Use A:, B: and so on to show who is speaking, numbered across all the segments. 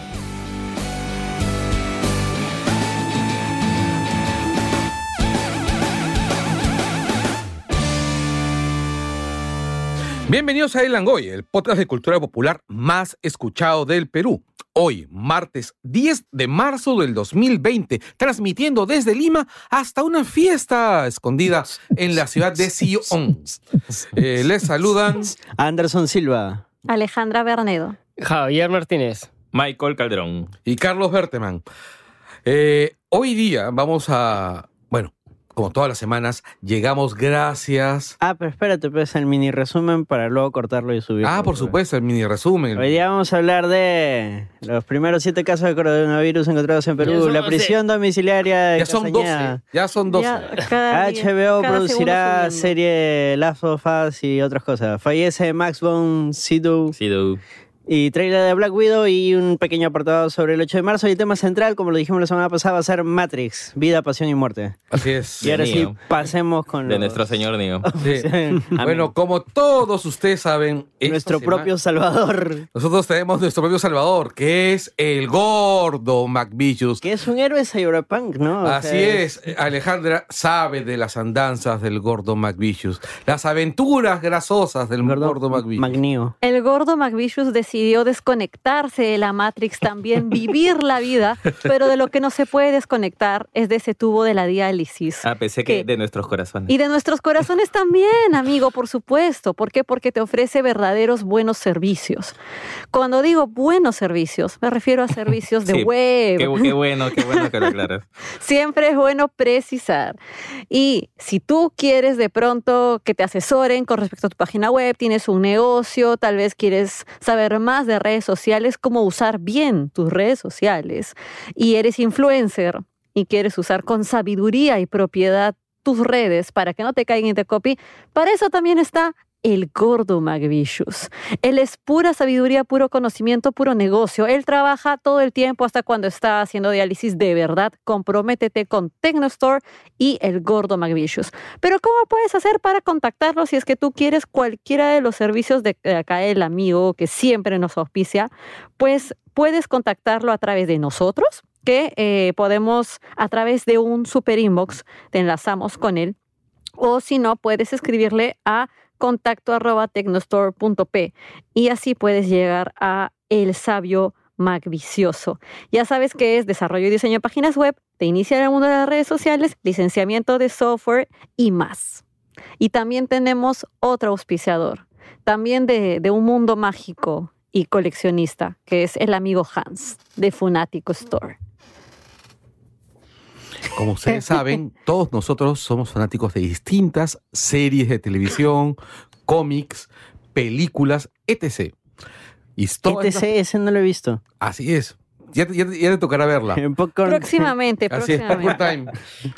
A: Bienvenidos a El Angoy, el podcast de cultura popular más escuchado del Perú. Hoy, martes 10 de marzo del 2020, transmitiendo desde Lima hasta una fiesta escondida en la ciudad de Sion. Eh, les saludan
B: Anderson Silva.
C: Alejandra Bernedo.
D: Javier Martínez.
E: Michael Calderón.
A: y Carlos Berteman. Eh, hoy día vamos a, bueno, como todas las semanas, llegamos gracias.
B: Ah, pero espérate, pues el mini resumen para luego cortarlo y subirlo. pues.
A: Ah, por supuesto, el mini resumen.
B: Hoy día vamos a hablar de los primeros siete casos de coronavirus encontrados en
D: Ya
B: Perú,
D: son
B: la
D: doce.
B: prisión domiciliaria de
A: Ya son 12,
B: Castañeda.
A: ya son 12.
C: Ya, cada día,
B: HBO
C: cada
B: producirá
C: segundo subiendo.
B: serie Last of Us y otras cosas. Fallece Max von Sydow
E: Sí, du.
B: y trailer de Black Widow y un pequeño apartado sobre el 8 de marzo. Y el tema central, como lo dijimos la semana pasada, va a ser Matrix, vida, pasión y muerte.
A: Así es.
B: Y ahora sí,
E: mío.
B: pasemos con
E: De
B: los-
E: nuestro señor Neo.
A: Sí. Bueno, como todos ustedes saben, esta
B: nuestro
A: semana
B: propio Salvador.
A: nosotros tenemos nuestro propio Salvador, que es el gordo McVicious.
B: Que es un héroe cyberpunk, ¿no? O sea,
A: Así es, Alejandra sabe de las andanzas del gordo McVicious, las aventuras grasosas del gordo, McVicious.
B: Magnio.
C: El gordo McVicious decidió desconectarse de la Matrix, también vivir la vida, pero de lo que no se puede desconectar es de ese tubo de la diálisis.
E: Ah, pensé que
C: ¿Qué?
E: de nuestros corazones.
C: Y de nuestros corazones también, amigo, por supuesto. ¿Por qué? Porque te ofrece verdaderos buenos servicios. Cuando digo buenos servicios, me refiero a servicios de
E: Sí,
C: web.
E: Qué, bu- qué bueno, qué bueno que lo aclaras.
C: Siempre es bueno precisar. Y si tú quieres de pronto que te asesoren con respecto a tu página web, tienes un negocio, tal vez quieres saber más de redes sociales, cómo usar bien tus redes sociales, y eres influencer y quieres usar con sabiduría y propiedad tus redes para que no te caigan y te copien, para eso también está el gordo McVicious. Él es pura sabiduría, puro conocimiento, puro negocio. Él trabaja todo el tiempo hasta cuando está haciendo diálisis de verdad. Comprométete con Tecnostore y el gordo McVicious. Pero ¿cómo puedes hacer para contactarlo si es que tú quieres cualquiera de los servicios de de acá el amigo que siempre nos auspicia? Pues puedes contactarlo a través de nosotros, que eh, podemos a través de un super inbox, te enlazamos con él. O si no, puedes escribirle a contacto arroba tecnostore.p y así puedes llegar a el sabio Macvicioso. Ya sabes que es desarrollo y diseño de páginas web, te inicia en el mundo de las redes sociales, licenciamiento de software y más. Y también tenemos otro auspiciador, también de, de un mundo mágico y coleccionista, que es el amigo Hans de Funatico Store.
A: Como ustedes saben, todos nosotros somos fanáticos de distintas series de televisión, cómics, películas, etc. Y todas
B: ETC,
A: estas-
B: E ese no lo he visto.
A: Así es. Ya, te- ya te- ya te tocará verla.
B: En Popcorn.
C: Próximamente,
A: Así es, Popcorn
C: próximamente.
A: Time.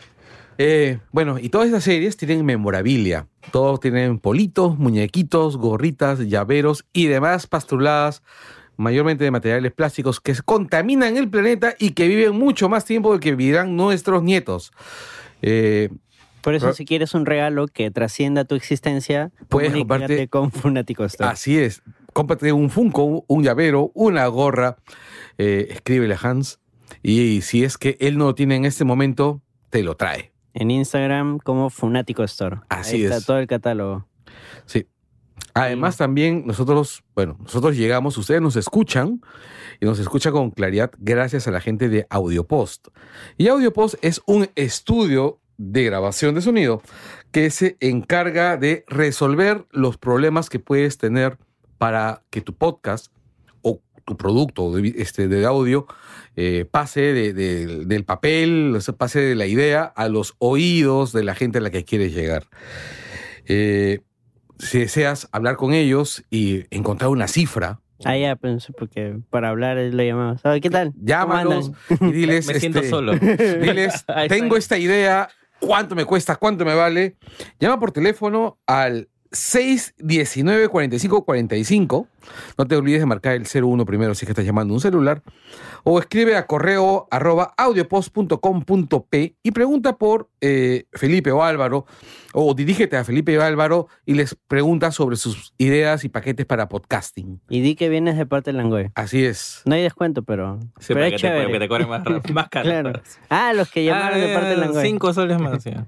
A: Eh, bueno, y todas estas series tienen memorabilia. Todos tienen politos, muñequitos, gorritas, llaveros y demás pastruladas, mayormente de materiales plásticos que contaminan el planeta y que viven mucho más tiempo del que vivirán nuestros nietos. Eh,
B: Por eso,
A: Pro-
B: si quieres un regalo que trascienda tu existencia,
A: Puedes
B: comunícate
A: comprarte-
B: con Funatico Store.
A: así es. Cómprate un Funko, un llavero, una gorra. eh, escríbele a Hans. Y si es que él no lo tiene en este momento, te lo trae.
B: En Instagram, como Funatico Store.
A: Así
B: Ahí
A: es.
B: está todo el catálogo.
A: Sí. Además, también nosotros, bueno, nosotros llegamos, ustedes nos escuchan y nos escucha con claridad gracias a la gente de Audiopost. Y Audiopost es un estudio de grabación de sonido que se encarga de resolver los problemas que puedes tener para que tu podcast o tu producto de, vi- este, de audio eh, pase de- de- del papel, o sea, pase de la idea a los oídos de la gente a la que quieres llegar. Eh, si deseas hablar con ellos y encontrar una cifra,
B: Ah, ya, pensé, porque para hablar lo llamamos. Ah, ¿Qué tal? ¿Cómo
A: llámalos
B: andan?
A: y diles,
E: Me siento
A: este,
E: solo.
A: diles,
E: Ahí está.
A: tengo esta idea, ¿cuánto me cuesta? ¿Cuánto me vale? Llama por teléfono al 619 45 45. No te olvides de marcar el 01 primero si es que estás llamando un celular. O escribe a correo arroba audiopost.com.p y pregunta por eh, Felipe o Álvaro. O dirígete a Felipe o Álvaro y les pregunta sobre sus ideas y paquetes para podcasting.
B: Y di que vienes de parte del Langoy.
A: Así es.
B: No hay descuento, pero.
E: Sí,
B: pero
E: para
B: es
E: que te,
B: chévere.
E: para que te cobren más, ra- más caro.
B: Claro. Ah, los que llamaron de
A: eh,
B: parte del
E: Ah,
B: Langoy.
E: cinco soles más, ya.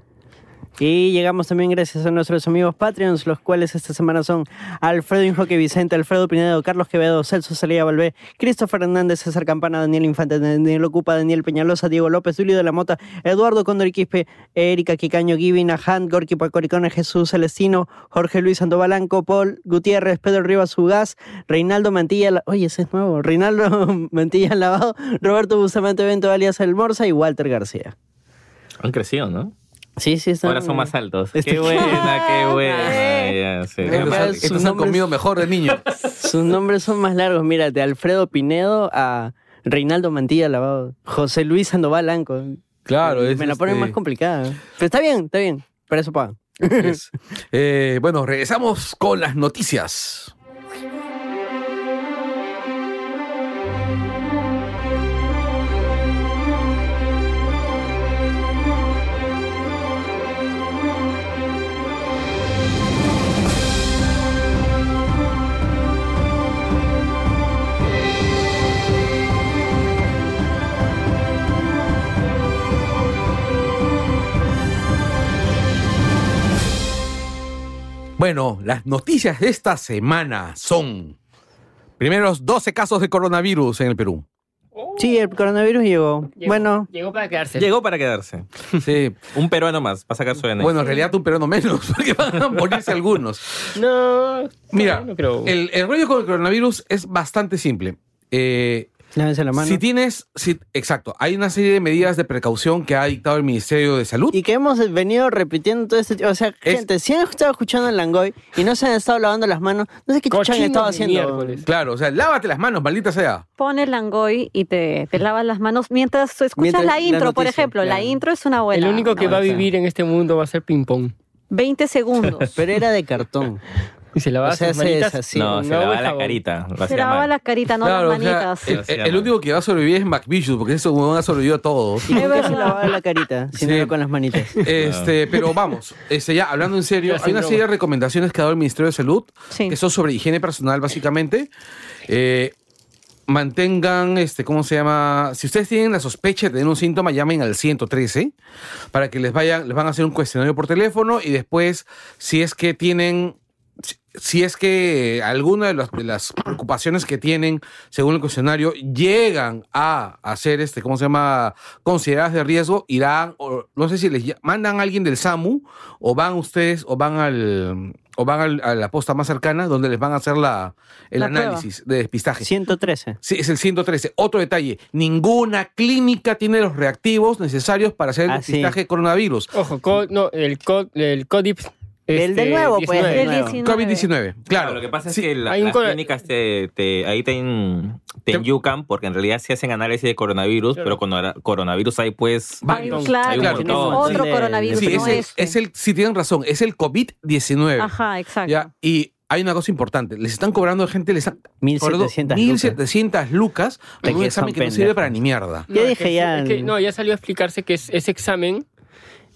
B: Y llegamos también gracias a nuestros amigos Patreons, los cuales esta semana son Alfredo Injoque Vicente, Alfredo Pinedo, Carlos Quevedo, Celso Salía Valvé, Christopher Hernández, César Campana, Daniel Infante, Daniel Ocupa, Daniel Peñalosa, Diego López, Julio de la Mota, Eduardo Condor Quispe, Erika Quicaño, Givina, Han, Gorky Pacoricona, Jesús Celestino, Jorge Luis Sandovalanco, Paul Gutiérrez, Pedro Rivas Ugaz, Reinaldo Mantilla, La- oye, ese es nuevo, Reinaldo Mantilla Lavado, Roberto Bustamante Bento, alias El Morsa y Walter García.
E: Han crecido, ¿no?
B: Sí, sí, están-
E: Ahora son más altos.
B: Este-
E: Qué buena, qué buena.
C: Ah,
E: ya, sí.
B: Pero
A: Estos
B: para
A: han-
B: sus
A: estos han
B: nombres-
A: comido mejor de niño.
B: Sus nombres son más largos, mira, de Alfredo Pinedo a Reinaldo Mantilla Lavado, José Luis Sandoval Anco.
A: Claro, es.
B: Me la ponen
A: este,
B: más complicada. Pero está bien, está bien. Para eso pagan.
A: es- eh, bueno, regresamos con las noticias. Bueno, las noticias de esta semana son. Primeros 12 casos de coronavirus en el Perú.
B: Sí, el coronavirus llegó.
D: Llegó-
B: Bueno,
D: Llegó para quedarse.
E: Llegó para quedarse.
A: Sí.
E: Un peruano más, va a sacar su DNI.
A: Bueno, en realidad un peruano menos, porque van a morirse algunos.
D: No.
A: Mira,
D: no creo.
A: El, el rollo con el coronavirus es bastante simple. Eh,
B: lávense la mano.
A: si tienes, si- exacto, hay una serie de medidas de precaución que ha dictado el Ministerio de Salud.
B: Y que hemos venido repitiendo todo este tiempo. O sea,
A: Es-
B: gente, si han estado escuchando el Langoy y no se han estado lavando las manos, no sé qué chucha han
D: Cochinos
B: estado
D: de
B: haciendo.
D: miércoles.
A: Claro, o sea, lávate las manos, maldita sea.
C: Pones Langoy y te, te lavas las manos mientras tú escuchas
B: Mientras la
C: la intro, por
B: noticia,
C: ejemplo. La
B: claro.
C: intro es una buena.
D: el único que
C: una
D: va a
C: buena.
D: vivir en este mundo va a ser ping-pong.
C: 20 segundos.
B: Pero era de cartón.
D: Y se
B: O
D: lava
B: sea,
D: sus
B: se
D: manitas.
B: deshacía.
E: no,
D: con
E: se
D: agua y
E: lavaba la
D: jabón.
E: carita. lo
C: Se
E: hacía
C: lavaba
E: mal.
C: la carita, no
A: claro,
C: las
A: o sea,
C: manitas.
A: el-
E: Hacía
A: el, el
E: mal.
A: único que va a sobrevivir es McVicious, porque ese huevón ha sobrevivido a todos.
B: Y nunca se
C: verdad.
B: lavaba la carita, sino
A: Sí.
B: era con las manitas.
A: Este, pero vamos, este, ya hablando en serio,
D: Ya, sin
A: hay una
D: broma.
A: serie de recomendaciones que ha dado el Ministerio de Salud,
C: Sí.
A: que son sobre higiene personal, básicamente. Eh, mantengan, este, ¿cómo se llama? Si ustedes tienen la sospecha de tener un síntoma, llamen al 113 para que les vayan, les van a hacer un cuestionario por teléfono y después, si es que tienen. si- Si es que alguna de las, de las preocupaciones que tienen, según el cuestionario, llegan a hacer este, ¿cómo se llama? Consideradas de riesgo, irán, o no sé si les ll- mandan a alguien del SAMU o van ustedes o van al o van al- a la posta más cercana donde les van a hacer la, el
C: La prueba.
A: análisis de despistaje.
B: 113.
A: Sí, es el 113. Otro detalle, ninguna clínica tiene los reactivos necesarios para hacer el
B: Ah, sí.
A: despistaje de coronavirus.
D: Ojo, co- no, el, co- el CODIPS.
B: El de
D: este,
B: nuevo, pues.
D: 19.
B: del
C: El
B: nuevo.
C: 19.
A: COVID-19, claro.
E: Claro, lo que pasa es
A: Sí,
E: que la-
D: hay un
E: las
D: cor-
E: clínicas te, te- ahí te, en- te
A: Te-
E: enyucan porque en realidad se hacen análisis de coronavirus,
D: Claro.
E: pero con ora- coronavirus hay pues...
C: Ay,
D: Varios.
C: claro,
E: Hay un
C: claro,
E: montón.
C: tienes otro
B: Sí,
C: coronavirus,
A: Sí,
C: no
A: es el,
C: este.
A: es el- sí, tienen razón, es el COVID-19.
C: Ajá, exacto.
A: Ya, Y hay una cosa importante, les están cobrando a gente, les están cobrando
B: 1700. lucas.
A: 1700 lucas
B: De
A: por un
B: que
A: examen
B: son
A: que no sirve
B: pendejos.
A: para ni mierda.
B: Ya
D: es
B: dije,
D: que-
B: ya.
D: es que- no, ya salió a explicarse que es- ese examen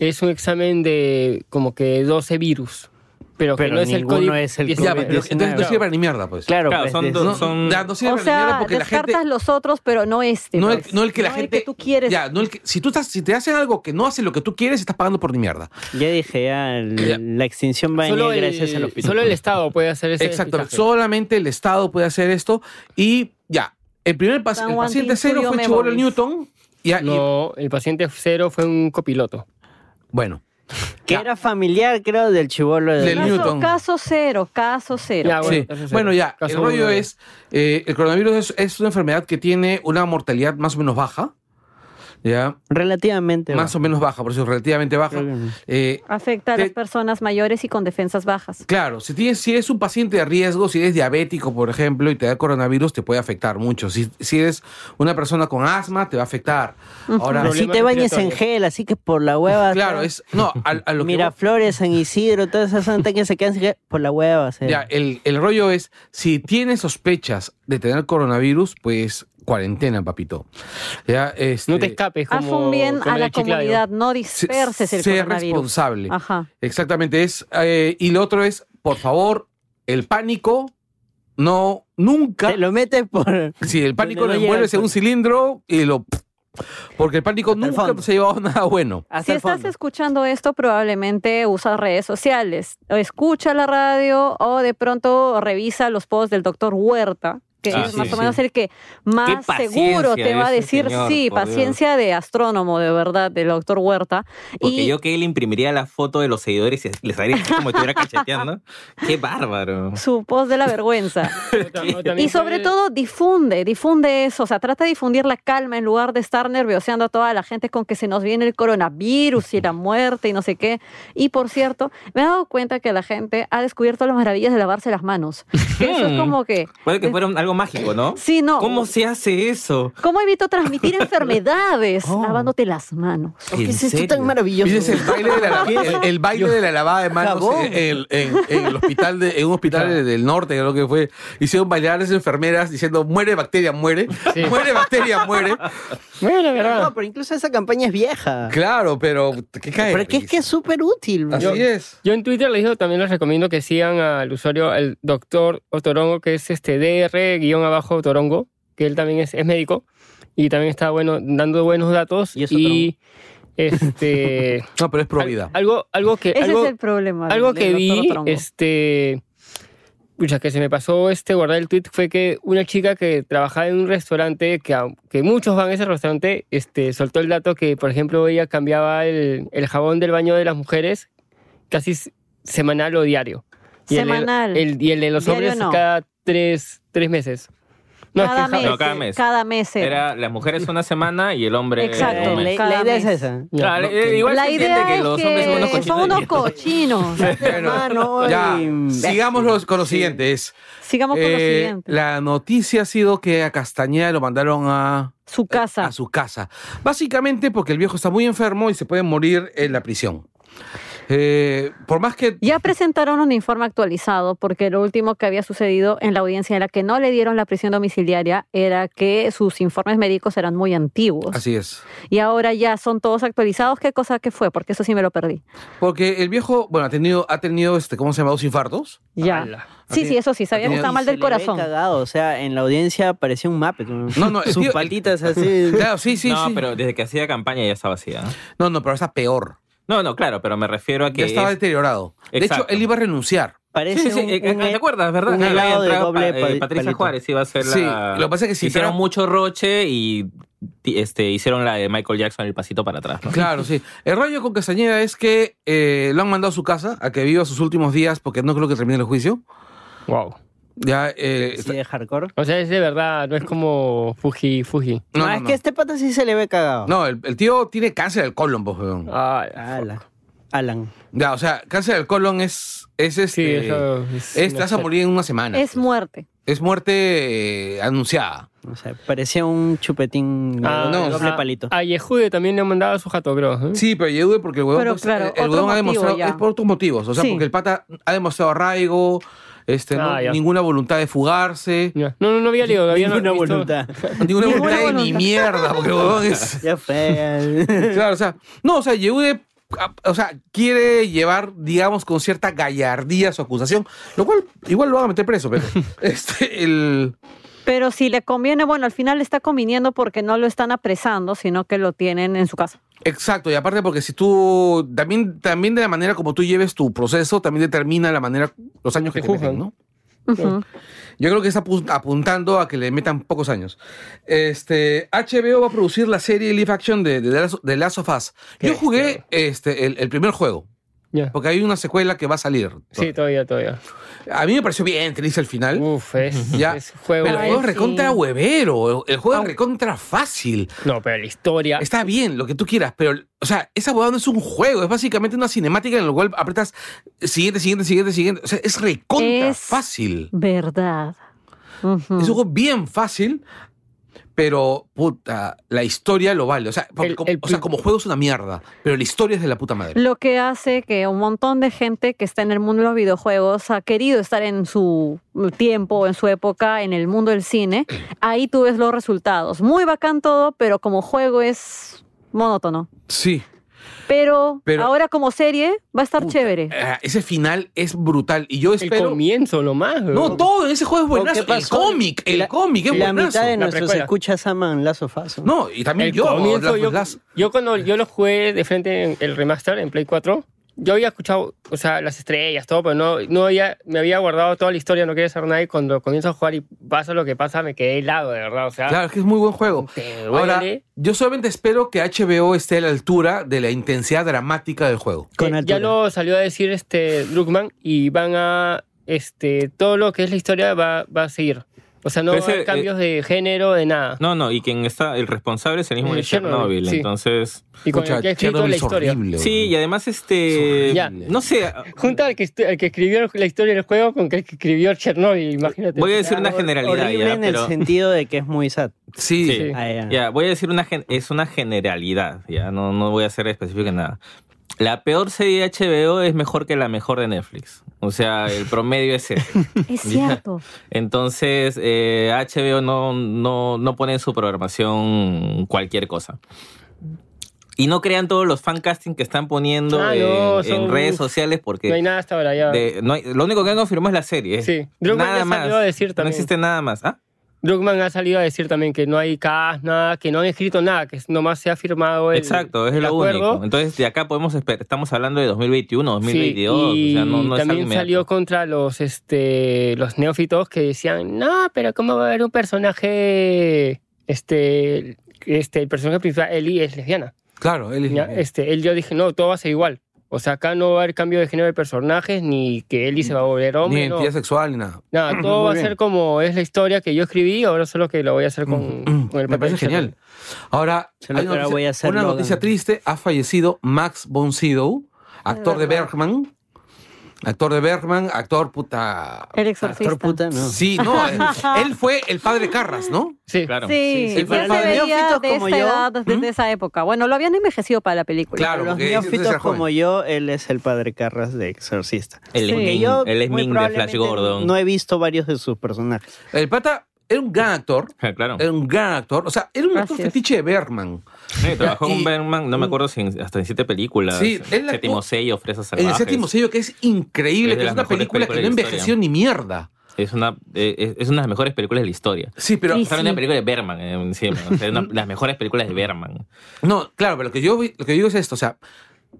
D: es un examen de como que 12 virus. Pero, que
B: Pero
D: no es el
B: ninguno
D: código.
B: es el
A: Ya, pero
D: 19.
A: entonces no sirve para ni mierda, pues.
B: Claro,
E: Claro,
B: pues,
E: son
B: de-
E: dos-
A: No,
E: son-
A: ya, no sirve
C: O
A: para ni mierda
C: sea,
A: porque la gente...
C: descartas los otros, pero no este.
A: No el,
C: pues.
A: no el que la
C: No el
A: gente.
C: tú quieres.
A: Ya, no el que- si, tú estás, si te hacen algo que no hace lo que tú quieres, estás pagando por ni mierda.
B: Ya dije, ya, el-
A: Ya.
B: la extinción va a venir
D: Solo
B: gracias a los
D: el, solo el Estado puede hacer ese
A: Exacto.
D: despistaje.
A: Solamente el Estado puede hacer esto. Y ya. El primer pas-
C: San
A: el
C: Juan
A: paciente
C: Tin
A: cero
C: Studio
A: fue Chibolo
C: Memories.
A: Newton. Ya, y-
D: No, el paciente cero fue un copiloto.
A: bueno.
B: Que
A: Ya.
B: era familiar, creo, del chivolo. de-
A: Del-
C: Caso-
A: Newton.
C: Caso cero, caso cero.
D: Ya, Ah, bueno,
A: Sí.
D: entonces,
A: Bueno, ya, el
D: caso
A: rollo
D: uno, ya.
A: es, eh, el coronavirus es, es una enfermedad que tiene una mortalidad más o menos baja. ¿ya?
F: Relativamente.
A: Más o menos baja, por eso relativamente baja. Eh,
C: Afecta a las
A: Te-
C: personas mayores y con defensas bajas.
A: Claro, si, tienes, si eres un paciente de riesgo, si eres diabético, por ejemplo, y te da coronavirus, te puede afectar mucho. Si, si eres una persona con asma, te va a afectar. Ahora,
D: Problema
F: Así te bañes en
D: respiratorio.
F: gel, así que por la hueva.
A: claro,
F: todo-
A: es. No, a, a lo que voy-
F: Miraflores, San Isidro, todas esas zonas que se quedan sin gel, por la hueva.
B: Eh.
F: se-
A: Ya, eh, el, el rollo es, si tienes sospechas de tener coronavirus, pues cuarentena, papito. Ya, este,
D: No te escapes.
C: Haz
D: como-
C: un bien
D: como
C: a
D: el
C: la
D: chiclayo.
C: comunidad, no
A: se-
C: disperses el
A: Sé
C: coronavirus. Ah.
A: responsable.
C: Ajá.
A: Exactamente, es. eh, y lo otro es, por favor, el pánico, no, nunca.
F: Te lo metes por.
A: Si el pánico
F: Donde
A: lo
F: no llega
A: envuelves
F: el
A: en un cilindro y lo. Porque el pánico
F: Hasta el
A: nunca
F: fondo.
A: se ha llevado nada bueno.
F: Hasta
C: Si
F: el
C: estás
F: fondo.
C: escuchando esto, probablemente usas redes sociales. O escucha la radio o de pronto revisa los posts del doctor Huerta, que
E: Ah,
C: es
E: sí,
C: más o
E: sí.
C: menos el que más
E: Qué
C: seguro
E: paciencia
C: te va a
E: de ese
C: decir
E: señor,
C: sí,
E: por Dios.
C: paciencia de astrónomo, de verdad, del doctor Huerta.
E: Porque
C: y
E: yo que él imprimiría la foto de los seguidores y les haría así como estuviera cacheteando. ¡Qué bárbaro!
C: su post de la vergüenza.
D: O tam- o también
C: Y sobre
D: puede-
C: todo difunde, difunde eso, o sea, trata de difundir la calma en lugar de estar nervioseando a toda la gente con que se nos viene el coronavirus y la muerte y no sé qué. Y por cierto, me he dado cuenta que la gente ha descubierto las maravillas de lavarse las manos. Que eso es
E: Mm.
C: como que,
E: Puede que fuera un- algo mágico, ¿no?
C: sí, no.
E: ¿Cómo se hace eso?
C: ¿Cómo evito transmitir enfermedades
A: Oh.
C: lavándote las manos?
F: ¿Por qué
E: ¿En
F: es esto
E: serio?
F: tan maravilloso?
A: Dices el baile de la, el, el baile de la lavada de manos
F: Jabón.
A: en, el- en- en el hospital de- en un hospital
D: Claro.
A: del norte, creo que fue. Hicieron bailar a las enfermeras diciendo muere bacteria, muere.
D: Sí.
A: Muere bacteria, muere.
D: Bueno,
F: No,
D: verdad.
F: pero incluso esa campaña es vieja.
A: Claro, pero ¿qué cae?
F: Pero que es que es súper útil.
A: Así
F: bro.
A: es.
D: Yo en Twitter les digo, también les recomiendo que sigan al usuario, al doctor Otorongo, que es este DR-abajo Otorongo, que él también es, es médico y también está bueno dando buenos datos.
F: Y
D: Y,
F: es Otorongo.
D: este.
A: No, pero es
D: al-
A: probidad.
D: algo, algo que.
C: Ese
D: algo,
C: es el problema. del-
D: Algo
C: del
D: que
C: doctor
D: vi,
C: Tronco.
D: este. Pucha, que se me pasó este guardar el tweet fue que una chica que trabajaba en un restaurante, que, a- que muchos van a ese restaurante, este, soltó el dato que, por ejemplo, ella cambiaba el, el jabón del baño de las mujeres casi s- semanal o diario. Y el de-
C: Semanal.
D: el- y el de los
C: Diario
D: hombres
C: no.
D: cada tres, tres meses. No, es que
C: cada,
D: el
C: mes,
D: jabón-
E: No, cada mes.
C: cada mes. eh. era.
E: Era las mujeres una semana y el hombre.
C: Exacto.
E: un
F: La,
E: mes.
F: la
C: Cada
F: idea es
C: mes.
F: esa.
E: Claro, eh, igual
C: La
E: se entiende
C: idea
E: que
C: es
E: los hombres son unos
C: que son unos cochinos.
A: Bueno,
F: Hermano,
A: ya,
F: y-
A: sigamos los- con lo siguiente. Es,
C: Sigamos con lo
A: eh,
C: siguiente.
A: la noticia ha sido que a Castañeda lo mandaron a
C: Su casa.
A: a su casa. Básicamente porque el viejo está muy enfermo y se puede morir en la prisión. Eh, por más que...
C: Ya presentaron un informe actualizado porque lo último que había sucedido en la audiencia en la que no le dieron la prisión domiciliaria era que sus informes médicos eran muy antiguos
A: Así es.
C: y ahora ya son todos actualizados. ¿Qué cosa que fue? Porque eso sí me lo perdí.
A: Porque el viejo, bueno, ha tenido, ha tenido este, ¿cómo se llama? Dos infartos.
C: Ya.
D: Ala.
C: Sí, sí, eso sí. Sabía que
A: Tenía-
C: estaba mal
F: Y
C: del
F: se le ve
C: corazón.
F: cagado, o sea, en la audiencia parecía un Muppet.
A: No, no, el
F: Sus
A: tío-
F: patitas así.
A: Claro, sí, sí,
E: no,
A: sí.
E: pero desde que hacía campaña ya estaba así. ¿ah?
A: No, no, pero está peor.
E: No, no, claro, pero me refiero a que.
A: Ya estaba
E: es-
A: deteriorado. De
E: Exacto.
A: hecho, él iba a renunciar.
F: Parece
E: Sí, sí,
F: un-
E: eh,
F: un- e-,
E: ¿te acuerdas, verdad?
F: un
E: Que había
F: helado de
E: entrado
F: doble
E: pa- eh,
F: pali-
E: Patricia
F: palito.
E: Juárez iba a ser la...
A: Sí, lo que pasa es que si
E: Hicieron
A: tra-
E: mucho roche y ti- este, hicieron la de Michael Jackson, el pasito para atrás. ¿no?
A: Claro, sí. El rollo con Castañeda es que eh, lo han mandado a su casa a que viva sus últimos días porque no creo que termine el juicio.
D: Wow.
A: Ya, eh,
F: Sí,
A: está-
F: de hardcore.
D: O sea, es de verdad, no es como Fuji, Fuji.
F: No,
A: no, no,
F: es
A: no.
F: que este pata sí se le ve cagado.
A: No, el, el tío tiene cáncer del colon, pues. weón.
D: Ah,
F: Ala. Alan.
A: Ya, o sea, cáncer del colon es, es este.
D: sí, eso es.
A: es- te
D: una
A: vas a morir en una semana.
C: Es muerte.
A: Es muerte eh, anunciada.
F: O sea, parecía un chupetín
D: Ah,
F: no,
A: no,
F: doble
D: a-
F: palito.
D: A Yehude también le han mandado su jato, creo. ¿eh?
A: Sí, pero Yehude, porque el huevón,
C: Pero
A: pues,
C: claro,
A: el- el
C: otro
A: huevón ha
C: motivo
A: demostrado.
C: ya.
A: Es por otros motivos. O sea,
C: Sí.
A: porque el pata ha demostrado arraigo, este, no-
D: Ah, ya.
A: ninguna voluntad de fugarse.
D: Ya. No, no, no había leído. Había
F: Ninguna
D: no visto.
F: voluntad.
A: Ninguna voluntad de ni
C: voluntad.
A: mierda, porque el huevón es.
F: Ya fue.
A: Claro, o sea, no, o sea, Yehude. ah, O sea, quiere llevar, digamos, con cierta gallardía su acusación, lo cual igual lo van a meter preso, pero este, el,
C: Pero si le conviene, bueno, al final le está conviniendo porque no lo están apresando, sino que lo tienen en su casa.
A: Exacto, y aparte porque si tú, también, también de la manera como tú lleves tu proceso, también determina la manera, los años que
D: Te
A: te meten,
D: juzgan.
A: ¿no?
C: Ujú.
A: Yo creo que está apu- apuntando a que le metan pocos años. Este, HBO va a producir la serie live action de, de, The Last- de Last of Us.
D: Qué
A: Yo jugué
D: bestia.
A: este, el, el primer juego.
D: Ya.
A: Porque hay una secuela que va a salir.
D: Sí, todavía, todavía.
A: A mí me pareció bien triste el final.
D: Uf, es,
A: ¿Eh? Ya.
D: es juego.
A: Pero el
C: Ay,
A: juego es
C: sí.
A: recontra huevero, el juego es recontra fácil.
D: No, pero la historia.
A: Está bien, lo que tú quieras, pero, o sea, esa huevada no es un juego, es básicamente una cinemática en la cual apretas siguiente, siguiente, siguiente, siguiente. O sea, es recontra
C: Es-
A: fácil.
C: Verdad. Ujú.
A: Es
D: Mm.
A: un juego bien fácil, pero, puta, la historia lo vale. O sea, porque
D: El-
A: como,
D: el
A: o sea,
D: pri-
A: como juego es una mierda, pero la historia es de la puta madre.
C: Lo que hace que un montón de gente que está en el mundo de los videojuegos ha querido estar en su tiempo, en su época, en el mundo del cine. Ahí tú ves los resultados. Muy bacán todo, pero como juego es monótono.
A: Sí.
C: Pero,
A: Pero-
C: ahora como serie va a estar
A: Puta,
C: chévere.
A: eh, Ese final es brutal y yo
D: el
A: espero...
D: comienzo nomás.
A: No,
D: weón.
A: todo en ese juego es
F: ¿O qué
A: buenazo. El
F: pasó?
A: cómic, el
F: La-
A: cómic es
F: La
A: buenazo.
F: mitad de
D: La
F: nuestros
D: precuela.
F: escuchas aman Lazo Faso.
A: No, y también
D: El
A: yo.
D: comienzo,
A: Last of
D: yo,
A: Us.
D: yo cuando yo lo jugué de frente en el remaster en Play 4, yo había escuchado, o sea, las estrellas, todo, pero no, no había, me había guardado toda la historia, no quería saber nada y cuando comienzo a jugar y pasa lo que pasa, me quedé helado, de verdad, o sea,
A: Claro, es que es muy buen juego.
D: Ah. te duele.
A: Ahora, yo solamente espero que HBO esté a la altura de la intensidad dramática del juego.
F: Con
D: Eh,
F: altura.
D: ya lo salió a decir este Druckmann y van a, este, todo lo que es la historia va, va a seguir. O sea, no
E: Pero
D: hay
E: ese, eh,
D: cambios de género, de nada.
E: No, no, y quien está, el responsable es el
F: Mm,
E: mismo
D: Eh,
E: de Chernobyl,
D: Chernobyl, sí.
E: entonces...
D: y con el que ha escrito la
A: Chernobyl es
D: historia.
A: horrible,
E: Sí, y
A: weón.
E: además este...
A: Es
D: Ya.
A: horrible.
E: No sé,
D: Junta al que, estu- al que escribió la historia del juego con el que escribió Chernobyl, imagínate.
E: voy a decir una
F: Hor-
E: generalidad
F: Horrible
E: ya,
F: en
E: pero...
F: el sentido de que es muy sad.
A: Sí,
E: Sí.
F: Ah, ya.
E: Ya, voy a decir una gen- es una generalidad, ya no, no voy a ser específico en nada. La peor serie de HBO es mejor que la mejor de Netflix. O sea, el promedio es ese.
F: Eh,
C: Es
E: Ya.
C: cierto.
E: Entonces, eh, HBO no, no, no pone en su programación cualquier cosa. Y no crean todos los fancasting que están poniendo
D: Ah,
E: en,
D: no,
E: en
D: son-
E: redes sociales
D: No hay
E: porque
D: nada hasta ahora ya.
E: de- no hay- lo único que han confirmado es la serie.
D: Sí. Druckmann
E: nada
D: ya
E: más.
D: salió a decir
E: no
D: también.
E: existe nada más. ¿Ah?
D: Druckmann ha salido a decir también que no hay CAS, nada, que no han escrito nada, que nomás se ha firmado el
E: Exacto, es
D: el
E: lo
D: acuerdo.
E: único. Entonces, de acá podemos esperar. Estamos hablando de 2021,
D: Sí,
E: 2022.
D: y
E: o sea, no, no es algo
D: también
E: inmediato.
D: salió contra los este los neófitos que decían, no, pero ¿cómo va a haber un personaje, este, este el personaje principal, Ellie, es lesbiana?
A: claro, él es-
D: Ya, este, él yo dije, no, todo va a ser igual. O sea, acá no va a haber cambio de género de personajes, ni que Ellie se va a volver
A: ni
D: hombre, no.
A: identidad sexual ni nada.
D: Nada, todo
F: Muy
D: va a
F: bien.
D: ser como es la historia que yo escribí, ahora solo que lo voy a hacer con, con el
A: Mm. Me
D: papel
A: parece
D: de Sherlock.
A: genial. Ahora,
F: Se lo-
A: hay una
F: ahora
A: noticia,
F: voy a hacer
A: una
F: Logan.
A: noticia triste. Ha fallecido Max von Sydow, actor de
C: verdad.
A: Bergman. Actor de Bergman, actor puta...
C: El
F: Actor
C: exorcista.
F: puta, no.
A: Sí, no, él- él fue el padre Carras, ¿no?
D: Sí,
E: Claro.
C: Sí,
F: Sí, sí,
C: ya
F: para
C: se
F: los
C: veía
F: neófitos
C: de
F: como
C: esta
F: yo,
C: edad, desde
A: ¿Mm?
C: esa época. Bueno, lo habían envejecido para la película.
A: Claro,
F: Los
A: porque ese es
F: neófitos
A: el joven.
F: como yo, él es el padre Carras de Exorcista.
E: El
C: Sí.
F: Porque
E: Ming-
F: yo
E: el
F: muy
E: Ming de Flash
F: probablemente
E: Gordon.
F: no he visto varios de sus personajes.
A: El pata era un gran actor.
E: Ah, Claro.
A: Era un gran actor. O sea, era un actor
C: Gracias.
A: fetiche de Bergman.
E: Sí, trabajó
A: Y-
E: con Bergman, no me acuerdo si en- hasta en siete películas.
A: Sí, él actuó-
E: séptimo sello, Fresas
A: En
E: Salvajes.
A: el séptimo sello, que es increíble,
E: Es de
A: que es
E: las
A: una
E: mejores
A: película que no
E: películas de la
A: envejeció ni mierda.
E: Es una, eh, es, es una de las mejores películas de la historia.
A: Sí, pero.
C: Y
E: Está
C: sí.
E: una película de Berman eh, encima. o sea, una- las mejores películas de Berman.
A: No, claro, pero lo que, yo, vi- lo que digo es esto: o sea,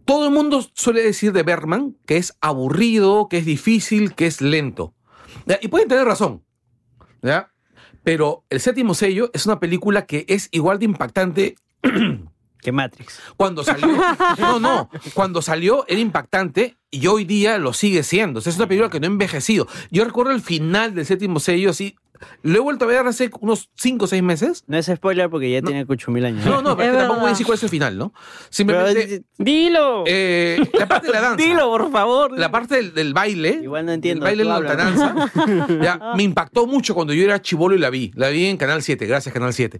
A: todo el mundo suele decir de Bergman que es aburrido, que es difícil, que es lento. ¿Ya? Y pueden tener razón. ¿ya? Pero el séptimo sello es una película que es igual de impactante
F: Que Matrix.
A: Cuando salió, no, no, cuando salió era impactante y hoy día lo sigue siendo. O sea, es una película que no ha envejecido. Yo recuerdo el final del séptimo sello, así, lo he vuelto a ver hace unos 5 o 6 meses.
F: No es spoiler porque ya tiene cuchumil años.
A: No, no,
C: Es
A: pero es que tampoco
C: verdad.
A: voy a decir cuál es el final, ¿no?
F: Pero
A: Simplemente
F: es-
D: ¡Dilo!
A: eh, la parte de la danza.
E: por favor.
A: La parte del, del baile.
F: Igual no entiendo,
A: El baile
F: tú
A: de la
F: habla.
A: danza. ya, me impactó mucho cuando yo era chivolo y la vi. La vi en Canal 7. Gracias, Canal 7.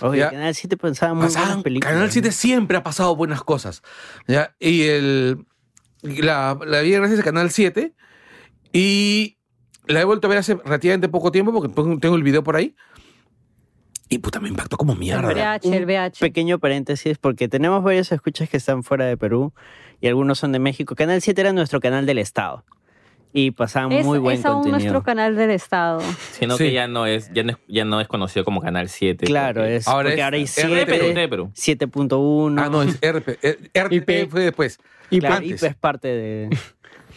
F: Oye,
A: Ya.
F: Canal 7 pensaba muy buenas
A: Pasaban-
F: películas.
A: Canal 7 siempre ha pasado buenas cosas. ¿ya? Y el, y la, la vi gracias a Canal 7 y la he vuelto a ver hace relativamente poco tiempo porque tengo- tengo el video por ahí. Y puta, me impactó como
C: El
A: mierda.
C: VH, el
F: Un
C: VH.
F: Pequeño paréntesis, porque tenemos varios escuchas que están fuera de Perú y algunos son de México. Canal 7 era nuestro canal del Estado y pasaban
C: Es,
F: muy buen
C: es aún
F: contenido.
C: nuestro canal del Estado.
E: Sino
A: Sí.
E: que ya no, es, ya, no es, ya no es conocido como Canal 7.
F: Claro,
E: porque-
F: es
A: Ahora
F: porque
A: es-
F: ahora hay
A: es RTP.
E: Perú,
F: 7,
E: de Perú.
F: 7.1.
A: Ah, no, es RP. eh, RTP
D: IP.
A: fue después.
F: y claro,
A: antes.
F: IP es parte de...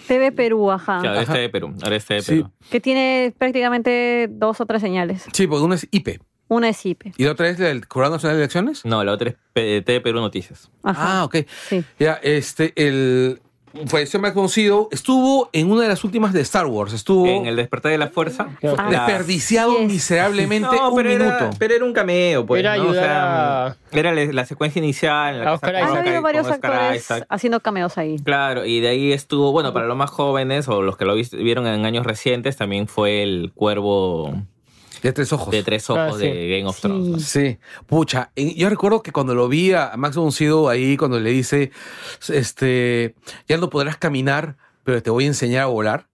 C: TV Perú, ajá.
E: Claro, este de Perú. Ahora este de
A: Ah, Sí.
E: Perú.
C: Que tiene prácticamente dos o tres señales.
A: Sí, porque una es IP.
C: Una es IPE.
A: ¿Y la otra es la del Jurado Nacional de Elecciones?
E: Ah, No, la otra es P- TV Perú Noticias.
C: Ajá.
A: Ah, ok.
C: Sí.
A: Ya, este, el. falleció Malcolm Sido, estuvo en una de las últimas de Star Wars, estuvo
E: En el despertar de la fuerza.
D: Ah.
E: la-
A: desperdiciado
C: Yes.
A: miserablemente
E: No,
A: un
E: pero
A: minuto.
E: Era, pero era un cameo, pues.
D: Era
E: ¿no? O sea,
D: ayudar
E: Era la, la secuencia inicial. En la
D: A
E: que
D: Oscar
E: sacó-
D: Isaac.
C: Han
D: Oscar-
C: habido
E: con
C: varios
E: Oscar
C: actores
E: Isaac.
C: haciendo cameos ahí.
E: Claro, y de ahí estuvo, bueno, para los más jóvenes o los que lo vis- vieron en años recientes, también fue el cuervo
A: de tres ojos.
E: de tres ojos
D: Ah, sí.
E: de Game of
C: Sí.
E: Thrones. ¿no?
A: Sí, pucha, y yo recuerdo que cuando lo vi a Max von Sydow ahí, cuando le dice, este, ya no podrás caminar, pero te voy a enseñar a volar.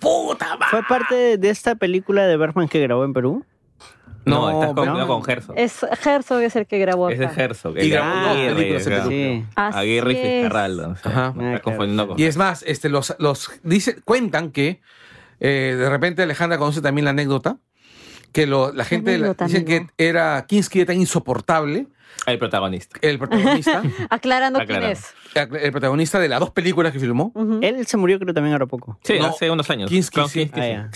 A: ¡Puta madre!
C: Ah.
B: ¿Fue parte de esta película de Bergman que grabó en Perú?
E: No,
A: No,
E: estás
B: no.
E: confundido con Herzog.
C: Es Herzog es el que grabó.
E: Es de
C: acá.
E: Herzog.
A: Y
E: el
A: grabó
B: dos
E: Aguirre,
A: películas en
E: claro.
B: Sí.
C: Así
E: Aguirre y
C: es.
E: Fitzcarraldo. o sea,
A: Ajá.
E: me
B: Ah,
E: estás
B: claro.
E: confundiendo con
A: Y es más, este, los, los dice, cuentan que eh, de repente Alejandra conoce también la anécdota, que lo- la gente la-
C: anécdota,
A: dice que
C: amigo.
A: era Kinski era tan insoportable,
E: el protagonista.
A: el protagonista,
C: Aclarando quién
E: Aclarando.
C: es.
A: el protagonista de las dos películas que filmó,
C: Ujú.
B: Él se murió creo también ahora poco.
E: Sí,
A: No,
E: hace unos años.
A: Kinski,
E: Con
A: sí.
E: Kinski,
B: Ah,
E: sí.
B: ya.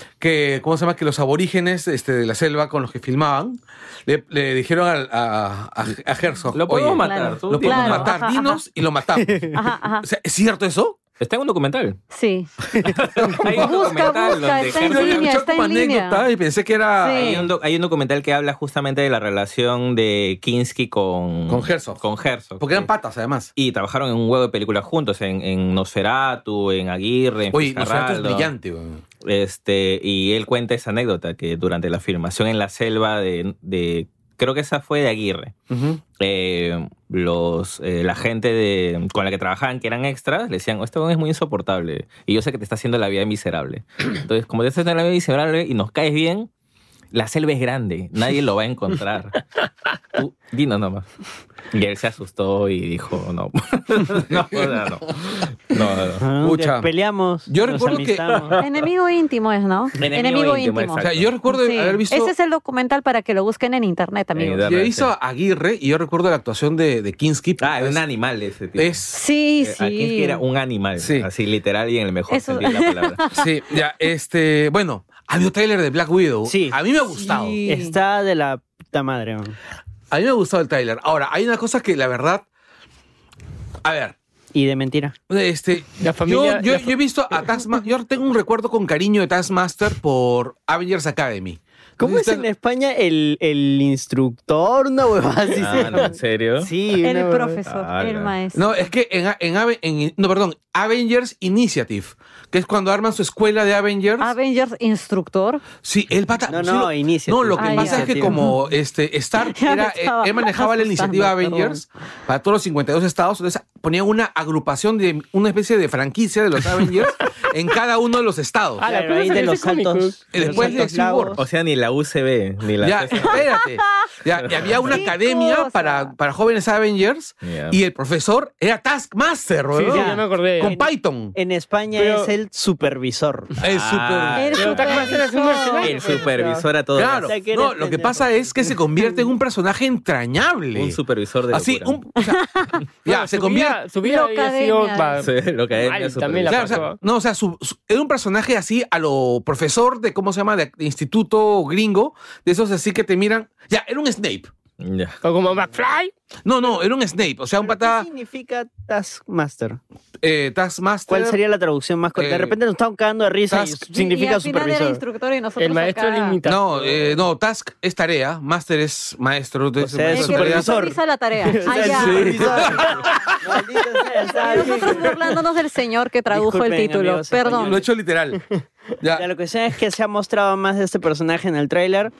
A: Sí, que, ¿cómo se llama? Que los aborígenes este, de la selva con los que filmaban le, le dijeron al- a, a, a Herzog.
E: Lo podemos
A: "Oye,
E: matar.
C: Claro.
E: tú
A: Lo
E: tienes-
A: podemos
C: Claro,
A: matar,
C: ajá,
A: dinos y lo matamos.
C: Ajá, ajá.
A: O sea, ¿Es cierto eso?
E: Está en un documental.
C: Sí.
E: Hay un
C: Busca,
E: documental
C: busca,
E: donde
C: está en
E: Herzog-
A: lo había
C: línea,
A: escuchado
C: está
A: como
C: en línea.
A: anécdota y pensé que era
C: Sí.
E: Hay un, doc- hay un documental que habla justamente de la relación de Kinski con,
A: Con Herzog.
E: Con Herzog.
A: porque eran patas además.
E: y trabajaron en un huevo de películas juntos, en, en Nosferatu, en Aguirre, en
A: Oye, Nosferatu es
E: Fitzcarraldo.
A: brillante. weón.
E: Este, y él cuenta esa anécdota que durante la filmación en la selva de, de- creo que esa fue de Aguirre.
A: Ujú.
E: eh, los, eh, la gente de, con la que trabajaban, que eran extras, le decían, este hombre es muy insoportable y yo sé que te está haciendo la vida miserable. Entonces, como te está haciendo la vida miserable y nos caes bien, la selva es grande, nadie lo va a encontrar. Tú, dinos nomás. Y él se asustó y dijo, no, no, o sea, no. No, no, no.
B: Ah,
A: Pucha.
B: nos Peleamos.
A: Yo
B: nos
A: recuerdo que-
B: amistamos.
C: Enemigo íntimo es, ¿no?
E: Enemigo íntimo,
A: O sea, yo recuerdo
C: Sí.
A: haber visto...
C: Ese es el documental para que lo busquen en internet, amigos.
E: Ahí da-
A: yo hizo Aguirre y yo recuerdo la actuación de, de Kinski.
E: Ah, era
A: es,
E: un animal ese tipo.
A: es-
C: Sí,
E: Eh, Aquí es
C: sí.
E: que era un animal,
A: Sí.
E: así literal y en el mejor
C: Eso-
E: sentido de la palabra.
A: Sí, ya, este... Bueno, había un trailer de Black Widow.
B: Sí.
A: A mí me ha gustado.
B: Está de la puta madre. man.
A: A mí me ha gustado el tráiler. Ahora, hay una cosa que la verdad. A ver,
B: Y de mentira.
A: este.
D: La familia-
A: yo, yo-
D: la
A: yo
D: fa-
A: he visto a Taskmaster. Yo tengo un recuerdo con cariño de Taskmaster por Avengers Academy.
B: ¿Cómo es
A: Entonces,
B: en España el, el instructor? Una huevada así.
E: Ah, no, ¿En serio?
B: Sí, una
C: El
B: huevada.
C: profesor,
E: Ah,
C: el
E: ya.
C: maestro.
A: No, es que en, A- en, Ave- en- No, perdón. Avengers Initiative. Que es cuando arman su escuela de Avengers.
C: Avengers instructor.
A: sí, el pata.
B: No,
A: sí,
B: no,
A: lo-
B: Initiative.
A: No, lo que
C: Ah,
A: pasa es que
B: Initiative.
A: como este, Stark
C: Ya me
A: era,
C: estaba
A: él manejaba la iniciativa
C: asustando,
A: Avengers para todos los 52 estados, entonces ponían una agrupación de una especie de franquicia de los Avengers en cada uno de los estados.
D: Ah, la
B: Claro,
D: cosa
B: ahí
D: salió
B: de los
D: ese cómic,
B: saltos.
A: Y después
B: los
A: de
B: saltos
A: Civil War.
B: largos.
E: O sea, ni la UCB, ni la
A: Ya,
E: CSI.
A: espérate. Ya, y había una
C: Qué
A: academia
C: cosa.
A: para, para jóvenes Avengers
E: Ya.
A: y el profesor era Taskmaster,
D: Sí,
A: weón,
D: sí, ya me acordé. ya.
A: con Python.
B: En España
D: Pero-
B: es el supervisor.
A: Es
E: Ah,
A: súper-
C: el
D: Pero Taskmaster es un
C: supervisor.
D: mercenario.
E: El supervisor a todo
A: Claro,
B: Ya que
A: no,
B: eres
A: lo que
B: pendejo.
A: pasa es que se convierte en un personaje
E: gas.
A: entrañable.
E: Un supervisor de
A: Así,
E: locura.
A: un- o sea, ya,
D: Bueno,
A: se
D: su
A: convierte.
D: vida- Su vida había sido...
C: Locademia.
D: va-
E: Sí, lo que es,
D: Ay,
E: el
D: también la
E: supervisor.
A: Claro, o sea,
D: pasó.
A: no, o sea, su- su- era un personaje así a lo profesor de, ¿cómo se llama? De, de instituto gringo, de esos así que te miran. Ya, era un Snape.
E: Ya.
D: O como McFly.
A: No, no, era un Snape. O sea, un
B: ¿Pero
A: pata
B: ¿Qué significa Taskmaster?
A: eh, Taskmaster.
B: ¿Cuál sería la traducción más corta?
A: Eh,
B: de repente nos están cagando de risa
A: task-
B: y
C: y
B: significa
C: al final era
B: supervisor.
C: instructor y nosotros
D: El maestro
C: acá-
D: limita.
A: No, eh, no, task es tarea, master es maestro. entonces,
B: sea,
C: El
A: maestro
C: que
B: es supervisor.
C: supervisa la tarea. Ah, ya.
B: Maldito sea, está
C: Y Nosotros
B: bien.
C: burlándonos del señor que tradujo
B: Disculpen,
C: el título.
B: amigos
A: tarea. Lo he
C: Perdón.
A: hecho literal.
B: Ya,
A: Ya,
B: lo que sea es que se ha mostrado más de este personaje en el tráiler.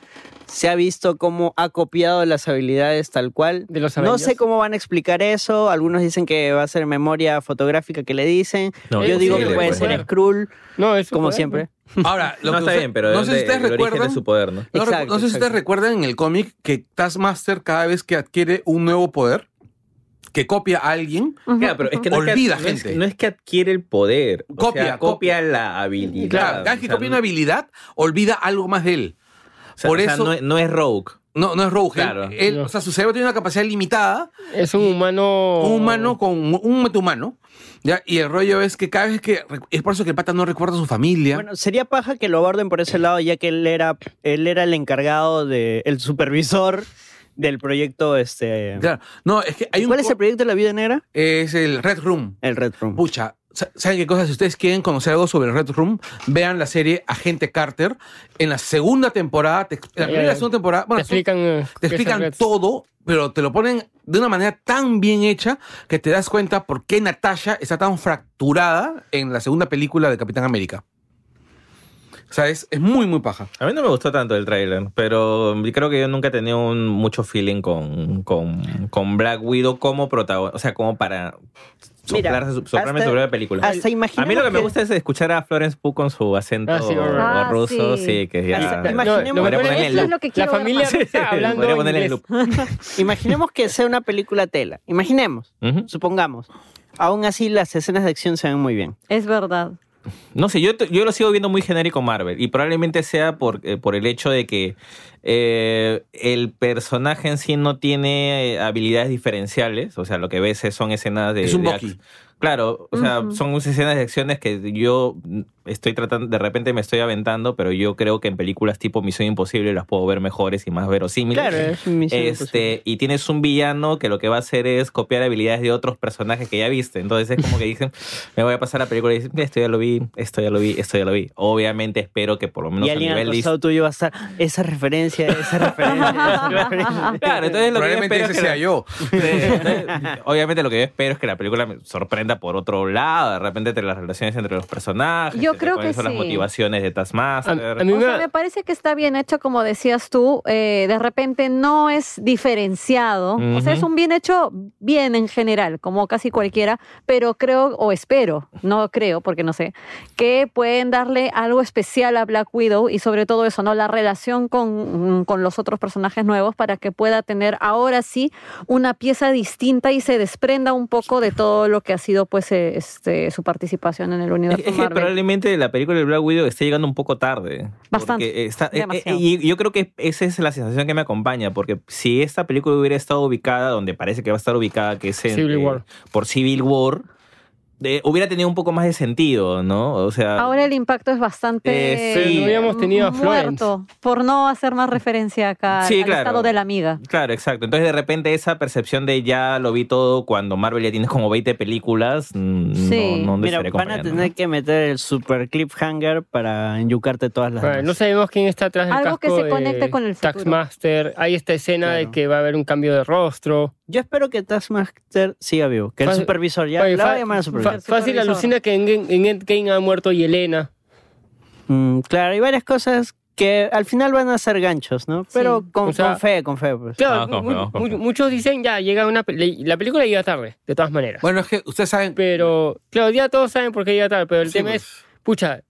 B: Se ha visto cómo ha copiado las habilidades tal cual.
D: De los
B: no
D: Avengers.
B: sé cómo van a explicar eso. Algunos dicen que va a ser memoria fotográfica que le dicen.
E: No,
B: Yo
D: es
B: digo
D: posible,
B: que puede
D: puede
B: ser
D: ser.
B: Skrull,
D: No, es
B: como
D: joder,
B: siempre.
A: ahora, lo
E: no
A: que
E: está
A: usted-
E: bien, pero
A: no sé si
E: es de-
A: ustedes
E: el origen
A: recuerdan.
E: de su poder, ¿no?
A: no recu-
B: Exacto,
A: no sé
B: exacto.
A: si ustedes recuerdan en el cómic que Taskmaster cada vez que adquiere un nuvo poder, que copia a alguien,
C: Ujú.
E: Claro, pero es que no
A: Olvida,
E: es que, no es-
A: gente.
E: no es que adquiere el poder. o
A: Copia,
E: sea, copia la habilidad.
A: claro, cada vez
E: O
A: que
E: sea,
A: copia una habilidad, olvida algo más de él.
E: o sea,
A: por
E: o sea,
A: eso-
E: no, es- no es rogue.
A: No, no es Rogue. él-
E: Claro.
A: él- o sea, su cerebro tiene una capacidad limitada,
D: Es un humano...
A: un humano con un metahumano. ¿ya? Y el rollo es que cada vez que. Es por eso que el pata no recuerda a su familia.
B: Bueno, sería paja que lo aborden por ese lado, ya que él era, él era el encargado de, el supervisor del proyecto, este.
A: Claro. No, es que hay un.
B: ¿Cuál es
A: co-
B: el proyecto de la vida negra?
A: Es el Red Room.
B: El Red Room.
A: Pucha, sa- ¿Saben qué cosa? Si ustedes quieren conocer algo sobre el Red Room, vean la serie Agente Carter. En la segunda temporada, te ex- en la
D: Ya,
A: primera y la
D: ya.
A: segunda temporada,
D: Te
A: bueno, tú-
D: explican, eh,
A: te
D: qué
A: explican
D: son Reds.
A: todo, pero te lo ponen de una manera tan bien hecha que te das cuenta por qué Natasha está tan fracturada en la segunda película de Capitán América. O sea, es, es muy, muy paja.
E: A mí no me gustó tanto el tráiler, pero creo que yo nunca he tenido un- mucho feeling con, con, con Black Widow como protagonista, o sea, como para
F: Mira,
E: soplarse su- soplarme
F: hasta-
E: su propia película.
F: Hasta
E: a
F: imaginemos
E: mí lo que me
F: que-
E: gusta es escuchar a Florence Pugh con su acento
D: Ah, sí, horror.
C: Ah,
E: ruso,
C: sí.
E: sí. que ya...
F: Hasta- imaginemos-
D: No, lo
E: Podría
D: mejor
E: ponerle
D: es
E: el
D: la-
E: loop.
C: lo que quiero
D: La
C: ver
D: familia
C: más.
D: rusa hablando
E: Podría ponerle el
D: inglés.
E: loop.
F: Imaginemos que sea una película tela. Imaginemos,
E: Ujú.
F: supongamos. Aún así, las escenas de acción se ven muy bien.
C: Es verdad.
E: No sé, yo, yo lo sigo viendo muy genérico Marvel y probablemente sea por, eh, por el hecho de que eh, el personaje en sí no tiene eh, habilidades diferenciales, o sea, lo que ves es- son escenas de...
A: es un
E: de
A: Bucky.
E: ac- Claro, o sea,
C: Ujú.
E: son escenas de acciones que yo estoy tratando, de repente me estoy aventando, pero yo creo que en películas tipo Misión Imposible las puedo ver mejores y más verosímiles.
F: Claro, es Misión Imposible.
E: Este, y tienes un villano que lo que va a hacer es copiar habilidades de otros personajes que ya viste. Entonces es como que dicen, me voy a pasar la película y dicen, esto ya lo vi, esto ya lo vi, esto ya lo vi. Obviamente espero que por lo menos
F: Y
E: a
F: alguien al
E: nivel de
F: costado tuyo va a estar esa referencia, esa referencia, esa referencia.
E: Claro, entonces lo que yo
A: Probablemente
E: espero
A: ese
E: es que
A: sea
E: la-
A: yo.
E: Sí, entonces, Obviamente lo que yo espero es que la película me sorprenda por otro lado, de repente entre las relaciones entre los personajes,
C: Yo
E: entre
C: creo
E: cuáles
C: que
E: son
C: sí.
E: las motivaciones de
D: A,
E: Taskmaster.
D: a mí
C: O sea,
D: me,
C: me parece que está bien hecho, como decías tú. eh, de repente no es diferenciado. O sea, es
E: Ujú.
C: un bien hecho bien en general, como casi cualquiera. Pero creo, o espero, no creo, porque no sé, que pueden darle algo especial a Black Widow y sobre todo eso, ¿no? La relación con, mm, con los otros personajes nuevos para que pueda tener ahora sí una pieza distinta y se desprenda un poco de todo lo que ha sido, pues, eh, este, su participación en el
E: Es,
C: universo
E: es que
C: Marvel.
E: probablemente la película de Black Widow esté llegando un poco tarde.
C: Bastante.
E: Porque está- eh,
C: Demasiado.
E: eh, y yo creo que esa es la sensación que me acompaña, porque si esta película hubiera estado ubicada donde parece que va a estar ubicada, que es en,
D: Civil
E: eh,
D: War.
E: por Civil War, eh, hubiera tenido un poco más de sentido, ¿no? O sea,
C: Ahora el impacto es bastante. mm,
E: Eh, sí. Pero no
D: habíamos tenido a Florence.
C: muerto, por no hacer más referencia acá
E: Sí,
C: al
E: claro.
C: estado de la amiga.
E: Claro, exacto. Entonces, de repente, esa percepción de ya lo vi todo cuando Marvel ya tienes como 20 películas, mm,
C: Sí.
E: no, no te
F: Mira,
E: estaré
F: van a
E: acompañando,
F: tener que meter el super cliffhanger para enyucarte todas las
D: Bueno, no
F: demás.
D: sabemos quién está atrás del
C: Algo que
D: casco
C: se conecte
D: de
C: con el futuro.
D: Taskmaster. Hay esta escena
F: Claro.
D: de que va a haber un cambio de rostro.
F: Yo espero que Taskmaster siga vivo, que el
D: Fa-
F: supervisor ya
D: Oye,
F: la va a
D: fa-
F: llamar al
D: fa-
F: supervisor.
D: fácil
C: Supervisor.
D: alucina que en, en Endgame ha muerto Yelena.
F: Mm, claro, hay varias cosas que al final van a ser ganchos, ¿no? Pero
C: Sí.
F: con,
D: O sea-
F: con fe, con fe. Pues.
D: Claro,
E: No, no,
D: mu-
E: no, no.
D: mu- muchos dicen ya llega una pe- le- la película llega tarde, de todas maneras.
A: Bueno, es que ustedes saben.
D: Pero claro, ya todos saben por qué llega tarde, pero el
A: Sí,
D: tema
A: pues.
D: es pucha,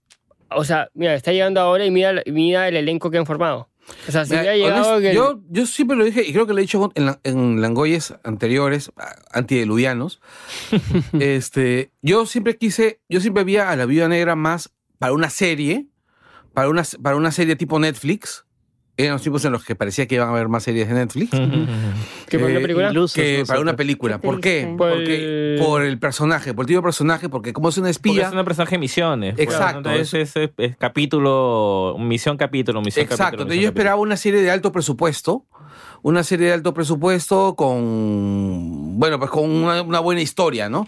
D: o sea, mira, está llegando ahora y mira, mira el elenco que han formado. O sea, si
A: Mira,
D: hubiera llegado
A: honest-
D: que-
A: yo, yo siempre lo dije, y creo que lo he dicho en, la- en Langoyes anteriores, a- antieludianos. este, yo siempre quise, yo siempre veía a la Viuda Negra más para una serie, para una, para una serie tipo Netflix. Eran los tiempos en los que parecía que iban a haber más series de Netflix.
D: que por una
A: eh,
D: película.
F: Ilusos
A: Que para
F: nosotros.
A: una película.
C: Qué
A: ¿Por qué?
C: triste.
D: Por
A: Porque,
D: el-
A: por el personaje, por el tipo de personaje, porque como es una
E: Porque
A: espía.
E: es una personaje de misiones. pues,
A: Exacto,
E: entonces es, es- es capítulo, misión capítulo, misión
A: Exacto,
E: capítulo.
A: entonces yo
E: misión capítulo.
A: esperaba una serie de alto presupuesto, una serie de alto presupuesto con, bueno, pues con una, una buena historia, ¿no?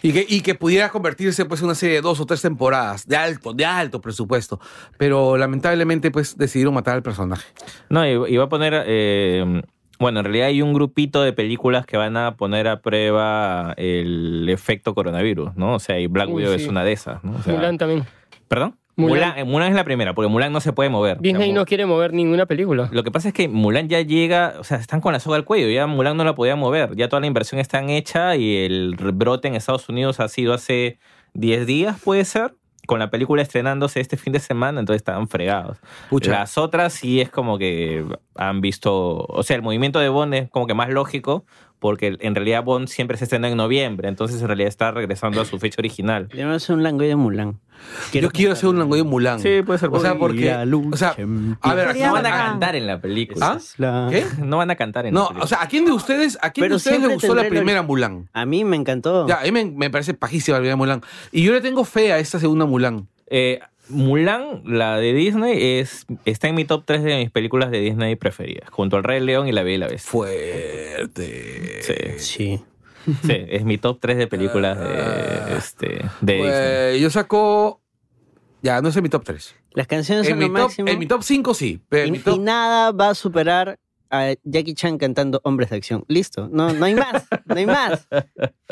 A: Y que, y que pudiera convertirse pues en una serie de dos o tres temporadas, de alto, de alto presupuesto. Pero lamentablemente pues decidieron matar al personaje.
E: No, y, y va a poner. eh, bueno, en realidad hay un grupito de películas que van a poner a prueba el efecto coronavirus, ¿no? O sea, y Black
D: Uy,
E: Widow
D: sí.
E: es una de esas, ¿no? O sea,
D: Mulan también.
E: ¿Perdón?
D: Mulan.
E: Mulan. eh, Mulan es la primera, porque Mulan no se puede mover.
D: Disney
E: O sea,
D: no quiere mover ninguna película.
E: Lo que pasa es que Mulan ya llega, o sea, están con la soga al cuello, ya Mulan no la podía mover, ya toda la inversión está hecha y el brote en Estados Unidos ha sido hace 10 días, puede ser, con la película estrenándose este fin de semana, entonces estaban fregados.
A: Pucha.
E: Las otras sí es como que han visto, o sea, el movimiento de Bond es como que más lógico, porque en realidad Bond siempre se estrena en noviembre, entonces en realidad está regresando a su fecha original.
F: Debemos hacer un langoy de Mulan.
A: Yo quiero hacer un Langoy Mulan.
E: Sí, puede ser.
A: O sea, porque...
F: La luz
A: o sea, a ver,
C: Sería
E: No van a
C: bacán.
E: cantar en la película.
A: ¿Ah?
F: La-
A: ¿Qué?
E: No van a cantar en la
A: No,
E: película.
A: o sea, ¿a quién de ustedes, a quién de
F: Pero
A: ustedes le
F: siempre
A: gustó la
F: tendré la-
A: primera Mulan?
F: A mí me encantó.
A: Ya, a mí me, me parece pajísima la primera Mulan. Y yo le tengo fe a esta segunda Mulan.
E: Eh, Mulan, la de Disney, es, está en mi top 3 de mis películas de Disney preferidas, junto al Rey León y La Bella y la Bestia.
A: Fuerte.
E: Sí.
F: Sí.
E: Sí, es mi top 3 de películas de, este, de Disney.
A: Eh, yo saco. Ya, no es en mi top 3.
F: Las canciones
A: En
F: son lo
A: mi, top,
F: máximo.
A: en mi top 5 sí. Pero en mi
F: y, y
A: top,
F: nada va a superar a Jackie Chan cantando Hombres de Acción. Listo. No, no hay más. No hay más.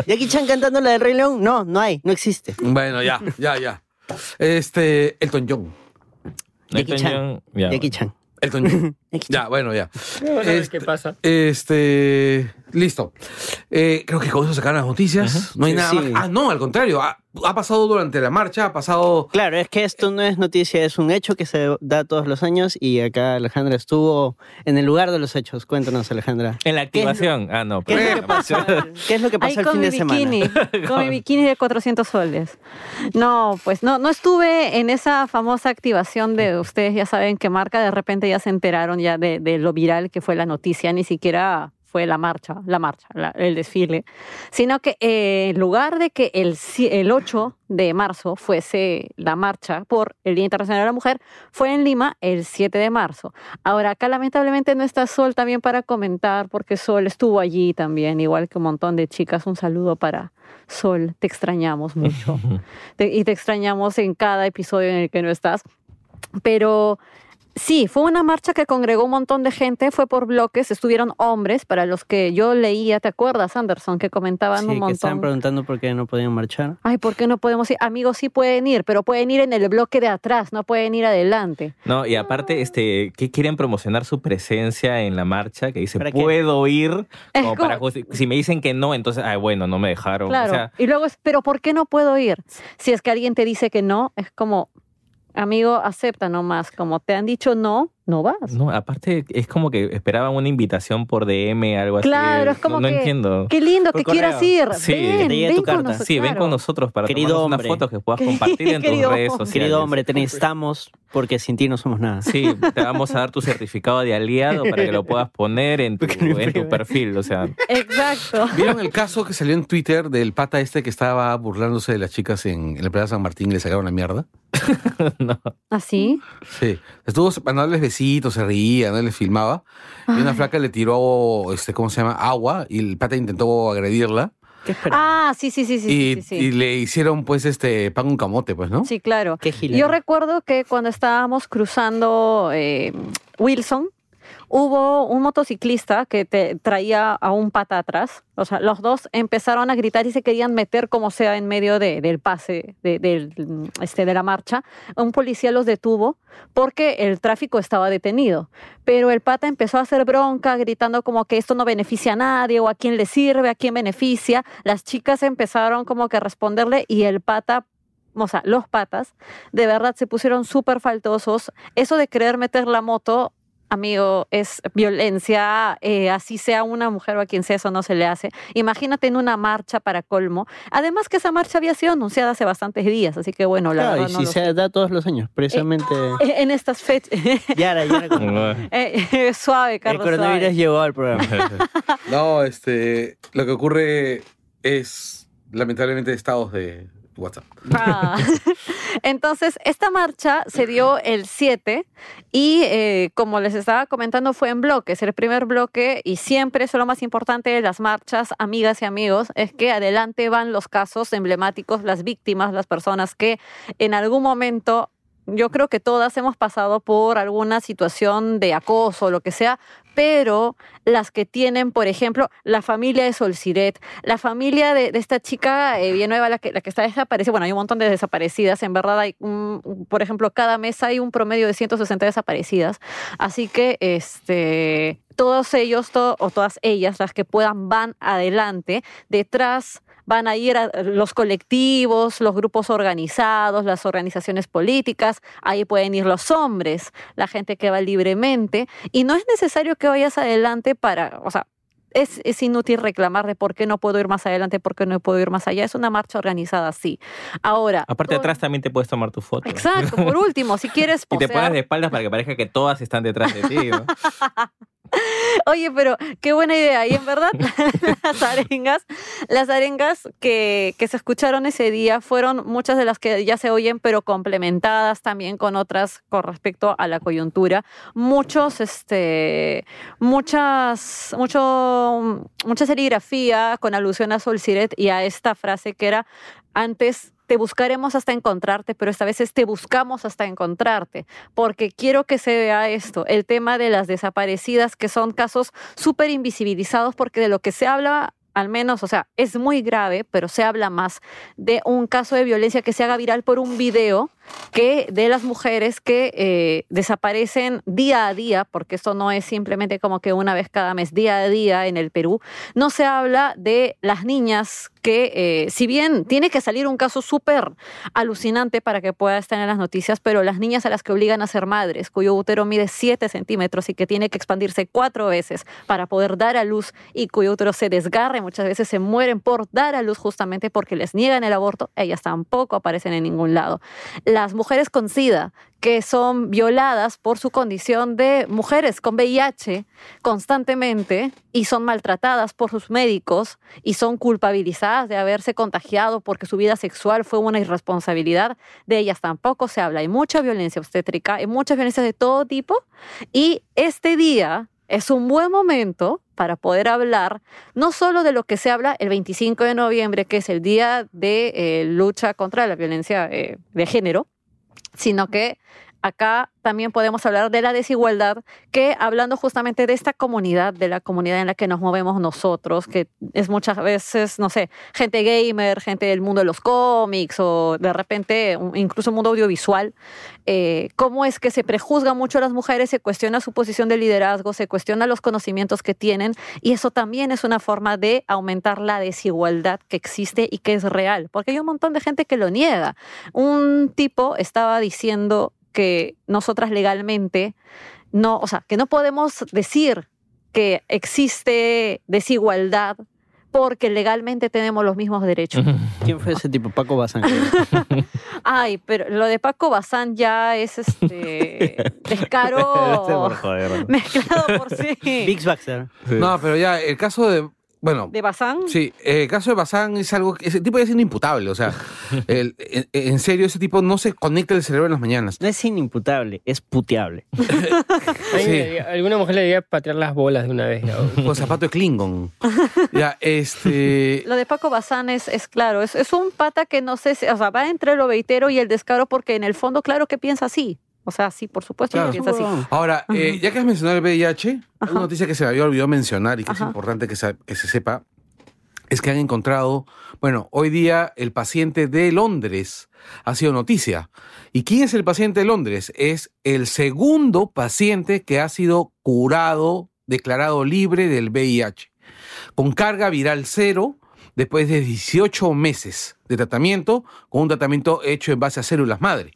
F: Jackie Chan cantando la del Rey León. No, no hay. No existe.
A: bueno, ya, ya, ya. Este, Elton John.
F: Jackie
E: Elton
F: Chan.
E: John, ya,
F: Jackie Chan.
A: Elton John.
F: Jackie Chan.
A: ya, bueno, ya.
D: Vamos a ver
A: Este-
D: qué pasa.
A: Este, listo. Eh, creo que con eso sacaron las noticias. No hay
F: Sí,
A: nada
F: sí.
A: más. Ah, no, al contrario. Ha, ha pasado durante la marcha, ha pasado.
F: Claro, es que esto no es noticia, es un hecho que se da todos los años y acá Alejandra estuvo en el lugar de los hechos. Cuéntanos, Alejandra.
E: En la
F: ¿Qué es lo-
E: activación. Ah, no.
F: ¿Qué es
E: pero-
F: lo que pasó, ¿Qué es lo que pasó
C: Ahí
F: el
C: con
F: fin
C: mi
F: de semana?
C: bikini, con mi bikini de 400 soles. No, pues no, no estuve en esa famosa activación de ustedes ya saben qué marca, de repente ya se enteraron ya de, de lo viral que fue la noticia, ni siquiera fue la marcha, la marcha, la- el desfile, sino que eh, en lugar de que el, ci- el 8 de marzo fuese la marcha por el Día Internacional de la Mujer, fue en Lima el 7 de marzo. Ahora, acá lamentablemente no está Sol también para comentar, porque Sol estuvo allí también, igual que un montón de chicas. Un saludo para Sol, te extrañamos mucho. Te- y te extrañamos en cada episodio en el que no estás. Pero sí, fue una marcha que congregó un montón de gente, fue por bloques, estuvieron hombres, para los que yo leía, ¿te acuerdas, Anderson? Que comentaban
F: Sí,
C: un
F: que
C: montón.
F: estaban preguntando por qué no podían marchar.
C: Ay, ¿por qué no podemos ir? Amigos, sí pueden ir, pero pueden ir en el bloque de atrás, no pueden ir adelante.
E: No, y aparte, este, que quieren promocionar su presencia en la marcha, que dice,
F: ¿Para qué?
E: puedo ir,
C: Es
E: como
C: como-
E: para justi- si me dicen que no, entonces, ay, bueno, no me dejaron. O
C: Claro.
E: sea,
C: y luego es, pero ¿por qué no puedo ir? Si es que alguien te dice que no, es como, amigo, acepta nomás. Como te han dicho no, no vas.
E: no, aparte es como que esperaban una invitación por DM, algo así.
C: Claro, es como
E: no,
C: que-
E: No entiendo.
C: Qué lindo
E: Por
C: que quieras
E: correo.
C: ir.
E: Sí.
C: Ven,
F: Que te llegue
C: ven
F: tu
C: con
F: carta.
C: nosotros.
E: Sí, ven
C: claro.
E: con nosotros para
F: Querido
E: tomarnos unas
F: hombre.
E: fotos que puedas
C: Querido-
E: compartir en tus
C: querido
E: redes
C: hombre.
E: sociales.
F: Querido hombre, te necesitamos porque sin ti no somos nada.
E: Sí, te vamos a dar tu certificado de aliado para que lo puedas poner en tu,
F: Porque no
E: en
F: imprime.
E: tu perfil. O sea,
C: Exacto.
A: ¿Vieron el caso que salió en Twitter del pata este que estaba burlándose de las chicas en, en la Plaza San Martín y le sacaron la mierda?
C: Así.
A: Sí. Estuvo mandándoles besitos, se reía, no les filmaba. Y una flaca le tiró, este, ¿cómo se llama? Agua y el pata intentó agredirla.
F: ¿Qué esperas?
C: Ah, sí, sí, sí, sí.
A: y,
C: sí, sí, sí.
A: y le hicieron, pues, este, pan con camote, pues, ¿no?
C: Sí, claro.
F: Qué gila.
C: Yo recuerdo que cuando estábamos cruzando eh, Wilson, hubo un motociclista que te traía a un pata atrás. O sea, los dos empezaron a gritar y se querían meter como sea en medio de- del pase de, del, mm, este, de la marcha. Un policía los detuvo porque el tráfico estaba detenido. Pero el pata empezó a hacer bronca, gritando como que esto no beneficia a nadie o a quién le sirve, a quién beneficia. Las chicas empezaron como que a responderle y el pata... O sea, los patas, de verdad, se pusieron súper faltosos. Eso de querer meter la moto amigo, es violencia, eh, así sea una mujer o a quien sea, eso no se le hace. Imagínate en una marcha para colmo. Además que esa marcha había sido anunciada hace bastantes días, así que bueno, la
F: Claro,
C: verdad
F: y
C: no
F: si
C: lo
F: se da todos los años, precisamente.
C: sé. Eh, En estas fechas...
F: Yara, Yara, el
C: suave, Carlos.
F: coronavirus
C: suave.
F: llegó al programa.
A: No, este, lo que ocurre es, lamentablemente, estados de WhatsApp.
C: Ah. Entonces, esta marcha se dio el 7 y eh, como les estaba comentando fue en bloques. El primer bloque y siempre eso es lo más importante de las marchas, amigas y amigos, es que adelante van los casos emblemáticos, las víctimas, las personas que en algún momento... Yo creo que todas hemos pasado por alguna situación de acoso o lo que sea, pero las que tienen, por ejemplo, la familia de Sol Siret, la familia de, de esta chica eh, Villanueva, la que, la que está desaparecida, bueno, hay un montón de desaparecidas, en verdad hay, un- por ejemplo, cada mes hay un promedio de 160 desaparecidas, así que este, todos ellos to- o todas ellas, las que puedan, van adelante, detrás van a ir a los colectivos, los grupos organizados, las organizaciones políticas, ahí pueden ir los hombres, la gente que va libremente, y no es necesario que vayas adelante para, o sea, es, es inútil reclamar de por qué no puedo ir más adelante, por qué no puedo ir más allá. Es una marcha organizada, sí. Ahora.
E: aparte,
C: por-
E: atrás también te puedes tomar tu foto.
C: Exacto, por último, si quieres
E: Y te pones
C: posear-
E: de espaldas para que parezca que todas están detrás de ti. ¿no?
C: Oye, pero qué buena idea. Y en verdad, las arengas, las arengas que, que se escucharon ese día fueron muchas de las que ya se oyen, pero complementadas también con otras con respecto a la coyuntura. Muchos, este, muchas, mucho, mucha serigrafía con alusión a Sol Siret y a esta frase que era antes te buscaremos hasta encontrarte, pero esta vez es te buscamos hasta encontrarte, porque quiero que se vea esto, el tema de las desaparecidas, que son casos súper invisibilizados, porque de lo que se habla, al menos, o sea, es muy grave, pero se habla más de un caso de violencia que se haga viral por un video que de las mujeres que eh, desaparecen día a día, porque esto no es simplemente como que una vez cada mes, día a día en el Perú, no se habla de las niñas que, eh, si bien tiene que salir un caso súper alucinante para que pueda estar en las noticias, pero las niñas a las que obligan a ser madres, cuyo útero mide 7 centímetros y que tiene que expandirse cuatro veces para poder dar a luz y cuyo útero se desgarre, muchas veces se mueren por dar a luz justamente porque les niegan el aborto, ellas tampoco aparecen en ningún lado las mujeres con SIDA, que son violadas por su condición de mujeres con VIH constantemente y son maltratadas por sus médicos y son culpabilizadas de haberse contagiado porque su vida sexual fue una irresponsabilidad, de ellas tampoco se habla. Hay mucha violencia obstétrica, hay muchas violencias de todo tipo y este día es un buen momento para poder hablar no solo de lo que se habla el 25 de noviembre, que es el día de eh, lucha contra la violencia eh, de género, sino que acá también podemos hablar de la desigualdad, que hablando justamente de esta comunidad, de la comunidad en la que nos movemos nosotros, que es muchas veces, no sé, gente gamer, gente del mundo de los cómics o de repente incluso mundo audiovisual, eh, cómo es que se prejuzga mucho a las mujeres, se cuestiona su posición de liderazgo, se cuestiona los conocimientos que tienen y eso también es una forma de aumentar la desigualdad que existe y que es real, porque hay un montón de gente que lo niega. Un tipo estaba diciendo que nosotras legalmente no, o sea, que no podemos decir que existe desigualdad porque legalmente tenemos los mismos derechos.
F: ¿Quién fue ese tipo? Paco Bazán.
C: Ay, pero lo de Paco Bazán ya es este
A: Este
C: descaro
E: por joder.
C: mezclado por sí.
F: Big Baxter.
A: No, pero ya, el caso de. Bueno,
C: De Bazán.
A: Sí, eh, el caso de Bazán es algo. que- Ese tipo ya es inimputable. O sea, el- en, en serio, ese tipo no se conecta el cerebro en las mañanas.
F: No es inimputable, es puteable.
D: A mí me debería- Alguna mujer le debería patear las bolas de una vez. ya, güey.
A: Con zapato de Klingon. Ya, este.
C: Lo de Paco Bazán es, es claro, es, es un pata que no sé, si- o sea, va entre lo veitero y el descaro porque en el fondo claro que piensa así. O sea, sí, por supuesto
A: Claro.
C: que piensa así.
A: Ahora, eh, ya que has mencionado el VIH, una noticia que se me había olvidado mencionar y que
C: Ajá.
A: es importante que se, que se sepa es que han encontrado, bueno, hoy día el paciente de Londres ha sido noticia. ¿Y quién es el paciente de Londres? Es el segundo paciente que ha sido curado, declarado libre del VIH, con carga viral cero después de 18 meses de tratamiento, con un tratamiento hecho en base a células madre.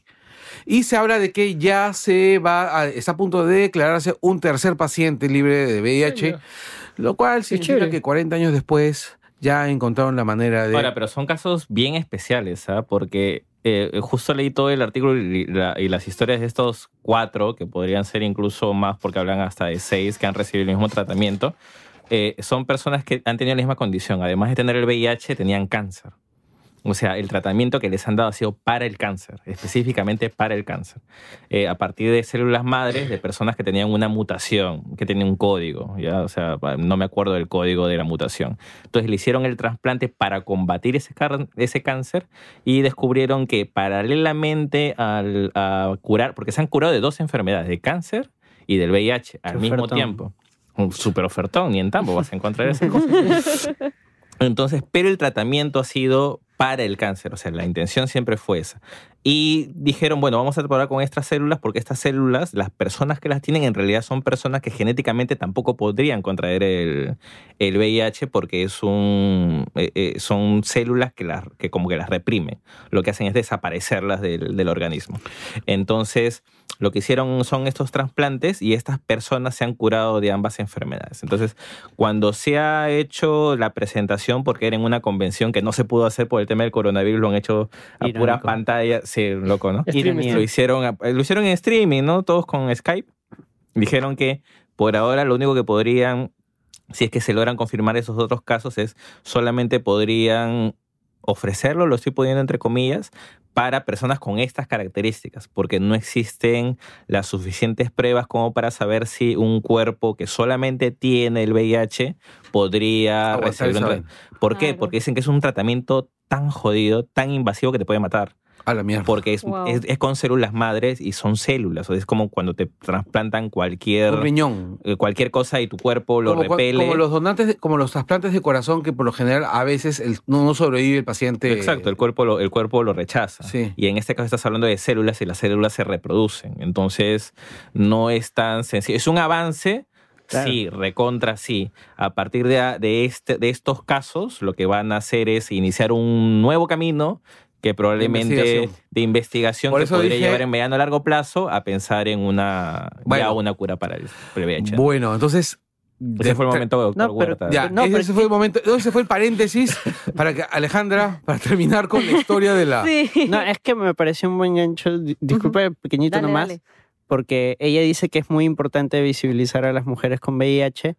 A: Y se habla de que ya se va, a- está a punto de declararse un tercer paciente libre de VIH,
D: Ay,
A: lo cual significa
D: chévere.
A: que 40 años después ya encontraron la manera de...
E: Ahora, pero son casos bien especiales, ¿ah? Porque eh, justo leí todo el artículo y, la- y las historias de estos cuatro, que podrían ser incluso más porque hablan hasta de seis que han recibido el mismo tratamiento, eh, son personas que han tenido la misma condición. Además de tener el VIH, tenían cáncer. O sea, el tratamiento que les han dado ha sido para el cáncer, específicamente para el cáncer. Eh, a partir de células madres de personas que tenían una mutación, que tenían un código, ¿ya? O sea, pa- no me acuerdo del código de la mutación. Entonces le hicieron el trasplante para combatir ese, car- ese cáncer y descubrieron que paralelamente al, a curar, porque se han curado de dos enfermedades, de cáncer y del VIH al
F: Qué
E: mismo
F: ofertón.
E: tiempo. Un super ofertón, ni en tambo vas a encontrar esas cosas. Entonces, pero el tratamiento ha sido para el cáncer, o sea, la intención siempre fue esa. Y dijeron, bueno, vamos a trabajar con estas células porque estas células, las personas que las tienen en realidad son personas que genéticamente tampoco podrían contraer el, el VIH porque es un, eh, eh, son células que, las, que como que las reprimen. Lo que hacen es desaparecerlas del, del organismo. Entonces, lo que hicieron son estos trasplantes y estas personas se han curado de ambas enfermedades. Entonces, cuando se ha hecho la presentación, porque era en una convención que no se pudo hacer por el tema del coronavirus, lo han hecho a
F: Irónico.
E: pura pantalla, sí, loco, ¿no? eh,
D: Streaming,
F: Ironía.
E: Lo hicieron, a- lo hicieron en streaming, ¿no? Todos con Skype. Dijeron que Por ahora, lo único que podrían, si es que se logran confirmar esos otros casos, es solamente podrían ofrecerlo, lo estoy poniendo entre comillas, para personas con estas características, porque no existen las suficientes pruebas como para saber si un cuerpo que solamente tiene el VIH podría
A: Aguantar
E: recibir un
A: esa
E: tra-
A: vaina.
E: ¿Por qué?
C: Claro.
E: Porque dicen que es un tratamiento tan jodido, tan invasivo que te puede matar
A: A la mierda.
E: porque es,
C: Wow.
E: es- es con células madres y son células. O sea, es como cuando te trasplantan cualquier,
A: Un riñón.
E: eh, cualquier cosa y tu cuerpo lo
A: Como, cua-
E: repele.
A: como los donantes, de- como los trasplantes de corazón que por lo general a veces el- no, no sobrevive el paciente.
E: Exacto, el cuerpo, lo, el cuerpo lo rechaza.
A: Sí.
E: Y en este caso estás hablando de células y las células se reproducen. Entonces, no es tan sencillo. Es un avance,
F: Claro.
E: sí, recontra, sí. A partir de, de, este, de estos casos, lo que van a hacer es iniciar un nuevo camino que probablemente
A: investigación.
E: de investigación
A: Por
E: que
A: eso
E: podría
A: dije-
E: llevar en mediano a largo plazo a pensar en una, ya
A: Bueno.
E: una cura para el para el VIH.
A: Bueno, entonces.
E: Ese fue el momento, doctor
F: No, pero-
E: Huerta.
A: Ya,
F: No, pero
A: ese
F: es
A: fue
F: que-
A: el momento. Ese fue el paréntesis para que Alejandra, para terminar con la historia de la.
C: Sí.
F: No, es que me pareció un buen gancho. Di- Disculpe, pequeñito
C: Dale,
F: nomás.
C: dale.
F: Porque ella dice que es muy importante visibilizar a las mujeres con VIH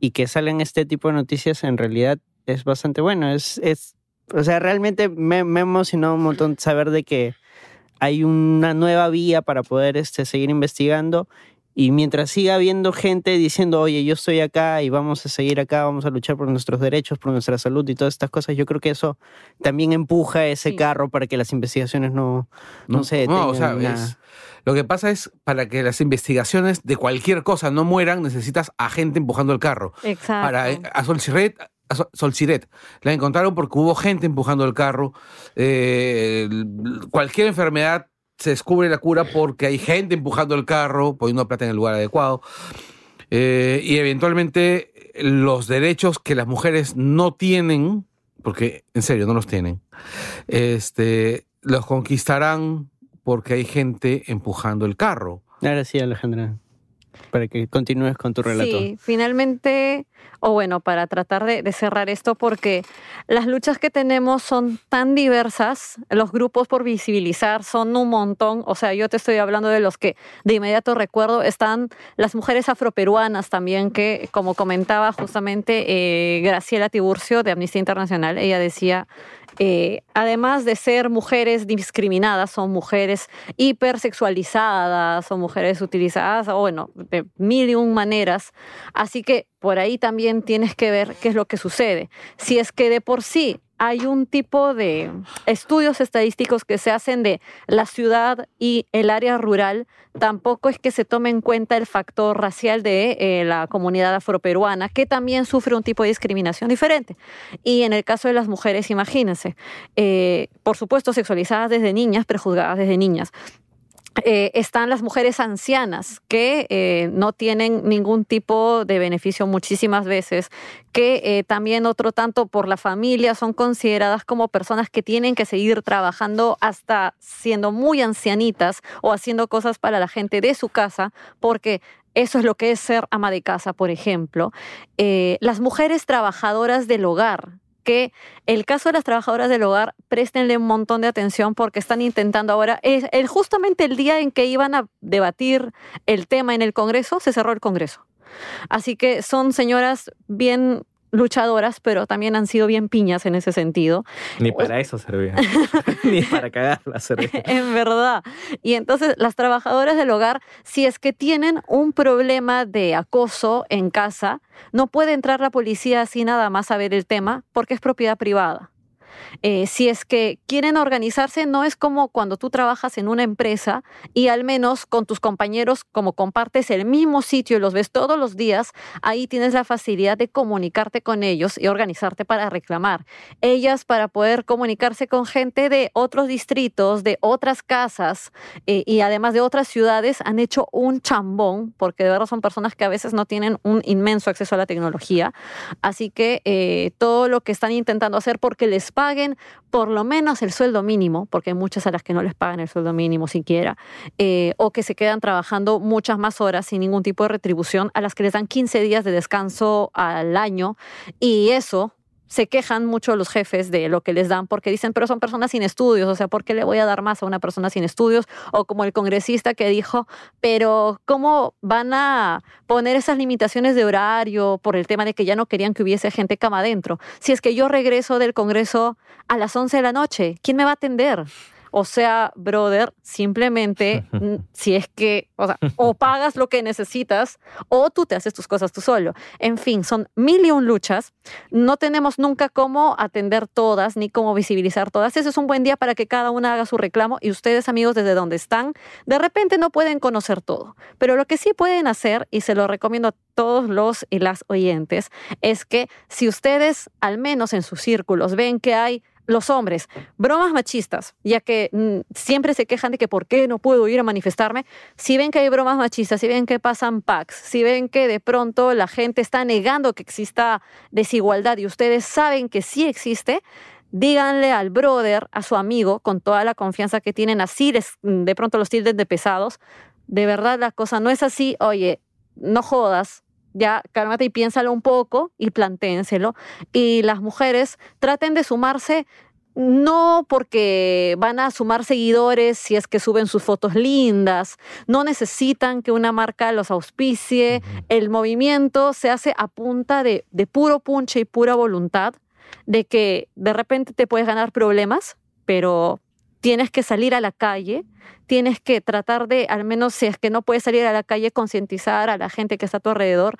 F: y que salgan este tipo de noticias en realidad es bastante bueno. Es, es, o sea, realmente me, me emocionó un montón saber de que hay una nueva vía para poder este, seguir investigando. Y mientras siga habiendo gente diciendo, oye, yo estoy acá y vamos a seguir acá, vamos a luchar por nuestros derechos, por nuestra salud y todas estas cosas, yo creo que eso también empuja ese
C: Sí.
F: carro para que las investigaciones no, no, se detengan.
A: No, o sea,
F: ni nada.
A: es- lo que pasa es para que las investigaciones de cualquier cosa no mueran, necesitas a gente empujando el carro.
C: Exacto.
A: Para, eh, a Sol Siret, a Sol- Sol Siret, la encontraron porque hubo gente empujando el carro. Eh, el- cualquier enfermedad se descubre la cura porque hay gente empujando el carro, poniendo plata en el lugar adecuado. Eh, y eventualmente eh, los derechos que las mujeres no tienen, porque en serio no los tienen, este, los conquistarán porque hay gente empujando el carro.
F: Ahora sí, Alejandra, para que continúes con tu relato.
C: Sí, finalmente, o bueno, para tratar de, de cerrar esto, porque las luchas que tenemos son tan diversas, los grupos por visibilizar son un montón, o sea, yo te estoy hablando de los que de inmediato recuerdo, están las mujeres afroperuanas también, que como comentaba justamente eh, Graciela Tiburcio de Amnistía Internacional, ella decía... eh, además de ser mujeres discriminadas, son mujeres hipersexualizadas o mujeres utilizadas, o bueno, de mil y un maneras. Así que por ahí también tienes que ver qué es lo que sucede. Si es que de por sí hay un tipo de estudios estadísticos que se hacen de la ciudad y el área rural, tampoco es que se tome en cuenta el factor racial de eh, la comunidad afroperuana, que también sufre un tipo de discriminación diferente. Y en el caso de las mujeres, imagínense, eh, por supuesto sexualizadas desde niñas, prejuzgadas desde niñas eh, están las mujeres ancianas que eh, no tienen ningún tipo de beneficio muchísimas veces, que eh, también otro tanto por la familia son consideradas como personas que tienen que seguir trabajando hasta siendo muy ancianitas o haciendo cosas para la gente de su casa, porque eso es lo que es ser ama de casa, por ejemplo. Eh, las mujeres trabajadoras del hogar que el caso de las trabajadoras del hogar, préstenle un montón de atención porque están intentando ahora, es el, justamente el día en que iban a debatir el tema en el Congreso, se cerró el Congreso. Así que son señoras bien luchadoras, pero también han sido bien piñas en ese sentido.
E: Ni para eso servía. Ni para cagarla servía.
C: en verdad. Y entonces las trabajadoras del hogar, si es que tienen un problema de acoso en casa, no puede entrar la policía así nada más a ver el tema porque es propiedad privada. Eh, si es que quieren organizarse, no es como cuando tú trabajas en una empresa y al menos con tus compañeros, como compartes el mismo sitio y los ves todos los días, ahí tienes la facilidad de comunicarte con ellos y organizarte para reclamar ellas para poder comunicarse con gente de otros distritos, de otras casas eh, y además de otras ciudades, han hecho un chambón, porque de verdad son personas que a veces no tienen un inmenso acceso a la tecnología. Así que eh, todo lo que están intentando hacer porque les paguen por lo menos el sueldo mínimo, porque hay muchas a las que no les pagan el sueldo mínimo siquiera, eh, o que se quedan trabajando muchas más horas sin ningún tipo de retribución, a las que les dan 15 días de descanso al año, y eso se quejan mucho los jefes de lo que les dan porque dicen, pero son personas sin estudios, o sea, ¿por qué le voy a dar más a una persona sin estudios? O como el congresista que dijo, pero ¿cómo van a poner esas limitaciones de horario por el tema de que ya no querían que hubiese gente cama adentro? Si es que yo regreso del Congreso a las 11 de la noche, ¿quién me va a atender? O sea, brother, simplemente mm, si es que, o sea, o pagas lo que necesitas o tú te haces tus cosas tú solo. En fin, son mil y un luchas. No tenemos nunca cómo atender todas ni cómo visibilizar todas. Ese es un buen día para que cada una haga su reclamo y ustedes, amigos, desde donde están, de repente no pueden conocer todo. Pero lo que sí pueden hacer, y se lo recomiendo a todos los y las oyentes, es que si ustedes, al menos en sus círculos, ven que hay los hombres, bromas machistas, ya que mm, siempre se quejan de que por qué no puedo ir a manifestarme, si ven que hay bromas machistas, si ven que pasan packs, si ven que de pronto la gente está negando que exista desigualdad y ustedes saben que sí existe, díganle al brother, a su amigo, con toda la confianza que tienen, así les, mm, de pronto los tilden de pesados, de verdad la cosa no es así, oye, no jodas, ya cálmate y piénsalo un poco y plantéenselo. Y las mujeres traten de sumarse. No porque van a sumar seguidores si es que suben sus fotos lindas, no necesitan que una marca los auspicie, el movimiento se hace a punta de, de puro punche y pura voluntad, de que de repente te puedes ganar problemas, pero tienes que salir a la calle, tienes que tratar de, al menos si es que no puedes salir a la calle, concientizar a la gente que está a tu alrededor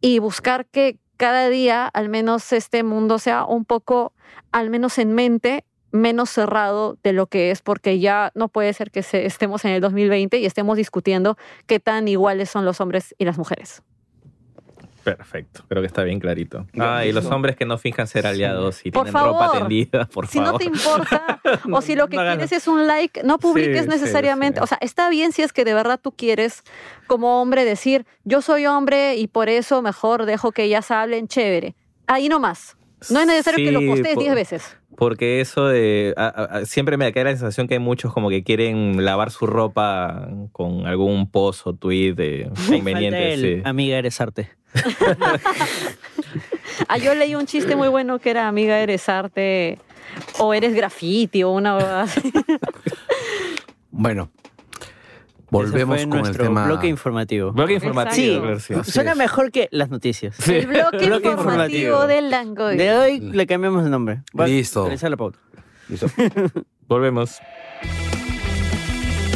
C: y buscar que cada día, al menos este mundo sea un poco, al menos en mente, menos cerrado de lo que es, porque ya no puede ser que se- estemos en el 2020 y estemos discutiendo qué tan iguales son los hombres y las mujeres.
E: Perfecto, creo que está bien clarito. Ah, y los hombres que no finjan ser aliados y
C: Por
E: tienen ropa
C: favor.
E: tendida, por
C: si
E: favor.
C: no te importa o si lo que
E: no hagan-
C: quieres es un like, no publiques
A: sí,
C: necesariamente.
A: sí.
C: O sea, está bien si es que de verdad tú quieres como hombre decir, yo soy hombre y por eso mejor dejo que ellas hablen chévere. Ahí nomás. No es necesario que lo
E: Sí,
C: postees
E: po-
C: 10 veces.
E: Porque eso de. a- a- a- siempre me cae la sensación que hay muchos como que quieren lavar su ropa con algún post o tweet de
B: Falta
E: conveniente.
B: el,
E: sí.
B: Amiga, eres arte.
C: Ah, yo leí un chiste muy bueno que era amiga, eres arte o eres graffiti o una huevada así.
A: Bueno,
B: Ese
A: volvemos
B: fue
A: con el
B: nuestro
A: tema.
B: bloque informativo.
E: Bloque
C: Exacto.
E: informativo, claro, sí.
B: Suena mejor que las noticias.
C: El
B: Bloque
C: bloque, informativo
B: informativo.
C: del Langoy.
B: De hoy le cambiamos de nombre.
A: Listo.
B: actualiza la pauta.
E: Volvemos.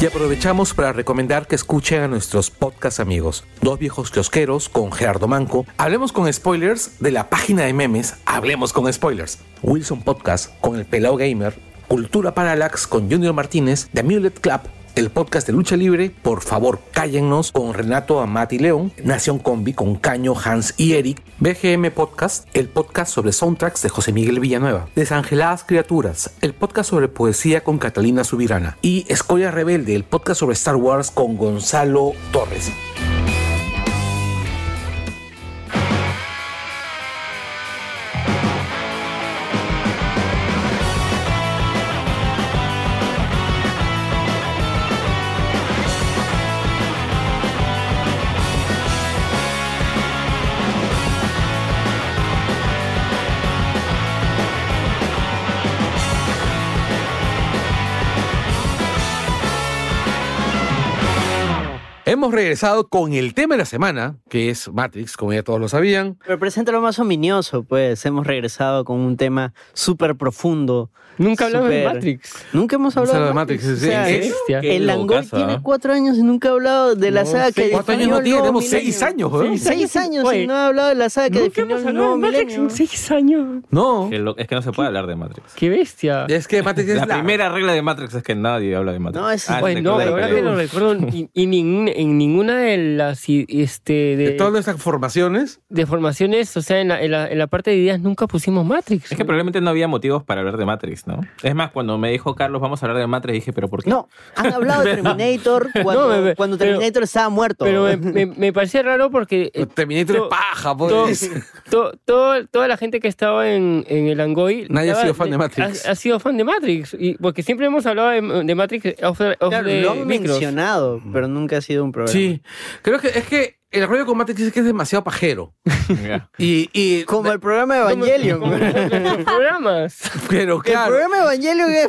A: Y aprovechamos para recomendar que escuchen a nuestros podcast amigos, Dos Viejos Kiosqueros con Gerardo Manco, Hablemos con Spoilers de la página de memes Hablemos con Spoilers, Wilson Podcast con El Pelao Gamer, Cultura Parallax con Junior Martínez, The Mulet Club, el podcast de lucha libre, por favor cállennos con Renato Amati León, Nación Combi con Caño, Hans y Eric, BGM Podcast, el podcast sobre soundtracks de José Miguel Villanueva, Desangeladas Criaturas, el podcast sobre poesía con Catalina Subirana y Escoria Rebelde, el podcast sobre Star Wars con Gonzalo Torres. Hemos regresado con el tema de la semana, que es Matrix, como ya todos lo sabían.
B: Pero preséntalo más ominioso, pues. Hemos regresado con un tema súper profundo.
D: Nunca hablamos de
B: Súper.
D: Matrix.
B: Nunca hemos
A: Hemos
B: hablado
A: hablado de Matrix, sí,
B: O sea,
A: ¿en
B: es-
A: serio?
D: Bestia.
E: Qué
B: El Langoy
E: locazo, ¿ah?
B: tiene cuatro años y nunca ha hablado de la
D: No
B: saga
D: sé.
B: Ah, que
A: ¿Cuántos años
B: definió
A: no
B: el
A: tiene?
B: nuevo
A: Tenemos seis
B: milenio.
A: años, ¿eh? weón.
D: Sí.
B: Seis años
D: Oye,
B: y no ha hablado de la saga que
D: Nunca
B: definió
D: hemos
B: el
D: hablado
B: nuevo
D: de Matrix
B: milenio.
D: en seis años.
A: No.
E: Qué lo- Es que no se puede hablar de Matrix.
D: Qué bestia.
A: Es que Matrix es
E: La primera regla de Matrix es que nadie habla de Matrix.
B: No, es-
E: Ah,
D: Oye,
E: te
D: Pues no,
E: acuerdas
D: la
E: de
D: verdad
E: la
D: que no recuerdo y, y ningún- en ninguna de las i- este,
A: De
D: de,
A: todas nuestras formaciones,
D: de formaciones, o sea, en la, en la- en la parte de ideas nunca pusimos Matrix.
E: Es que probablemente no había motivos para hablar de Matrix, ¿no? Es más, cuando me dijo Carlos, vamos a hablar de Matrix, dije, ¿pero por qué?
B: No, han hablado de Terminator cuando,
D: No, bebé,
B: cuando
D: pero-
B: Terminator estaba muerto.
D: Pero me, me, me parecía raro porque eh,
A: Terminator es
D: to-
A: paja,
D: to-
A: pues.
D: to- todo- toda la gente que estaba en, en el Angoy
A: Nadie ha
D: estaba-
A: sido fan de Matrix.
D: Ha, ha sido fan de Matrix. Y porque siempre hemos hablado de, de Matrix off, the- off
B: Claro,
D: the
B: lo han
D: micros.
B: mencionado, pero nunca ha sido un un programa.
A: Sí, creo que es que el rollo con Matrix es que es demasiado pajero.
E: Ya.
A: Y, y-
B: Como el programa de Evangelion.
D: Como
B: el
D: nuestros programas.
A: pero claro.
B: programa de Evangelion es.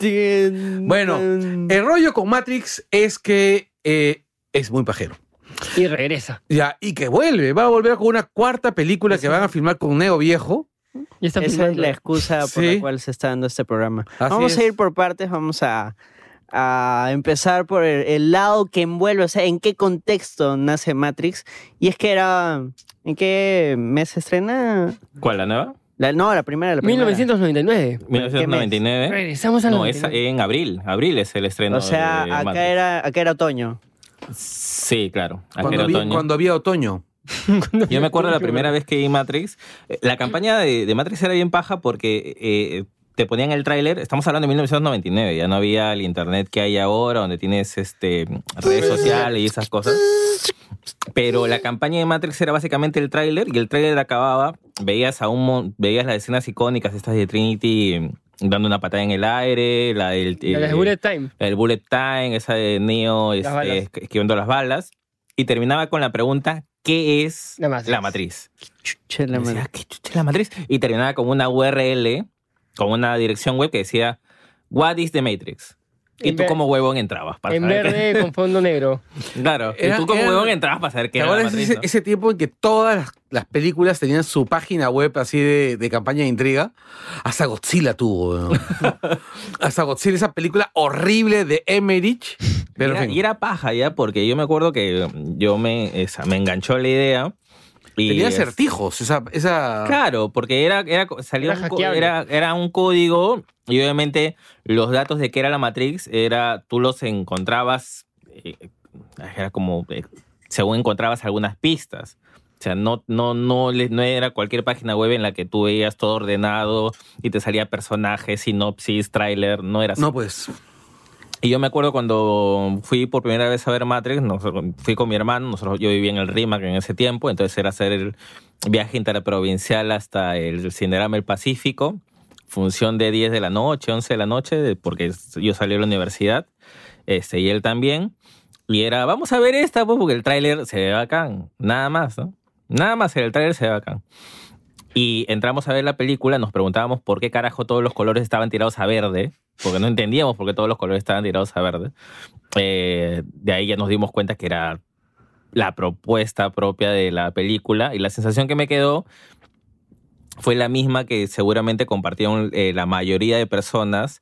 B: eh,
A: Bueno,
B: eh,
A: El rollo con Matrix es que eh, es muy pajero.
D: Y regresa.
A: Ya, y que vuelve, va a volver con una cuarta película que van a filmar con Neo Viejo.
D: Ya está
B: Esa es
D: filmando.
B: la excusa por
A: Sí.
B: la cual se está dando este programa.
A: Así
B: vamos a
A: es.
B: ir por partes, vamos a, a empezar por el, el lado que envuelve, o sea, en qué contexto nace Matrix. Y es que era. ¿En qué mes se estrena?
E: ¿Cuál, la nueva?
B: La, no, la primera, la primera.
D: 1999.
A: ¿Eh?
B: ¿Qué
E: 1999.
D: Regresamos a la
E: No, es en abril. Abril es el estreno.
B: O sea,
E: de
B: acá
E: eh, Matrix.
B: era, acá era otoño.
E: Sí, claro. Acá
A: Cuando,
E: era
A: vi-
E: otoño.
A: cuando había Ah, otoño.
E: Yo me acuerdo la primera vez que vi Matrix. eh, La campaña de, de Matrix era bien paja porque eh, te ponían el tráiler. Estamos hablando de 1999. Ya no había el internet que hay ahora, donde tienes este, redes sociales y esas cosas. Pero la campaña de Matrix era básicamente el tráiler y el tráiler acababa. Veías a un mon- veías las escenas icónicas estas de Trinity eh, dando una patada en el aire, la del
D: La de
E: eh,
D: Bullet Time.
E: el bullet time, esa de Neo este,
D: balas.
E: esqu- esquivando las balas. Y terminaba con la pregunta, ¿qué es
D: La matriz.
B: Che, la
E: Yo decía, "Ah,
B: madre.
E: ¿qué chucha es la matriz? Y terminaba con una URL, con una dirección web que decía, what is the matrix? Y
D: En
E: tú
D: ver-
E: como huevón entrabas para
D: En
E: saber qué-
D: verde con fondo negro.
E: Claro,
A: Era-
E: y tú como
A: era-
E: huevón entrabas para saber qué
A: ¿Te
E: era la
A: acuerdas
E: matriz.
A: ese,
E: no?
A: ese tiempo en que todas las, las películas tenían su página web así de, de campaña de intriga? Hasta Godzilla tuvo. weón. Hasta Godzilla, esa película horrible de Emmerich. Pero
E: Era-
A: en fin,
E: y era paja ya, porque yo me acuerdo que yo me, esa, me enganchó la idea. Y
A: tenía
E: este,
A: acertijos. Esa, esa-
E: Claro, porque era, era, salía
D: Era
E: un, co-
D: hackeable.
E: era, era un código y obviamente los datos de que era la Matrix, era, tú los encontrabas, eh, era como, eh, según encontrabas algunas pistas. O sea, no, no, no, le- no era cualquier página web en la que tú veías todo ordenado y te salía personaje, sinopsis, tráiler, no era así.
A: No, pues.
E: Y yo me acuerdo cuando fui por primera vez a ver Matrix, nosotros- fui con mi hermano, nosotros, yo vivía en el RIMAC en ese tiempo, entonces era hacer el viaje interprovincial hasta el Cinerama del Pacífico, función de 10 de la noche, 11 de la noche, de- porque es- yo salí de la universidad, este, y él también. Y era, vamos a ver esta, pues, porque el tráiler se ve bacán, nada más, ¿no? Nada más, el tráiler se ve bacán. Y entramos a ver la película, nos preguntábamos por qué carajo todos los colores estaban tirados a verde, porque no entendíamos por qué todos los colores estaban tirados a verde. Eh, de ahí ya nos dimos cuenta que era la propuesta propia de la película y la sensación que me quedó fue la misma que seguramente compartieron eh, la mayoría de personas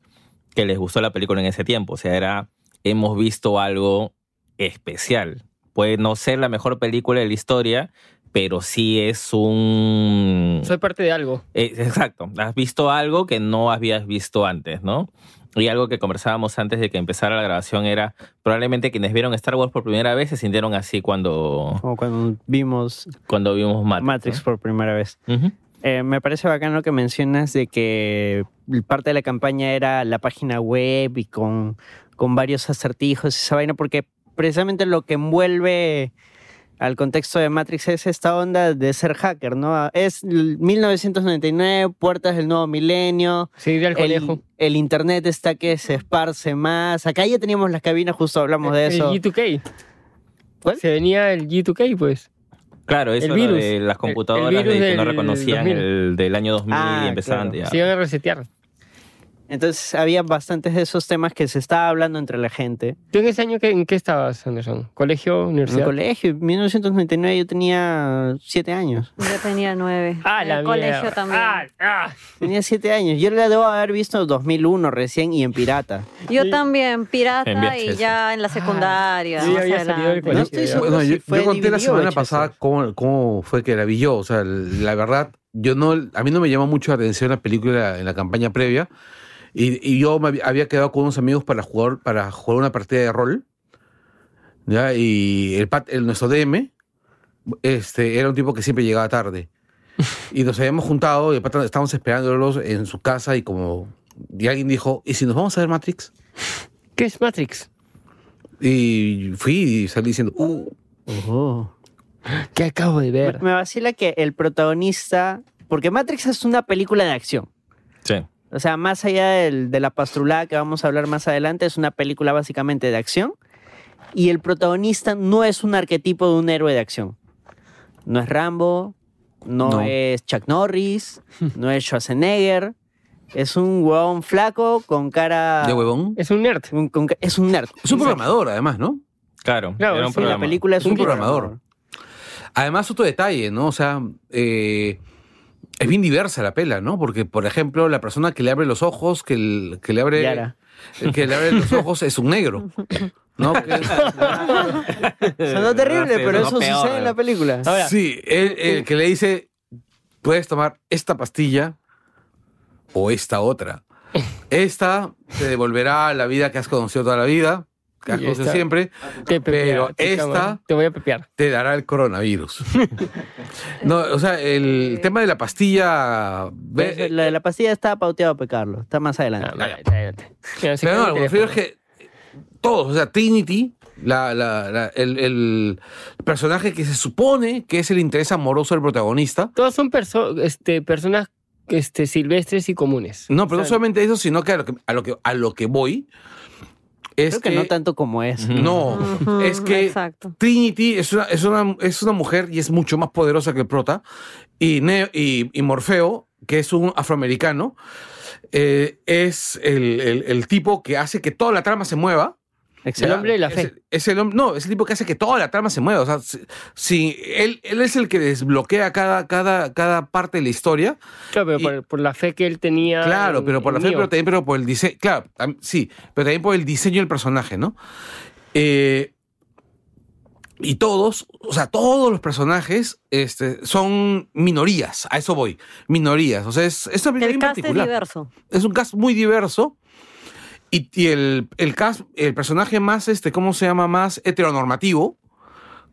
E: que les gustó la película en ese tiempo. O sea, era, hemos visto algo especial. Puede no ser la mejor película de la historia, pero sí es un...
D: Soy parte de algo.
E: Eh, exacto, has visto algo que no habías visto antes, ¿no? Y algo que conversábamos antes de que empezara la grabación era, probablemente quienes vieron Star Wars por primera vez se sintieron así cuando,
B: Como cuando vimos
E: cuando vimos Matrix.
B: Matrix por primera vez.
E: ¿no? Ujú.
B: Eh, me parece bacán lo que mencionas de que parte de la campaña era la página web y con, con varios acertijos y esa vaina, porque precisamente lo que envuelve al contexto de Matrix es esta onda de ser hacker, ¿no? Es l- 1999, puertas del nuevo milenio.
D: Seguir al
B: El,
D: conejo.
B: el internet está que se esparce más. Acá ya teníamos las cabinas, justo hablamos de eso.
D: El G2K.
B: ¿Cuál?
D: Se venía el G2K, pues.
E: Claro, eso
D: El
E: era
D: virus.
E: de las
D: El-
E: computadoras
D: el virus
E: de que no
D: del
E: reconocían
D: 2000.
E: el del año 2000
B: Ah,
E: y empezaban
B: claro.
E: ya.
D: Se iban a resetear.
B: Entonces había bastantes de esos temas que se estaba hablando entre la gente.
D: ¿Tú en ese año qué- en qué estabas, Anderson? ¿Colegio,
B: En el
D: universidad?
B: colegio, en 1999 yo tenía 7 años.
C: Yo tenía nueve.
D: ah,
C: En
D: la
C: el colegio
D: mierda.
C: también.
D: Ah, ah.
B: Tenía 7 años. Yo la debo haber visto en 2001 recién y en pirata.
C: Yo también,
E: En
C: pirata
E: VHS.
C: y ya en la secundaria.
D: sí,
C: más
D: había salido del
C: adelante.
D: colegio.
B: No estoy
D: ya.
B: seguro
A: Bueno,
B: si
A: yo,
B: fue
A: yo conté la
B: DVD o
A: semana
B: VHS.
A: pasada cómo, cómo fue que la vi yo. O sea, la verdad, yo no, a mí no me llamó mucho la atención la película en la campaña previa. Y, y yo me hab- había quedado con unos amigos para jugar, para jugar una partida de rol. ¿ya? Y el, pat- el- nuestro DM este, era un tipo que siempre llegaba tarde. Y nos habíamos juntado y el pata- estábamos esperándolos en su casa y como... Y alguien dijo, ¿y si nos vamos a ver Matrix?
D: ¿Qué es Matrix?
A: Y fui y salí diciendo, "Uh,
D: ¿Qué acabo de
B: Me,
D: ver?
B: me vacila que el protagonista. Porque Matrix es una película de acción.
E: Sí.
B: O sea, más allá del- de la pastrulada que vamos a hablar más adelante, es una película básicamente de acción. y el protagonista no es un arquetipo de un héroe de acción. No es Rambo, no,
A: No.
B: es Chuck Norris, no es Schwarzenegger. Es un huevón flaco con cara...
A: ¿De huevón?
D: Es un nerd.
B: un- con ca- es un nerd.
A: Es un programador, además, ¿no?
E: Claro,
D: Claro,
E: era un
D: sí, la
B: La
E: programa.
B: película es
A: Es un
B: un
A: programador. Además, otro detalle, ¿no? O sea, eh, es bien diversa la pela, ¿no? Porque, por ejemplo, la persona que le abre los ojos, que, el- que le abre.
B: Yara.
A: el que le abre los ojos es un negro. ¿No? Que es-
B: Sonó terrible,
E: Sí,
B: pero
E: sonó
B: eso
E: peor,
B: sucede en la película.
D: Ahora,
A: sí, el, el que le dice, puedes tomar esta pastilla o esta otra. Esta te devolverá la vida que has conocido toda la vida, que has
D: Y
A: conocido
D: esta-
A: siempre,
D: te pepeo,
A: pero
D: te
A: esta-
D: cago, Te voy a pepear.
A: te dará el coronavirus. no, o sea, el tema de la pastilla... ve- eh,
B: Eso, La Eh, de la pastilla está pauteado para Carlos. Está más adelante.
D: Ah, madre, cállate. Mira, se
A: Pero no,
D: cae
A: lo
D: el
A: que me refiero es
D: teléfono.
A: que todos, o sea, Trinity, la, la- la- el, el personaje que se supone que es el interés amoroso del protagonista.
D: Todos son perso- este, personas este, silvestres y comunes.
A: No, pero no
D: Claro.
A: solamente eso, sino que a lo que, a lo que, a lo que voy es
B: Creo que, no Ah. tanto como es.
A: no,
C: Ujú,
A: es que
C: Exacto.
A: Trinity es una, es, una, es una mujer y es mucho más poderosa que el prota. Y, Neo- y, y Morfeo, que es un afroamericano, eh, es el, el- el tipo que hace que toda la trama se mueva.
D: El hombre de la
A: Es
D: fe.
A: el- Es, el hombre, no, es el tipo que hace que toda la trama se mueva. O sea, si, si él, él es el que desbloquea cada, cada, cada parte de la historia.
D: Claro, pero
A: y-
D: por, por la fe que él tenía.
A: Claro,
D: en-
A: pero por la
D: en
A: fe,
D: Neo.
A: pero también pero por el diseño. Claro, tam- sí, pero también por el diseño del personaje, ¿no? Eh, y todos, o sea, todos los personajes este, son minorías, a eso voy, minorías. O sea, es, es una película
C: El
A: bien
C: cast es
A: particular.
C: diverso.
A: Es un cast muy diverso. Y, y el, el cast, el personaje más, este, ¿cómo se llama? Más heteronormativo,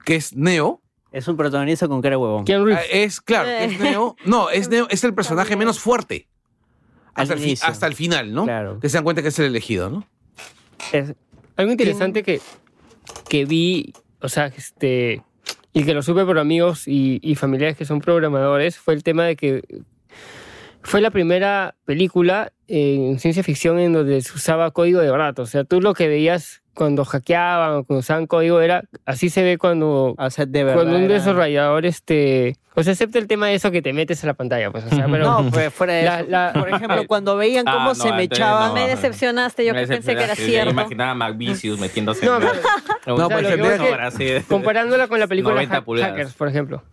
A: que es Neo.
B: Es un protagonista con cara de huevón.
D: Keanu Reeves.
A: Ah, Es, claro,
B: Eh.
A: es Neo. No, es Neo, es el personaje menos fuerte.
B: Al
A: Hasta el, fi-
B: inicio.
A: hasta el final, ¿no?
B: Claro.
A: Que se dan cuenta que es el elegido, ¿no?
B: Es-
D: Algo interesante que, que vi, o sea, este, y que lo supe por amigos y, y familiares que son programadores, fue el tema de que fue la primera película eh, en ciencia ficción en donde se usaba código de barato. O sea, tú lo que veías cuando hackeaban o cuando usaban código era, así se ve cuando,
B: o sea, de verdad.
D: cuando un
B: era-
D: desarrollador, este, o sea, excepto el tema de eso que te metes a la pantalla, pues, o sea, pero...
B: No, pues fuera de
D: La-
B: eso.
D: la-
B: Por ejemplo, cuando veían
E: Ah,
B: cómo
E: no,
B: se me
E: entonces
B: echaban.
E: no.
C: Me
E: Ajá.
C: decepcionaste, yo que pensé que era
E: Sí,
C: cierto.
E: Yo imaginaba a McVicious metiéndose
D: No,
E: en la-
D: pero-
E: en
A: No,
E: un-
A: pero
E: en una
A: tendría que-
E: obra así de-
D: Comparándola con la película
E: 90
D: Hack-
E: pulgadas.
D: Hackers, por ejemplo.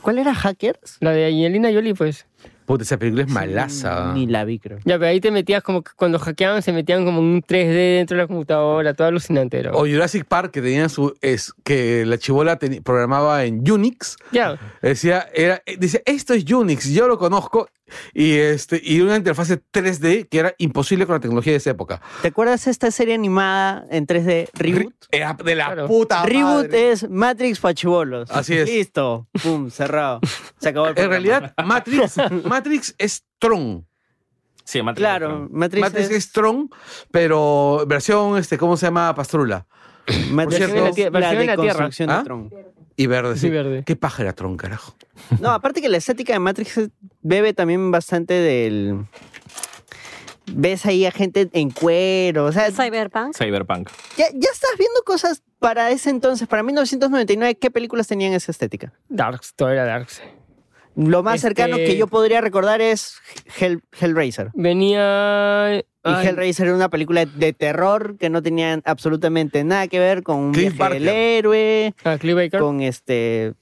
B: ¿Cuál era Hackers?
D: La de Angelina Jolie, pues.
A: Puta, esa película es malaza.
B: Ni la vi, creo.
D: Ya, pero ahí te metías como que cuando hackeaban se metían como en un 3D dentro de la computadora, todo alucinante. era.
A: O Jurassic Park, que tenía su. Es, que la chivola teni- programaba en Unix.
D: Ya,
A: Decía, era, eh, dice, esto es Unix, yo lo conozco. Y, este, y una interfase 3D que era imposible con la tecnología de esa época.
B: ¿Te acuerdas esta serie animada en 3D, Reboot?
A: Era de la
D: Claro.
A: puta.
B: Reboot
A: madre.
B: es Matrix Pachibolos.
A: Así es.
B: Listo. Pum, cerrado. Se acabó el
A: En
B: programa.
A: realidad, Matrix, Matrix es Tron.
E: Sí, Matrix
B: Claro,
E: Electron.
B: Matrix, es,
A: Matrix es Tron, pero versión, este, ¿cómo se llama? Pastrula.
B: Matrix
A: Por cierto-
B: es la,
D: Versión en la Tierra.
B: deconstrucción
A: ¿Ah?
B: de Tron.
A: Y verde, sí.
D: Sí, verde.
A: Qué paja era Tron, carajo.
B: No, aparte que la estética de Matrix bebe también bastante del. Ves ahí a gente en cuero. O sea, ya,
C: Cyberpunk.
E: Cyberpunk.
B: ya estás viendo cosas para ese entonces. Para 1999, ¿qué películas tenían esa estética?
D: Darks, todo era Darks.
B: Lo más
D: Este-
B: cercano que yo podría recordar es Hell- Hellraiser.
D: Venía...
B: Y
D: ay,
B: Hellraiser era una película de terror que no tenía absolutamente nada que ver con un
A: Cliff
B: viaje
A: Barker.
B: del héroe,
D: ah, Clive Baker.
B: con este.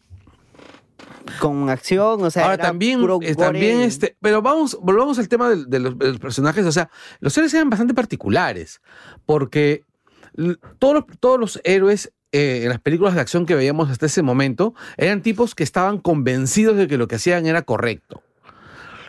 B: con acción. O sea,
A: Ahora
B: era
A: también,
B: puro
A: eh,
B: gore
A: también
B: y-
A: este, pero vamos, volvamos al tema del- de, los, de los personajes. O sea, los héroes eran bastante particulares, porque l- todos los, todos los héroes eh, en las películas de acción que veíamos hasta ese momento eran tipos que estaban convencidos de que lo que hacían era correcto.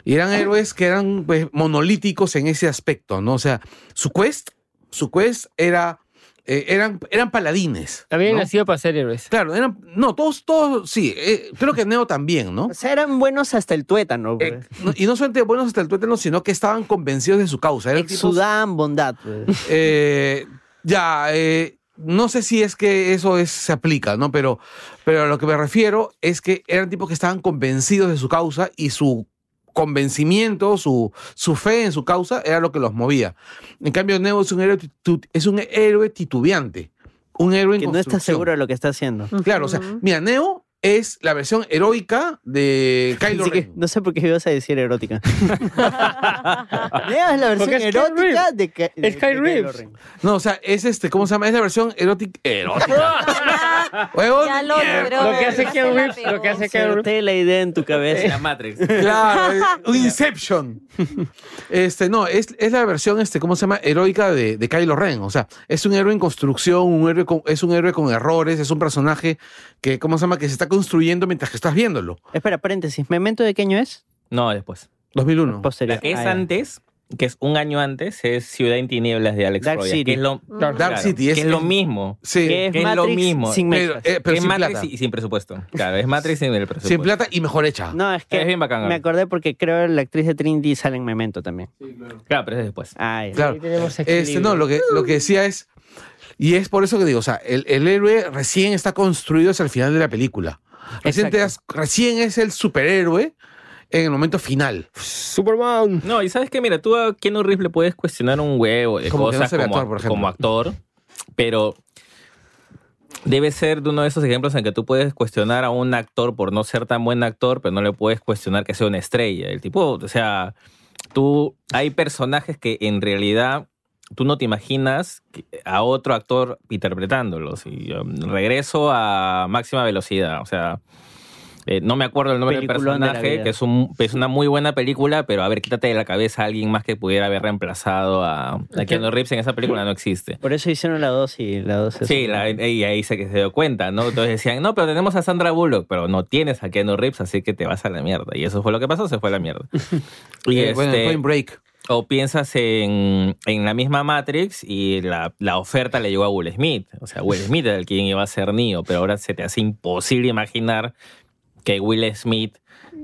A: Y eran héroes que eran pues, monolíticos en ese aspecto, ¿no? O sea, su quest, su quest era, eh, eran, eran paladines.
D: Habían
A: ¿no?
D: nacido para ser héroes.
A: Claro, eran, no, todos, todos, sí, eh, creo que Neo también, ¿no?
B: O sea, eran buenos hasta el tuétano.
A: Eh,
B: pues.
A: no- y no solamente buenos hasta el tuétano, sino que estaban convencidos de su causa. Eran tipos,
B: Exudaban bondad. pues.
A: eh, ya, eh, no sé si es que eso es- se aplica, ¿no? Pero, pero a lo que me refiero es que eran tipos que estaban convencidos de su causa y su convencimiento, su, su fe en su causa era lo que los movía. En cambio, Neo es un héroe, titu- es un héroe titubeante. un héroe en
B: Que no estás
A: construcción.
B: seguro de lo que está haciendo.
A: Claro, o sea, mira, Neo es la versión heroica de Kylo
B: Así que
A: Ren.
B: no sé por qué ibas a decir erótica. Leo es la versión
D: Porque es Kyle
B: erótica
D: Reeves.
B: de, Ky- de-
D: Es Kyle
B: de Kylo
D: Reeves.
B: Ren.
A: No, o sea, es este, ¿cómo se llama? Es la versión erótica. Erótica. Huevón,
C: Ya lo logró.
D: Lo que hace
C: Ya se
D: Keanu
C: la
D: Reeves,
C: pegó.
D: lo que hace Keanu Reeves.
B: Solté la idea en tu cabeza.
E: La Matrix.
A: Claro, es un Inception. Este, no, es, es la versión, este, ¿cómo se llama? Heroica de, de Kylo Ren. O sea, es un héroe en construcción, un héroe con- es un héroe con errores, es un personaje que, ¿cómo se llama? Que se está construyendo mientras que estás viéndolo.
B: Espera, paréntesis. ¿Memento de qué año es?
E: No, después.
A: 2001.
B: Posterior.
E: La que es
B: Ah, ya.
E: antes, que es un año antes, es Ciudad en Tinieblas de Alex
B: Dark
E: Roya,
B: City.
E: Que es lo,
C: Dark
E: claro,
A: City,
E: que
A: es-
E: es lo
A: es-
E: mismo.
A: Sí.
B: Que es
E: Que es lo
B: Matrix
E: mismo.
B: sin
A: Pero,
B: mezclas.
A: eh,
E: que
A: pero
E: es
A: sin
E: Matrix
A: plata.
E: y y sin presupuesto. Claro, es Matrix sin el presupuesto.
A: Sin plata y mejor hecha.
B: No, es que
E: Es bien bacán,
B: me
E: Gabriel.
B: acordé porque creo que la actriz de Trinity sale en Memento también. Ah,
E: Claro, pero es después.
B: Ay,
A: Claro.
D: Ahí tenemos
A: Este, no,
D: equilibrio.
A: lo que, lo que decía es. Y es por eso que digo, o sea, el, el héroe recién está construido hacia el final de la película. Recién, te das- recién es el superhéroe en el momento final.
D: Superman.
E: No, y sabes que, mira, tú a Keanu Reeves le puedes cuestionar un huevo de
A: Como que no
E: cosas
A: sabe
E: como,
A: actuar, por ejemplo.
E: como actor, pero debe ser de uno de esos ejemplos en que tú puedes cuestionar a un actor por no ser tan buen actor, pero no le puedes cuestionar que sea una estrella. El tipo, o sea, tú, hay personajes que en realidad tú no te imaginas que- a otro actor interpretándolos. Y um, regreso a máxima velocidad, o sea. eh, no me acuerdo el nombre del
B: Peliculón de la
E: personaje,
B: vida.
E: que es, un- es una muy buena película, pero a ver, quítate de la cabeza a alguien más que pudiera haber reemplazado a, a Keanu Reeves en esa película, no existe.
B: Por eso hicieron la 2 y la 2 es.
E: Sí, la- y ahí se que se dio cuenta, ¿no? Entonces decían, no, pero tenemos a Sandra Bullock, pero no tienes a Keanu Reeves, así que te vas a la mierda. Y eso fue lo que pasó, se fue a la mierda. y
A: Eh, bueno, en
E: este,
A: Point Break.
E: o piensas en, en la misma Matrix y la, la oferta le llegó a Will Smith. O sea, Will Smith era el quien iba a ser Neo, pero ahora se te hace imposible imaginar que Will Smith,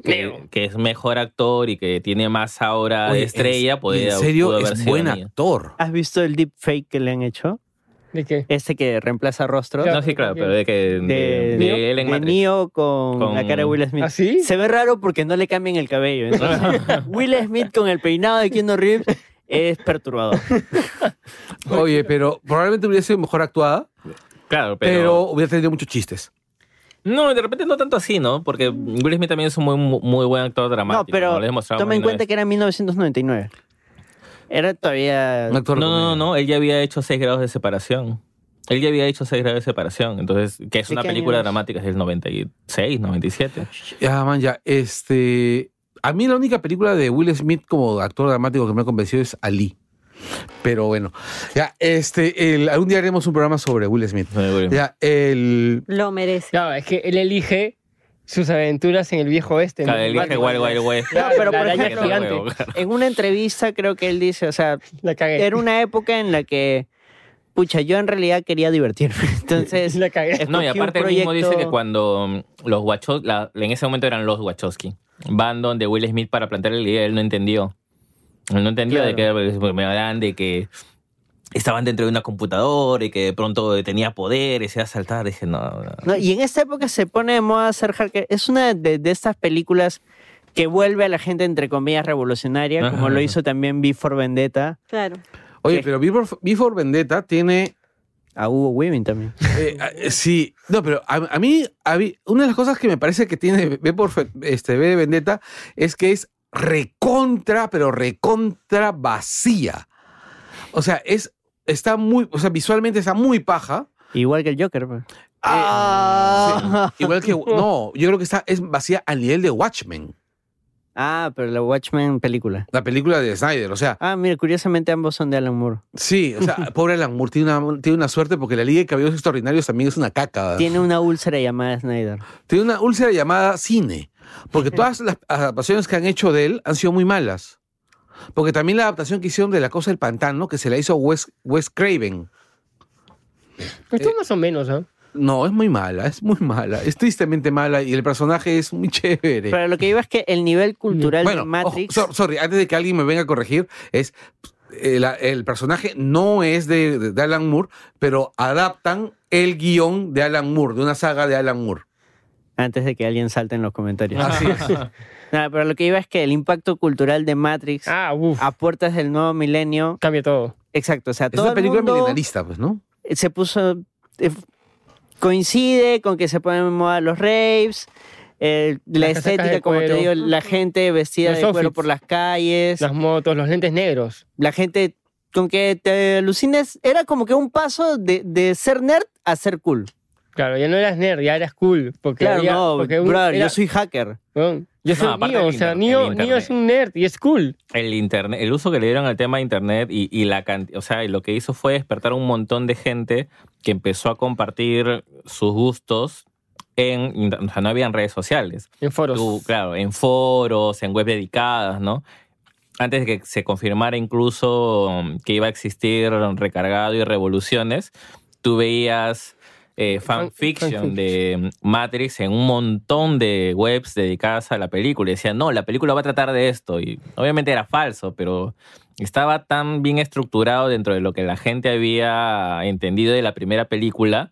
E: que, que es mejor actor y que tiene más ahora
A: Oye,
E: de estrella,
A: en-
E: podía-
A: En serio,
E: pudo haber
A: es
E: sido
A: buen
E: Neo.
A: actor.
B: ¿Has visto el deepfake que le han hecho?
D: ¿De qué?
B: Este que reemplaza rostros.
D: Claro.
E: No, sí, claro, pero de que. De,
B: De,
E: de él en
B: de
E: Matrix.
B: Neo con,
E: Con-
B: la cara de Will Smith.
D: ¿Ah, sí?
B: Se ve raro porque no le cambian el cabello. entonces, Will Smith con el peinado de Keanu Reeves es perturbador.
A: Oye, pero probablemente hubiera sido mejor actuada,
E: Claro,
A: pero,
E: pero
A: hubiera tenido muchos chistes.
E: No, de repente no tanto así, ¿no? Porque Will Smith también es un muy, muy buen actor dramático.
B: no, pero
E: Lo he demostrado
B: toma en
E: más de una
B: cuenta que era 1999. Era todavía.
A: Un actor
E: vez. No,
A: de
E: no,
A: comedia.
E: no, él ya había hecho 6 grados de separación. Él ya había hecho 6 grados de separación, entonces, que es
B: ¿De
E: una
B: qué
E: película
B: año es?
E: dramática, es del 96, 97.
A: Ya, man, ya. Este, a mí la única película de Will Smith como actor dramático que me ha convencido es Ali. Pero bueno, ya, este, el- algún día haremos un programa sobre Will Smith.
E: Eh, Will Smith.
A: Ya, el...
C: Lo merece.
D: No, es que él elige sus aventuras en el viejo oeste.
E: Claro,
D: ¿no?
E: él dice
D: Batman.
E: Wild Wild West.
B: No, pero
D: La
B: por
D: araña
B: ejemplo-
D: gigante.
B: En una entrevista creo que él dice, o sea,
D: La cagué.
B: era una época en la que, pucha, yo en realidad quería divertirme. Entonces,
D: La cagué.
E: No, y
B: escogí un
E: aparte él mismo dice que
B: proyecto-
E: cuando mm, los Wachowski, en ese momento eran los Wachowski, van donde Will Smith para plantearle la idea, él no entendió. Él no entendía de que era- porque me hablaban de que estaban dentro de una computadora y que de pronto tenía poderes, iba a saltar. Dije, no, no.
B: No, y en esta época se pone de moda hacer hacker. Es una de, de estas películas que vuelve a la gente, entre comillas, revolucionaria,
E: Ajá,
B: como lo
E: ajá.
B: hizo también Before Vendetta,
C: Claro.
A: Oye,
B: ¿Qué?
A: pero Before, Before Vendetta tiene...
B: a Hugo Weaving también.
A: eh, eh, sí, no, pero ah, eh, a, a mí, a mí- una de las cosas que me parece que tiene Before, este, B de Vendetta es que es recontra, pero recontra vacía. O sea, es, está muy, o sea, visualmente está muy paja.
B: Igual que el Joker. pues.
A: Ah. Igual que. No, yo creo que está, es vacía al nivel de Watchmen,
B: Ah, pero la Watchmen película.
A: la película de Snyder. O sea,
B: Ah, mira, curiosamente ambos son de Alan Moore.
A: sí, o sea, pobre Alan Moore tiene una, tiene una suerte porque la Liga de Caballeros Extraordinarios también es una caca.
B: Tiene una úlcera llamada Snyder.
A: Tiene una úlcera llamada cine. Porque todas las adaptaciones que han hecho de él han sido muy malas. Porque también la adaptación que hicieron de La Cosa del Pantano, que se la hizo Wes, Wes Craven.
D: Esto más o menos, ¿ah?
A: No, es muy mala, es muy mala. Es tristemente mala y el personaje es muy chévere.
B: Pero lo que iba es que el nivel cultural
A: Bueno,
B: de Matrix.
A: ojo, so- sorry, antes de que alguien me venga a corregir, es eh, la- el, personaje no es de, de Alan Moore, pero adaptan el guión de Alan Moore, de una saga de Alan Moore.
B: Antes de que alguien salte en los comentarios.
G: Ah.
A: Así es.
B: Nada, pero lo que iba es que el impacto cultural de Matrix
D: Ah, uff.
B: a puertas del nuevo milenio.
D: Cambia todo.
B: Exacto, o sea,
A: Es
B: todo
A: una
B: el
A: película
B: mundo
A: milenarista, pues, ¿no?
B: se puso eh, coincide con que se ponen en moda los raves, eh, la
D: Las casacas
B: estética,
D: de
B: como te
D: cuero.
B: digo, la gente vestida
D: Los
B: de cuero
D: outfits.
B: por las calles,
D: Las motos, los lentes negros.
B: la gente con que te alucines, era como que un paso de, de ser nerd a ser cool.
D: Claro, ya no eras nerd, ya eras cool. Porque
B: Claro,
D: había-
B: no,
D: porque un-
B: brother,
D: era-
B: yo soy hacker.
D: Weón, Yo soy
E: No, aparte
D: Neo, o
E: del
D: sea,
E: internet,
D: Neo,
E: el
D: Neo es un nerd y es cool.
E: El internet, el uso que le dieron al tema de internet y, y la cantidad, o sea, y lo que hizo fue despertar un montón de gente que empezó a compartir sus gustos en, inter- o sea, no habían redes sociales.
D: En foros.
E: Tú, claro, en foros, en web dedicadas, ¿no? Antes de que se confirmara incluso um, que iba a existir recargado y revoluciones, tú veías eh,
D: Fan-
E: fanfiction
D: fanfiction.
E: de mm, Matrix en un montón de webs dedicadas a la película. Y decían, no, la película va a tratar de esto. Y obviamente era falso, pero estaba tan bien estructurado dentro de lo que la gente había entendido de la primera película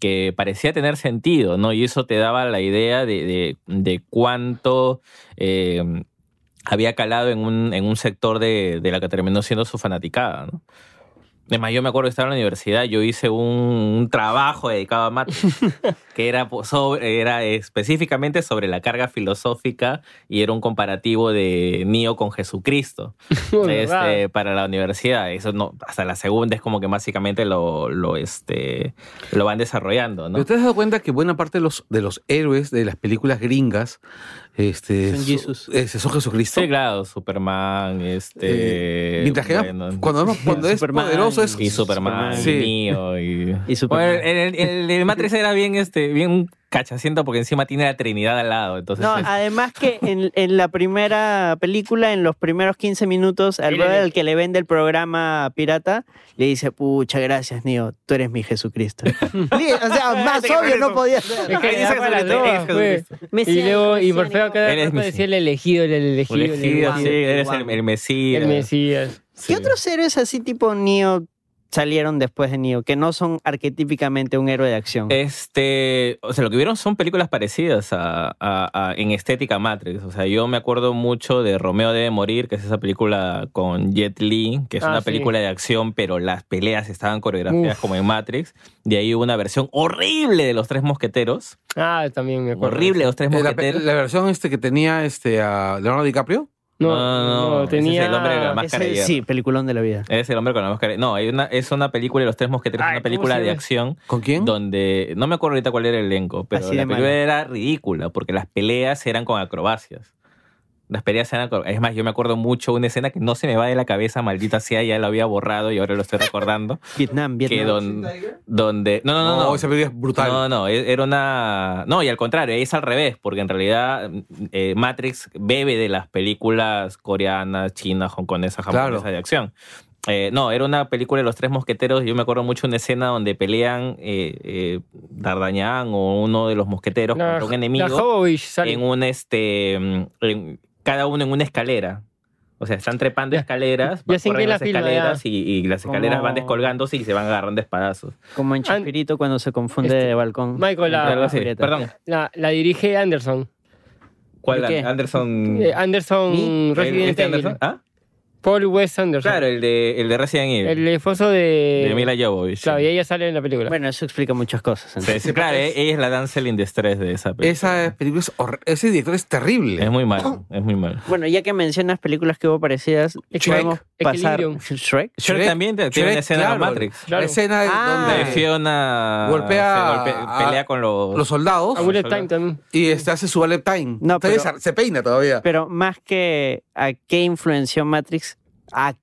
E: que parecía tener sentido, ¿no? Y eso te daba la idea de, de- de cuánto eh, había calado en un, en un sector de, de la que terminó siendo su fanaticada, ¿no? Además, yo me acuerdo que estaba en la universidad, yo hice un, un trabajo dedicado a Matrix, que era, po- sobre- era específicamente sobre la carga filosófica y era un comparativo de Neo con Jesucristo
D: ¿verdad?
E: este, para la universidad. Eso no, hasta la segunda es como que básicamente lo, lo, este, lo van desarrollando, ¿no?
A: ¿Pero te has dado cuenta que buena parte de los, de los héroes de las películas gringas este,
B: Son Jesus.
A: eh, son Jesucristo?
E: Sí, claro, Superman, este.
A: Eh, Mientras que
E: bueno,
A: cuando, cuando es
B: Superman.
A: poderoso es
E: y Superman,
A: Sí.
E: y Neo, y.
B: Y Superman.
E: Bueno, el, el- el de Matrix era bien, este, bien cachaciento porque encima tiene la Trinidad al lado. Entonces,
B: No, ah,
E: es-
B: además que en, en la primera película, en los primeros 15 minutos, al
D: Él
B: brother
D: era-
B: al que le vende el programa pirata, le dice, pucha, gracias, Neo, tú eres mi Jesucristo. Li- o sea, más obvio no podía ser.
D: Es que
E: Ahí
D: le
E: dice
D: da para
E: Jesucristo,
D: las
E: es
D: dos,
E: Jesucristo.
D: pues.
C: Mesías,
D: Y luego, y Morfeo
C: mesiánico.
D: cada
E: Él es
D: rato
E: mi-
D: decía el elegido, el elegido, el elegido.
E: elegido, sí, eres el, el Mesías.
D: El Mesías.
B: ¿Qué otros héroes así tipo Neo salieron después de Neo, que no son arquetípicamente un héroe de acción?
E: Eh, Este, o sea, lo que vieron son películas parecidas a, a- a- en estética a Matrix. O sea, yo me acuerdo mucho de Romeo debe morir, que es esa película con Jet Li, que es
D: Ah,
E: una
D: sí.
E: película de acción, pero las peleas estaban coreografiadas
D: Uf.
E: como en Matrix. De ahí hubo una versión horrible de Los Tres Mosqueteros.
D: Ah, también me acuerdo.
E: Horrible de Los Tres
A: Eh, la,
E: Mosqueteros.
A: la versión este que tenía este a Leonardo DiCaprio.
D: No,
E: No, no,
D: no,
E: ese es
D: tenía.
E: el hombre de la máscara de
B: Ese-
E: hierro.
B: sí, peliculón de la vida.
E: Es el hombre con la máscara. No, hay una, es una película de Los Tres Mosqueteros,
D: Ay,
E: una
D: ¿cómo
E: película
D: se
E: de
D: llama?
E: acción
A: ¿Con quién?
E: donde no me acuerdo ahorita cuál era el elenco, pero
B: Así
E: la
B: de
E: película
B: malo.
E: era ridícula porque las peleas eran con acrobacias. Las peleas eran acro- Es más, yo me acuerdo mucho una escena que no se me va de la cabeza, maldita sea, ya la había borrado y ahora lo estoy recordando.
B: Vietnam, Oh,
E: que
B: Vietnam.
E: don- donde. No, no, no, no.
A: Oh, esa película es brutal.
E: No, no, e- era una... No, y al contrario, es al revés, porque en realidad eh, Matrix bebe de las películas coreanas, chinas, hongkonesas,
A: Claro.
E: japonesas de acción. Eh, no, era una película de los tres mosqueteros. Yo me acuerdo mucho una escena donde pelean eh, eh, D'Artagnan o uno de los mosqueteros
D: La-
E: contra un
D: La
E: enemigo
D: Jovovich sale.
E: en un este, mm, en- cada uno en una escalera. O sea, están trepando
D: Ya.
E: escaleras,
D: Ya sin
E: corren
D: que
E: las
D: la fila, ya.
E: escaleras y, y las escaleras
B: Como-
E: van descolgándose y se van agarrando espadazos.
B: Como en
D: An-
B: Chespirito cuando se confunde
D: Este-
B: de balcón.
D: Michael, la-
E: Algo así.
B: Julieta.
E: Perdón,
D: La, la dirige Anderson.
E: ¿cuál?
B: ¿De qué?
E: Anderson.
D: Eh, Anderson
B: ¿Y?
D: Resident
E: Mm. ¿Este
D: Evil.
E: Anderson? ¿Ah?
D: Paul West Anderson.
E: Claro, el de, el de Resident Evil.
D: El esposo de.
E: de Mila Jovovich.
D: Claro, y ella sale en la película.
B: Bueno, eso explica muchas cosas.
E: Sí, sí, claro, eh, ella es la Dancel in Distress de esa película.
A: Esa película es horr- ese director es terrible.
E: Es muy malo, es muy malo.
B: Bueno, ya que mencionas películas que hubo parecidas,
D: Shrek.
B: podemos pasar
D: Equilibrium.
B: Shrek.
E: Shrek, también te- tiene una escena de Matrix.
A: La
D: Claro.
A: escena de-
B: Ah.
E: De
A: donde
E: Fiona
A: Golpea
E: se golpea-
A: a-
E: pelea con los,
A: los soldados
D: A Bullet
E: solo-
D: Time también.
A: y este hace su ballet time.
B: No,
A: Todavía
B: pero-
A: se, se peina todavía.
B: Pero más que a qué influenció Matrix, a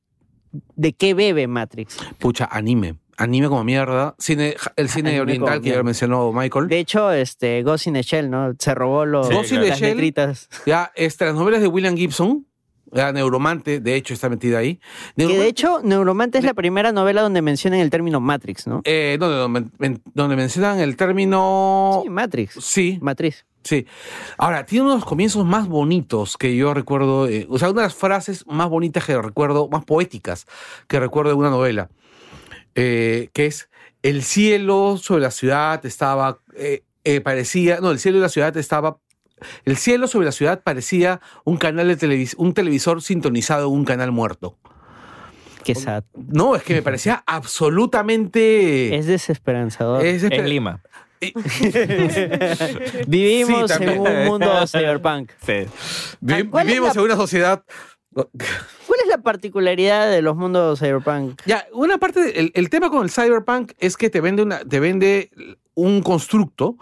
B: de qué bebe Matrix.
A: Pucha, anime. Anime como mierda. Cine, ja- el cine
B: Anime
A: oriental
B: como
A: que ya
B: mierda.
A: mencionó Michael.
B: De hecho, este Ghost in the Shell, ¿no? Se robó los,
E: Sí, Ghost in the
B: las
A: Shell.
B: letritas.
A: Ya, este, las novelas de William Gibson. ya, Neuromante, de hecho, está metida ahí.
B: Que
A: Neuromante-
B: de hecho, Neuromante es la primera novela donde mencionan el término Matrix, ¿no?
A: eh, donde, donde men- donde mencionan el término.
B: Sí, Matrix.
A: Sí,
B: Matriz.
A: sí. Ahora, tiene uno de los comienzos más bonitos que yo recuerdo. eh, o sea, una de las frases más bonitas que recuerdo, más poéticas que recuerdo de una novela. eh, que es: El cielo sobre la ciudad estaba. eh, eh, parecía. No, el cielo de la ciudad estaba. El cielo sobre la ciudad parecía un canal de televis- un televisor sintonizado en un canal muerto.
B: Qué sad.
G: No, es que me parecía absolutamente.
B: Es desesperanzador.
G: es esper-
E: En Lima.
A: eh,
B: Vivimos
G: Sí, también.
B: en un mundo cyberpunk.
E: Sí.
G: Vi-
B: ¿Cuál es
G: vivimos
B: la-
G: en una sociedad.
B: ¿Cuál es la particularidad de los mundos cyberpunk?
G: Ya, una parte, de- el, el tema con el cyberpunk es que te vende, una, te vende un constructo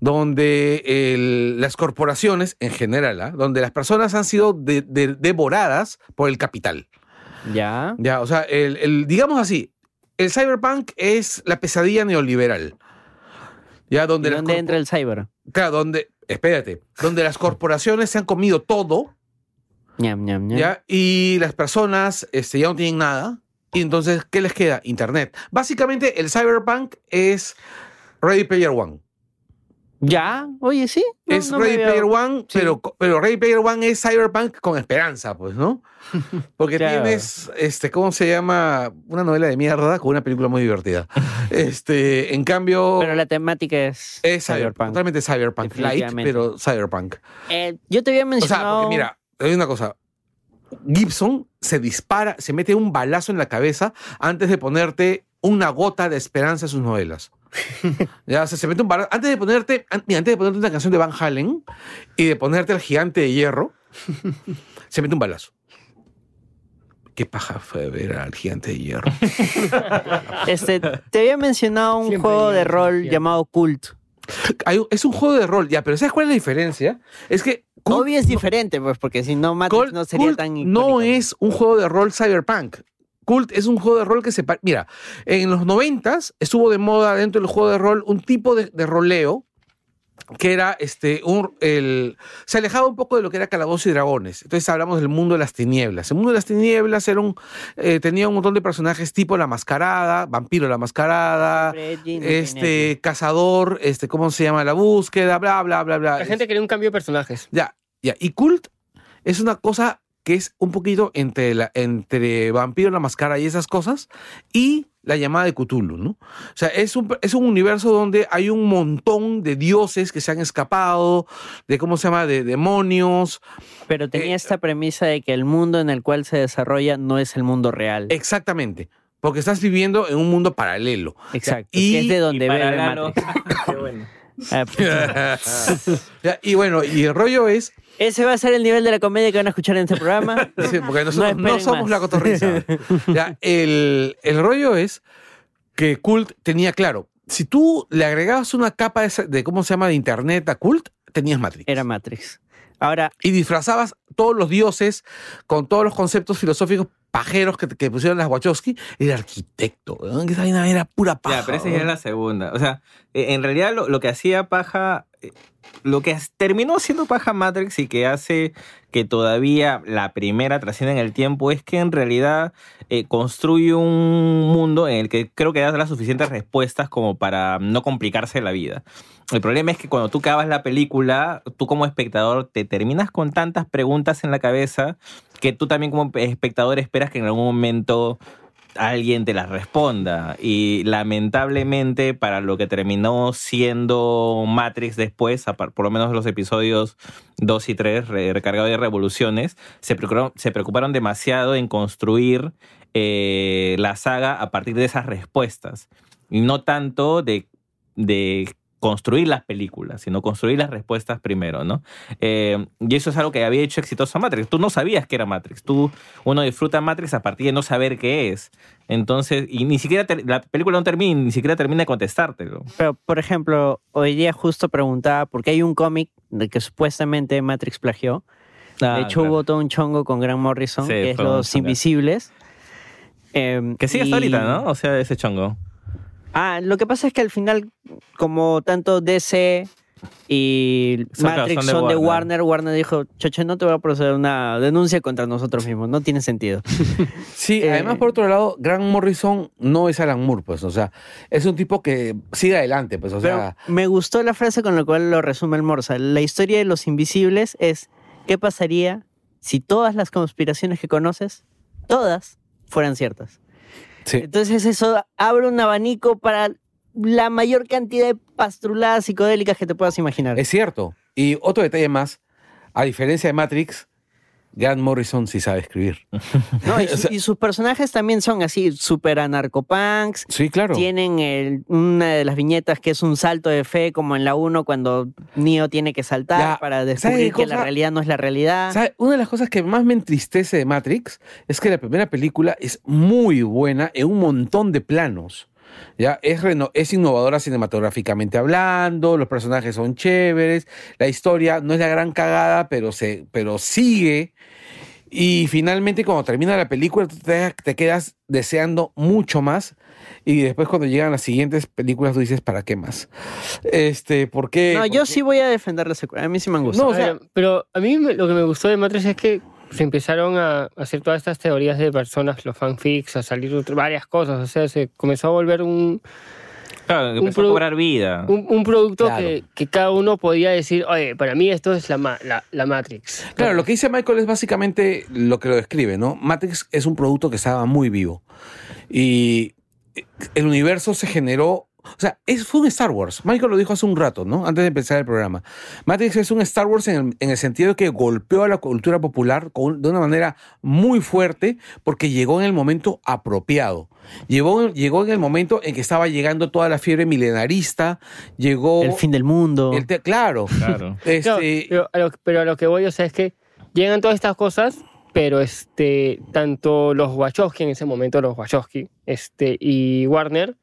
G: donde el- las corporaciones, en general, ¿ah? donde las personas han sido de- de- devoradas por el capital.
B: Ya.
G: Ya, o sea, el, el- digamos así, el cyberpunk es la pesadilla neoliberal. Ya,
B: ¿Y
G: donde las
B: ¿Dónde
G: corpo-
B: entra el cyber?
G: Claro, donde, espérate, donde las corporaciones se han comido todo,
B: Ñam, ñam, ñam.
G: ¿ya? Y las personas este, ya no tienen nada. Y entonces, ¿qué les queda? Internet. Básicamente, el cyberpunk es Ready Player One.
B: ¿Ya? Oye, sí. No-
G: es
B: no me
G: Ready
B: había-
G: Player One, pero, pero Ready Player One es cyberpunk con esperanza, pues, ¿no? Porque
B: Claro.
G: tienes, este, ¿cómo se llama? Una novela de mierda con una película muy divertida. Este, en cambio...
B: Pero la temática es,
G: es cyberpunk, totalmente cyberpunk, light,
B: Definitivamente.
G: pero cyberpunk.
B: Eh, yo te había
G: O sea,
B: mencionado.
G: porque mira, te digo una cosa. Gibson se dispara, se mete un balazo en la cabeza antes de ponerte una gota de esperanza en sus novelas. ya, o sea, se mete un balazo. Antes de ponerte, an- mira, antes de ponerte una canción de Van Halen y de ponerte el gigante de hierro, se mete un balazo. Qué paja fue ver al gigante de hierro.
B: Este, te había mencionado un
D: Siempre
B: juego
D: hay
B: de
D: una
B: rol
D: solución.
B: llamado Cult.
G: Hay un- es un juego de rol, ya, pero ¿sabes cuál es la diferencia? Es que Cult-
B: Obvio es diferente, pues, porque si no Matrix
G: Cult-
B: no sería
G: Cult
B: tan
G: no
B: icónico.
G: es un juego de rol cyberpunk. Cult es un juego de rol que se... pa- Mira, en los noventas estuvo de moda dentro del juego de rol un tipo de, de roleo que era este un el se alejaba un poco de lo que era Calabozos y Dragones. Entonces hablamos del mundo de las tinieblas. El mundo de las tinieblas era un eh, tenía un montón de personajes tipo la mascarada, vampiro la mascarada,
B: Freddy, no tenía
G: este cazador, este cómo se llama la búsqueda, bla bla bla bla.
D: La gente quería un cambio de personajes.
G: Ya, ya. Y cult es una cosa que es un poquito entre, la, entre Vampiro la Máscara y esas cosas y la llamada de Cthulhu, ¿no? O sea, es un, es un universo donde hay un montón de dioses que se han escapado, de cómo se llama, de demonios.
B: que- Pero tenía
G: eh,
B: esta premisa de que el mundo en el cual se desarrolla no es el mundo real.
G: Exactamente. Porque estás viviendo en un mundo paralelo.
B: Exacto.
G: y-
B: que es de donde
E: Y para
B: bebe
E: Lalo-
B: Matrix.
E: Qué bueno.
B: Ah, puta.
G: Ya, y bueno, y el rollo es,
B: Ese va a ser el nivel de la comedia que van a escuchar en este programa.
G: Sí, porque nosotros
B: No
G: no,
B: esperen
G: somos
B: más.
G: la cotorriza. Ya, el, el rollo es que Cult tenía claro, si tú le agregabas una capa de, esa- de cómo se llama de internet a Cult, tenías Matrix.
B: Era Matrix. Ahora,
G: y disfrazabas todos los dioses con todos los conceptos filosóficos pajeros que, que pusieron las Wachowski, era arquitecto. weón, que Esa vaina era pura paja.
E: Ya, pero esa ya
G: weón.
E: es la segunda. O sea, eh, en realidad lo, lo que hacía paja, eh, lo que as- terminó siendo paja Matrix y que hace que todavía la primera trascienda en el tiempo es que en realidad eh, construye un mundo en el que creo que da las suficientes respuestas como para no complicarse la vida. El problema es que cuando tú acabas la película, tú como espectador te terminas con tantas preguntas en la cabeza que tú también como espectador esperas que en algún momento alguien te las responda. Y lamentablemente para lo que terminó siendo Matrix después, apar- por lo menos los episodios 2 y 3, re- recargado de revoluciones, se preocuparon, se preocuparon demasiado en construir eh, la saga a partir de esas respuestas. Y no tanto de, de construir las películas, sino construir las respuestas primero, ¿no? Eh, y eso es algo que había hecho exitoso a Matrix. Tú no sabías que era Matrix. Tú, uno disfruta Matrix a partir de no saber qué es. Entonces, y ni siquiera ter- la película no termina, ni siquiera termina de contestártelo.
B: pero, por ejemplo, hoy día justo preguntaba, porque hay un cómic de que supuestamente Matrix plagió. de hecho, hubo todo un chongo con Grant Morrison,
E: Ah, Sí,
B: que es
E: fue un
B: Los
E: chongazo.
B: Invisibles. Em,
E: Que sigue
B: y-
E: hasta ahorita, ¿no? O sea, ese chongo.
B: Ah, lo que pasa es que al final, como tanto DC y
E: Son-
B: Matrix
E: son de
B: son, de
E: Warner.
B: Warner, Warner dijo, choche, no te voy a proceder una denuncia contra nosotros mismos, no tiene sentido.
G: Sí,
B: Eh,
G: además por otro lado, Grant Morrison no es Alan Moore, pues, o sea, es un tipo que sigue adelante, pues, o
B: Pero
G: sea,
B: me gustó la frase con la cual lo resume el Morsa. La historia de los invisibles es, ¿qué pasaría si todas las conspiraciones que conoces, todas, fueran ciertas?
G: sí.
B: Entonces eso abre un abanico para la mayor cantidad de pastruladas psicodélicas que te puedas imaginar.
G: Es cierto. Y otro detalle más, a diferencia de Matrix, Grant Morrison sí sabe escribir.
B: No, y, su- y sus personajes también son así, super anarcopunks.
G: Sí, claro.
B: Tienen el- una de las viñetas que es un salto de fe, como en la 1, cuando Neo tiene que saltar
G: Ya,
B: para
G: ¿sabe
B: descubrir
G: qué
B: que la
G: cosa?
B: realidad no es la realidad.
G: ¿Sabe? Una de las cosas que más me entristece de Matrix es que la primera película es muy buena en un montón de planos. ¿ya? Es, reno- es innovadora cinematográficamente hablando, los personajes son chéveres, la historia no es la gran cagada, pero, se, pero sigue. Y finalmente cuando termina la película tú te, te quedas deseando mucho más y después cuando llegan las siguientes películas tú dices, ¿para qué más? Este, ¿por qué?
B: No, yo
G: ¿Por qué?
B: sí voy a defender la secuela. A mí sí me han
G: No,
B: gustado.
G: o sea-
D: Ahora, pero a mí me- lo que me gustó de Matrix es que se empezaron a hacer todas estas teorías de personas, los fanfics, a salir otro- varias cosas. O sea, se comenzó a volver un,
E: Claro, empezó a
D: produ-
E: cobrar vida.
D: un, un producto
G: Claro.
D: que, que cada uno podía decir, oye, para mí esto es la, ma- la, la Matrix.
G: Claro, lo que dice Michael es básicamente lo que lo describe, ¿no? Matrix es un producto que estaba muy vivo. Y el universo se generó. O sea, es, fue un Star Wars. Michael lo dijo hace un rato, ¿no? Antes de empezar el programa. Matrix es un Star Wars en el, en el sentido de que golpeó a la cultura popular con- de una manera muy fuerte porque llegó en el momento apropiado. Llegó, llegó en el momento en que estaba llegando toda la fiebre milenarista, llegó...
B: El fin del mundo.
G: el te- claro.
E: Claro.
G: Este,
D: Claro, pero, a lo, pero a lo que voy, o sea, es que llegan todas estas cosas, pero este, tanto los Wachowski, en ese momento los Wachowski, este, y Warner,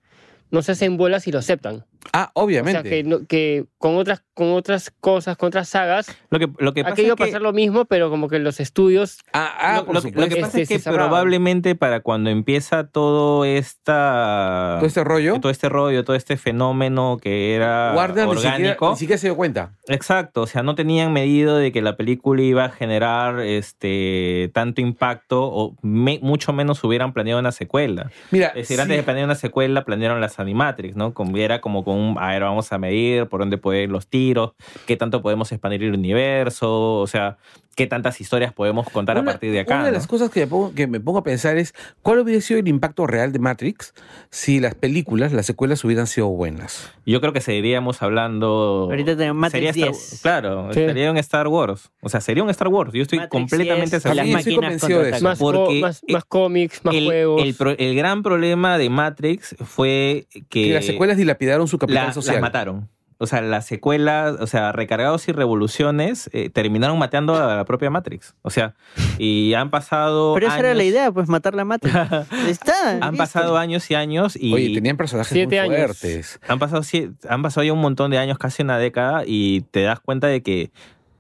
D: no se hacen bolas y lo aceptan.
G: ah, obviamente.
D: O sea, que, no- que con, otras, con otras cosas, con otras sagas,
E: Lo que, lo que pasa
D: aquí iba a
E: es que-
D: pasar lo mismo, pero como que los estudios...
G: Ah, ah,
E: lo,
G: por
E: lo que,
G: supuesto.
E: lo que pasa
D: Este,
E: es que
D: se cerraba.
E: probablemente para cuando empieza todo esta
G: todo este rollo.
E: todo este rollo, todo este fenómeno que era
G: Warner ni siquiera,
E: orgánico.
G: ni siquiera se dio cuenta.
E: Exacto, o sea, no tenían medido de que la película iba a generar este tanto impacto o me- mucho menos hubieran planeado una secuela.
G: Mira,
E: Es decir,
G: sí,
E: antes de planear una secuela, planearon las Animatrix, ¿no? Como era como con un, a ver, vamos a medir por dónde pueden ir los tiros, qué tanto podemos expandir el universo, o sea, qué tantas historias podemos contar
G: una-
E: a partir de acá.
G: Una de
E: ¿no?
G: las cosas que me, pongo, que me pongo a pensar es cuál hubiera sido el impacto real de Matrix si las películas, las secuelas hubieran sido buenas.
E: Yo creo que seguiríamos hablando.
B: Ahorita tenemos
E: sería
B: Matrix
E: Star-
B: 10.
E: Claro,
D: Sí.
E: sería un Star Wars. O sea, sería un Star Wars. Yo estoy
B: Matrix
E: completamente
B: 10, las
G: Sí,
E: seguro.
G: estoy
B: máquinas
G: convencido de
B: contraatacan.
D: Más, co-
E: Porque
D: más,
E: el-
D: más cómics, más
E: el,
D: juegos.
E: el pro- el gran problema de Matrix fue que.
G: Que las secuelas dilapidaron su
E: Eh, la-
G: capital social.
E: las mataron. O sea, las secuelas, o sea, recargados y revoluciones eh, terminaron matando a la propia Matrix. O sea, y han pasado.
B: Pero esa era
E: años-
B: la idea, pues matar la Matrix. Está.
E: Han
B: listo.
E: pasado años y años y.
G: Oye, tenían personajes muy
D: Siete años.
G: fuertes.
E: Han pasado, sie- han pasado ya un montón de años, casi una década, y te das cuenta de que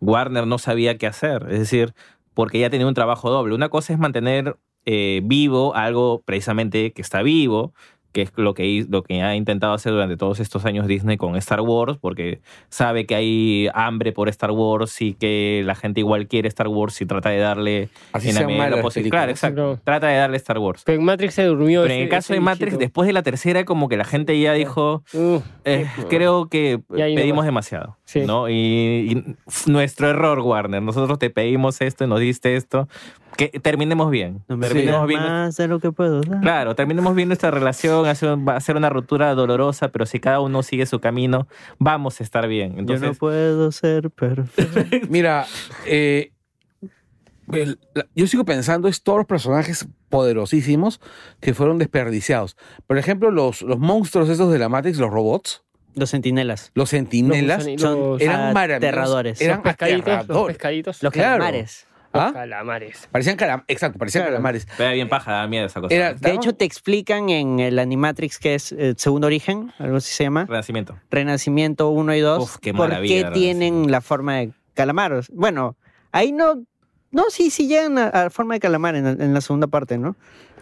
E: Warner no sabía qué hacer. Es decir, porque ya tenía un trabajo doble. Una cosa es mantener eh, vivo algo precisamente que está vivo, que es lo que, hi- lo que ha intentado hacer durante todos estos años Disney con Star Wars, porque sabe que hay hambre por Star Wars y que la gente igual quiere Star Wars y trata de darle
G: Así
E: en la
G: sean
E: medida
G: malas
E: de lo
G: las
E: posible.
G: películas.
E: Claro, exacto.
D: Pero-
E: Trata de darle Star Wars.
D: Pero en Matrix se durmió.
E: Pero en
D: ese-
E: el caso
D: ese
E: de Matrix,
D: bichito.
E: después de la tercera, como que la gente ya dijo,
D: Uh,
E: eh,
B: pues,
D: qué-
E: creo que
D: Ya ahí nomás.
E: pedimos demasiado,
D: Sí.
E: ¿no? Y, y f- nuestro error, Warner. Nosotros te pedimos esto y nos diste esto. Que terminemos bien.
B: No me pidas
E: terminemos bien.
B: más de lo que puedo dar.
E: Claro, terminemos bien nuestra relación. hacer un- Va a ser una ruptura dolorosa, pero si cada uno sigue su camino, vamos a estar bien.
B: Yo no
E: Entonces,
B: puedo ser perfecto.
G: Mira, eh, el- la- yo sigo pensando es todos los personajes poderosísimos que fueron desperdiciados. Por ejemplo, los, los monstruos esos de la Matrix, los robots,
B: Los centinelas.
G: los
D: los
G: centinelas,
D: gusanitos,
B: son-
D: los-
G: eran maravillosos.
B: Aterradores.
G: Eran
D: los pescaditos, los
G: aterradores.
D: pescaditos,
B: Los
G: Claro.
B: calamares.
G: ¿Ah?
D: los calamares.
G: Parecían calam- exacto, parecían
B: Claro.
G: calamares.
E: pero era bien paja, da miedo esa cosa.
G: Era-
B: De hecho, te explican en el Animatrix, que es eh, Segundo Origen, algo así se llama,
E: Renacimiento.
B: Renacimiento 1 y 2,
E: Uf, qué
B: por
E: maravilla,
B: qué
E: Renacimiento.
B: tienen la forma de calamaros. Bueno, ahí no... No, sí, sí llegan a, a forma de calamar en, en la segunda parte, ¿no?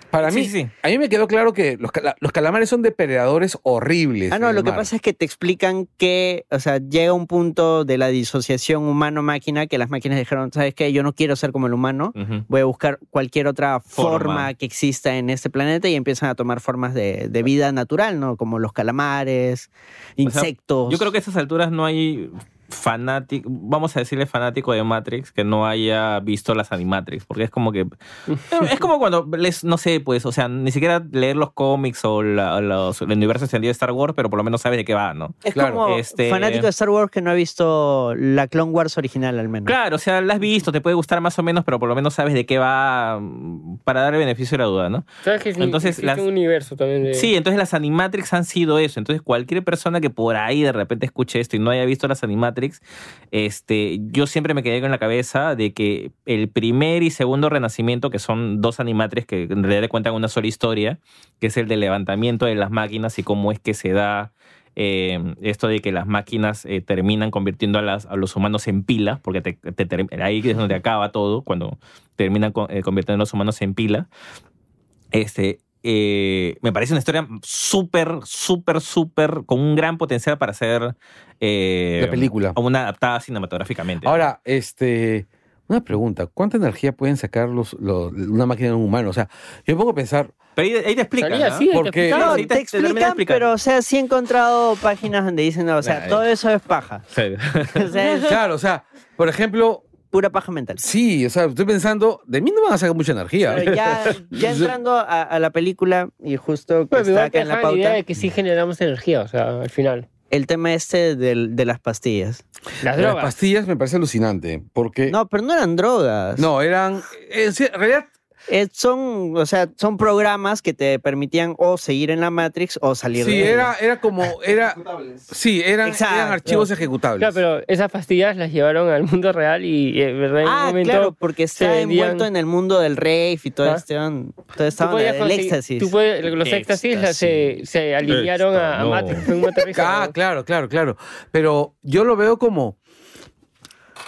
G: Para
E: Sí,
G: mí,
E: sí, sí.
G: a mí me quedó claro que los, cala- los calamares son depredadores horribles.
B: Ah, no,
G: en el
B: lo que
G: mar.
B: pasa es que te explican que, o sea, llega un punto de la disociación humano-máquina que las máquinas dijeron, ¿sabes qué? Yo no quiero ser como el humano,
E: Ujú.
B: voy a buscar cualquier otra
E: Forma.
B: forma, que exista en este planeta y empiezan a tomar formas de, de vida natural, ¿no? Como los calamares,
E: O sea,
B: insectos.
E: Yo creo que a esas alturas no hay fanático, vamos a decirle fanático de Matrix que no haya visto las animatrix, porque es como que es como cuando les no sé, pues, o sea, ni siquiera leer los cómics o la- los- el universo extendido de Star Wars, pero por lo menos sabes de qué va, ¿no?
B: Es
G: Claro.
B: como
E: Este-
B: fanático de Star Wars que no ha visto la Clone Wars original, al menos.
E: Claro, o sea, la has visto, te puede gustar más o menos, pero por lo menos sabes de qué va mm, para darle beneficio de la duda, ¿no?
D: ¿Sabes que es, Entonces,
E: Entonces,
D: es
E: las-
D: un universo también de...
E: Sí, entonces las Animatrix han sido eso. Entonces, cualquier persona que por ahí de repente escuche esto y no haya visto las Animatrix, este, yo siempre me quedé con la cabeza de que el primer y segundo renacimiento, que son dos Animatrix que en realidad cuentan una sola historia, que es el del levantamiento de las máquinas y cómo es que se da eh, esto de que las máquinas eh, terminan convirtiendo a, las- a los humanos en pilas, porque te- te term- ahí es donde acaba todo, cuando terminan con- eh, convirtiendo a los humanos en pilas. Este, eh, me parece una historia súper, súper, súper, con un gran potencial para ser eh,
G: La película.
E: una adaptada cinematográficamente.
G: Ahora, este, una pregunta. ¿Cuánta energía pueden sacar los, los- una máquina de un humano? O sea, yo me pongo a pensar,
E: pero ahí, ahí te explica.
D: Salía así,
E: ¿no?
D: te
G: Porque-
D: explicaba.
B: No,
E: sí,
B: te,
E: te- te termina de
B: explican,
E: explicar.
B: pero o sea, sí he encontrado páginas donde dicen, no, o sea,
E: Nah, eh.
B: todo eso es paja. O sea, es
G: claro, o sea, por ejemplo,
B: pura paja mental.
G: sí, o sea, estoy pensando, de mí no van a sacar mucha energía.
B: Pero ya, ya entrando a, a la película, y justo que está
D: Bueno, Pues, igual te
B: acá en la
D: deja la idea
B: pauta,
D: de que sí generamos energía, o sea, al final.
B: el tema este del- de las pastillas.
D: Las
G: Las
D: drogas.
G: pastillas me parece alucinante, porque no,
B: No, pues. pero no eran drogas.
G: eran, en cier- en realidad,
B: Eh, son, o sea, son programas que te permitían o seguir en la Matrix o salir de
G: sí,
B: ella.
G: era, era como, era, sí, eran,
B: Exacto.
G: eran archivos ejecutables.
D: Claro, pero esas pastillas las llevaron al mundo real y eh, en algún
B: Ah,
D: momento
B: claro, porque está
D: vendían-
B: envuelto en el mundo del rave y todo
D: Ah.
B: este on- todo
D: tú
B: esta onda
D: podías
B: del
D: conseguir-
B: éxtasis.
D: tú podías- los éxtasis, las- se, se alinearon a, a
E: no.
D: Matrix. Fue un Matrix.
G: Ah, claro, claro, claro. Pero yo lo veo como.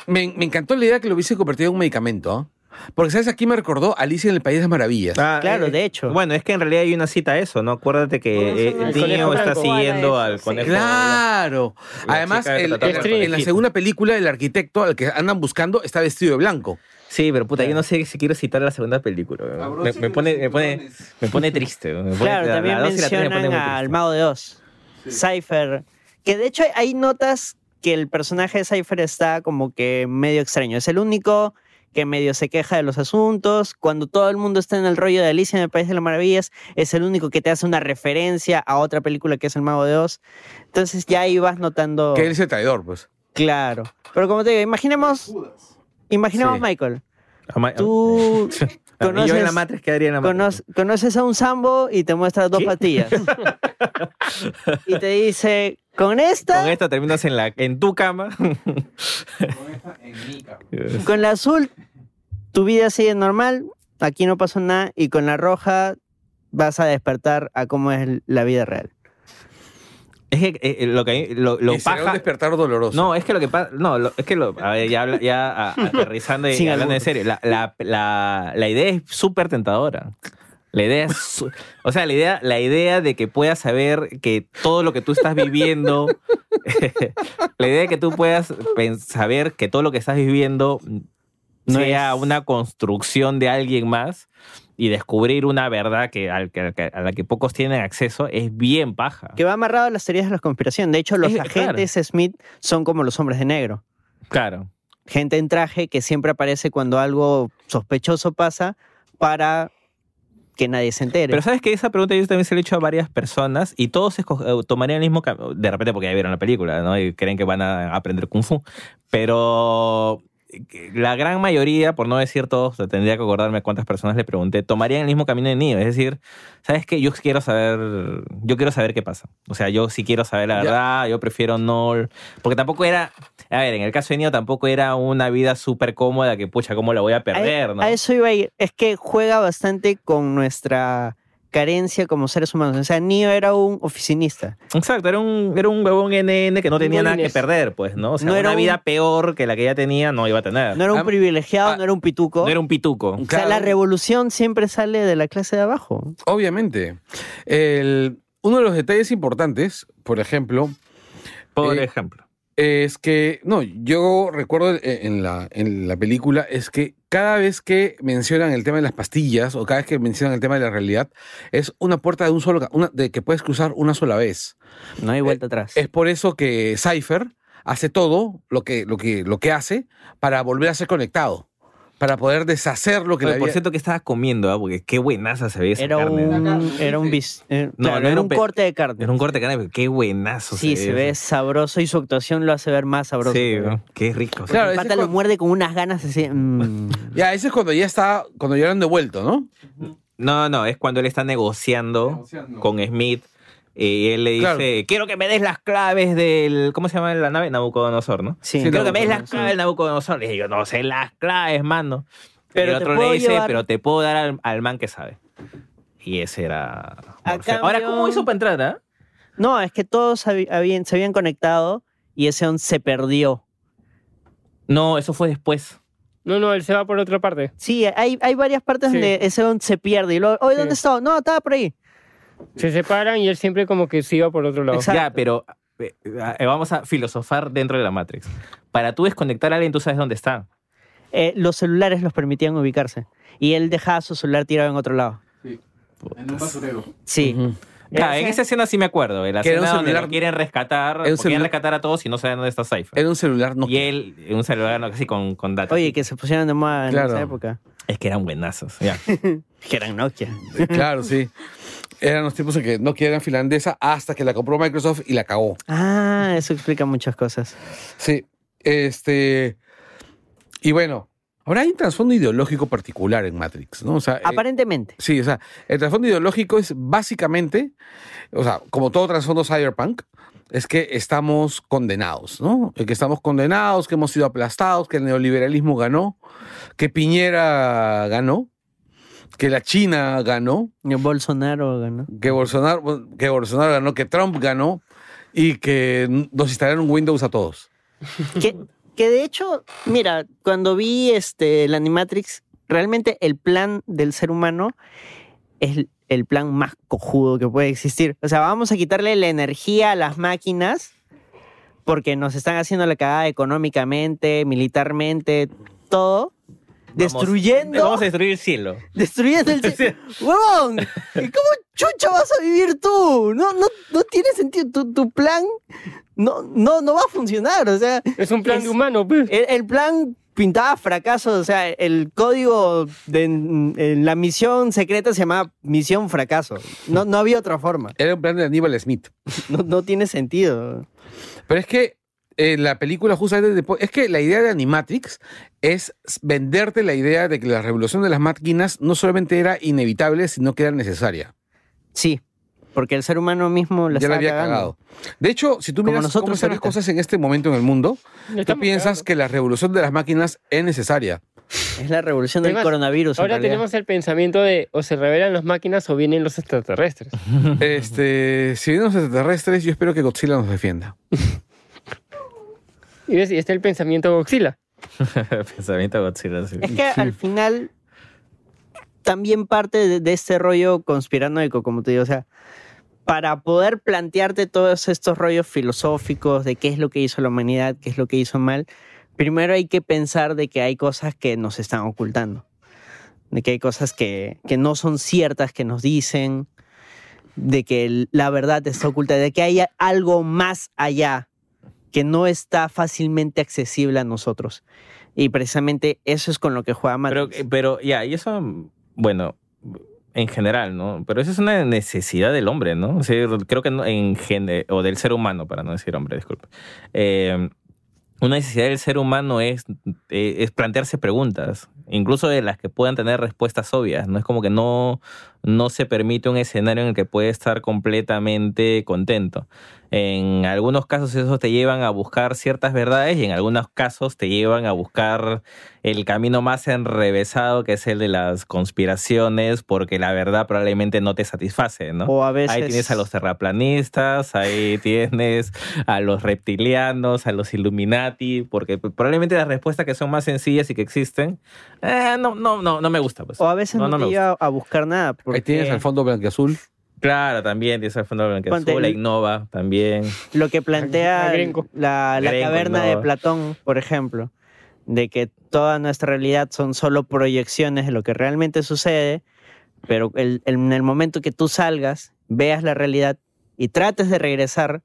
G: Me, me encantó la idea que lo hubiese convertido en un medicamento. ¿ah? Porque, ¿sabes? Aquí me recordó Alicia en el País de las Maravillas.
E: Ah,
B: Claro,
E: eh,
B: de hecho.
E: Bueno, es que en realidad hay una cita a eso, ¿no? Acuérdate que
C: Bueno,
E: eh,
C: son
E: el
C: al
E: niño
D: conejo
E: está
D: blanco.
E: siguiendo al
C: Sí.
E: conejo.
G: Claro.
E: La
G: Además,
E: chica que
G: el-
E: trataba
G: el-
D: con
G: en la
D: Stringy.
G: segunda película, el arquitecto al que andan buscando está vestido de blanco.
E: Sí, pero puta, yo no sé si quiero citar la segunda película. ¿no? Me, me pone, me, pone, me pone triste. ¿no? Me pone-
B: Claro,
E: la-
B: también
E: la dos y la tres me pone
B: mencionan
E: muy
B: al
E: triste.
B: Mago de Oz, Cypher. Que de hecho hay notas que el personaje de Cypher está como que medio extraño. Es el único que medio se queja de los asuntos. Cuando todo el mundo está en el rollo de Alicia en el País de las Maravillas, es el único que te hace una referencia a otra película que es El Mago de Oz. Entonces ya ahí vas notando.
G: Que él es el traidor, pues.
B: Claro. Pero como te digo, imaginemos. Imaginemos,
G: Sí.
B: Michael.
E: A Ma- a-
B: Tú
E: a mí eh, Yo en la
B: conoces,
E: matriz quedaría en la matriz.
B: conoces- conoces a un sambo y te muestra dos
E: ¿Qué?
B: pastillas. y te dice, con esta,
E: Con
B: con,
E: esto terminas en, la, en tu cama. e-".
B: la azul, tu vida sigue normal, aquí no pasó nada, y con la roja vas a despertar a cómo es la vida real.
E: es que eh, lo que a mí- lo, lo
G: Y será un
E: paja.
G: despertar doloroso.
E: No, es que lo que pasa. No, lo- es que lo. a ver, ya, habla- ya a- aterrizando y
B: Sin
E: hablando en
B: albur.
E: serio. La, la, la, la idea es súper tentadora. La idea es. su- O sea, la idea, la idea de que puedas saber que todo lo que tú estás viviendo. la idea de que tú puedas pen- saber que todo lo que estás viviendo
B: No
E: sea
B: es-
E: una construcción de alguien más y descubrir una verdad que, al que- al que- a la que pocos tienen acceso es bien paja.
B: Que va amarrado a las teorías de la conspiración. De hecho, los
E: Es- claro.
B: agentes Smith son como los hombres de negro.
E: Claro.
B: gente en traje que siempre aparece cuando algo sospechoso pasa para que nadie se entere.
E: Pero sabes que esa pregunta yo también se la he hecho a varias personas y todos esco- eh, tomarían el mismo camino. De repente porque ya vieron la película, ¿no? Y creen que van a aprender kung fu. Pero eh, la gran mayoría, por no decir todos, tendría que acordarme cuántas personas le pregunté, tomarían el mismo camino de niño. Es decir, ¿sabes qué? Yo quiero saber, yo quiero saber qué pasa. O sea, yo sí quiero saber la
G: Ya.
E: verdad, yo prefiero no... Porque tampoco era, a ver, en el caso de niño tampoco era una vida súper cómoda que, pucha, ¿cómo la voy a
B: a, e-,
E: perder? ¿no?
B: a eso iba a ir. Es que juega bastante con nuestra carencia como seres humanos. O sea, Neo era un oficinista.
E: Exacto, era un, era un huevón NN que no tenía
D: Un
E: nada que
D: lunes.
E: perder, pues, ¿no? O sea,
B: No era
E: una
B: un-
E: vida peor que la que ya tenía no iba a tener.
B: No
E: No,
B: era un
G: Ah,
B: privilegiado,
G: ah,
B: no era un pituco.
E: era un pituco.
B: O sea, la revolución siempre sale de la clase de abajo.
G: Obviamente. El- uno de los detalles importantes, por ejemplo,
E: Por
G: Eh,
E: ejemplo.
G: Es que, no, yo recuerdo eh, en la, en la película, es que cada vez que mencionan el tema de las pastillas o cada vez que mencionan el tema de la realidad, es una puerta de un solo, ca- una, de que puedes cruzar una sola vez.
B: No hay vuelta atrás.
G: Es por eso que Cypher hace todo lo que, lo que, lo que hace para volver a ser conectado, para poder deshacer lo que le
E: Oye, por
G: había-
E: cierto, que estaba comiendo, ah? porque qué buenaza se veía esa
B: Era
E: carne. ¿no?
B: un, era un, bis- eh, claro,
E: No, no
B: era
E: era
B: un
E: un pe-
B: corte de carne.
E: Era un corte de carne, pero qué buenazo
B: Sí, se ve
E: eso.
B: sabroso y su actuación lo hace ver más sabroso.
E: Sí, ¿no? qué rico.
G: Claro,
B: El
G: ese
B: pata lo
G: cuando-
B: muerde con unas ganas así. mm.
G: Ya, ese es cuando ya está, cuando ya lo han devuelto, ¿no?
E: No, no, es cuando él está negociando, con Smith eh, y él le dice,
G: Claro.
E: quiero que me des las claves del, ¿cómo se llama la nave? Nabucodonosor, ¿no?
B: Sí,
G: Sí,
E: Quiero que me des
B: Nabucodonosor,
E: las claves
B: sí.
E: del Nabucodonosor. Le dije, yo no sé las claves, mano.
B: Pero
E: Pero
B: te
E: el otro le
B: puedo
E: dice,
B: llevar-
E: pero te puedo dar al, al man que sabe. Y ese era... Morfeo. Ahora,
B: cambio-
E: ¿cómo hizo para entrar, ah?
B: No, es que todos habi- habían, se habían conectado y ese on se perdió.
E: No, eso fue después.
D: No, no, él se va por otra parte.
B: Sí, hay, hay varias partes
D: Sí.
B: donde ese on se pierde. Y luego, oye,
D: Sí.
B: ¿dónde está? No, estaba por ahí.
D: Se separan y él siempre como que se iba por otro lado.
B: Exacto.
E: Ya, pero eh, eh, vamos a filosofar dentro de la Matrix. Para tú desconectar a alguien, tú sabes dónde está.
B: Eh, los celulares los permitían ubicarse. Y él dejaba su celular tirado en otro lado.
H: En un basurero.
B: Sí.
G: Ujú.
E: Ya, en esa escena sí me acuerdo. En la
G: Que era un
E: escena donde
G: celular-
E: lo quieren rescatar,
G: un
E: o quieren
G: celular-
E: rescatar a todos y no saben dónde está Cypher.
G: Era un celular no
E: Y él, en un celular no, así con, con datos.
B: Oye, que se pusieron de moda en
G: Claro.
B: esa época.
E: Es que eran buenazos. Ya.
B: Que eran Nokia.
G: Claro, sí. Eran los tiempos en que no querían finlandesa hasta que la compró Microsoft y la cagó.
B: Ah, eso explica muchas cosas.
G: Sí. Este. Y bueno, ahora hay un trasfondo ideológico particular en Matrix, ¿no? O sea, eh,
B: Aparentemente.
G: sí, o sea, el trasfondo ideológico es básicamente, o sea, como todo trasfondo cyberpunk, es que estamos condenados, ¿no? Eh, Que estamos condenados, que hemos sido aplastados, que el neoliberalismo ganó, que Piñera ganó, que la China ganó,
B: Bolsonaro ganó.
G: que Bolsonaro, que Bolsonaro ganó, que Trump ganó y que nos instalaron Windows a todos.
B: Que, que de hecho, mira, cuando vi este, el Animatrix, realmente el plan del ser humano es el- el plan más cojudo que puede existir. O sea, vamos a quitarle la energía a las máquinas porque nos están haciendo la cagada económicamente, militarmente, todo. Destruyendo,
E: Vamos a destruir el cielo.
B: destruyendo el... ¡Huevón! ¿Cómo chucha vas a vivir tú? No, no, no tiene sentido. Tu, tu plan no, no, no va a funcionar. O sea,
D: Es un plan
B: Es- eh,
D: de humano, pues.
B: el, el plan pintaba fracaso, o sea, el código de en la misión secreta se llamaba misión fracaso. No, no había otra forma.
G: Era un plan de Aníbal Smith.
B: No, no tiene sentido.
G: Pero es que eh, la película justamente después, es que la idea de Animatrix es venderte la idea de que la revolución de las máquinas no solamente era inevitable, sino que era necesaria.
B: Sí, porque el ser humano mismo la
G: ya la
B: estaba
G: había cagado.
B: cagando.
G: De hecho, si tú
B: Como
G: miras cómo
B: nosotros
G: están las
B: ahorita.
G: cosas en este momento en el mundo, tú
D: Estamos
G: piensas
D: cagados.
G: que la revolución de las máquinas es necesaria.
B: Es la revolución del
D: Además,
B: coronavirus. en
D: Ahora
B: realidad.
D: tenemos el pensamiento de o se revelan las máquinas o vienen los extraterrestres.
G: Este, si vienen los extraterrestres, yo espero que Godzilla nos defienda.
D: Y ves, y está el pensamiento Godzilla.
E: Pensamiento Godzilla. sí.
B: Es que al final también parte de, de este rollo conspiranoico, como te digo, o sea, para poder plantearte todos estos rollos filosóficos de qué es lo que hizo la humanidad, qué es lo que hizo mal, primero hay que pensar de que hay cosas que nos están ocultando, de que hay cosas que, que no son ciertas que nos dicen, de que el- la verdad está oculta, de que hay a- algo más allá que no está fácilmente accesible a nosotros. Y precisamente eso es con lo que juega
E: Pero,
B: Matrix.
E: pero ya, y eso, bueno, en general, ¿no? Pero eso es una necesidad del hombre, ¿no? O sea, creo que no- en gen- o del ser humano, para no decir hombre, disculpe. Eh, una necesidad del ser humano es, eh, es plantearse preguntas, incluso de las que puedan tener respuestas obvias, ¿no? Es como que no, no se permite un escenario en el que puede estar completamente contento. En algunos casos esos te llevan a buscar ciertas verdades y en algunos casos te llevan a buscar el camino más enrevesado que es el de las conspiraciones porque la verdad probablemente no te satisface, ¿no?
B: o a veces...
E: Ahí tienes a los terraplanistas, ahí tienes a los reptilianos, a los Illuminati, porque probablemente las respuestas que son más sencillas y que existen, eh, no, no, no, no me gusta. Pues.
B: O a veces
E: No,
B: no,
E: no me
B: te
E: gusta.
B: lleva a buscar nada. Porque
G: Ahí tienes al fondo blanqueazul.
E: Claro, también tienes al fondo blanco
B: Ponte
E: azul, la
B: el-
E: Innova también.
B: Lo que
D: La
B: plantea
D: Gringo.
B: la, la
E: Gringo,
B: caverna
E: no.
B: de Platón, por ejemplo, de que toda nuestra realidad son solo proyecciones de lo que realmente sucede, pero el- el- en el momento que tú salgas, veas la realidad y trates de regresar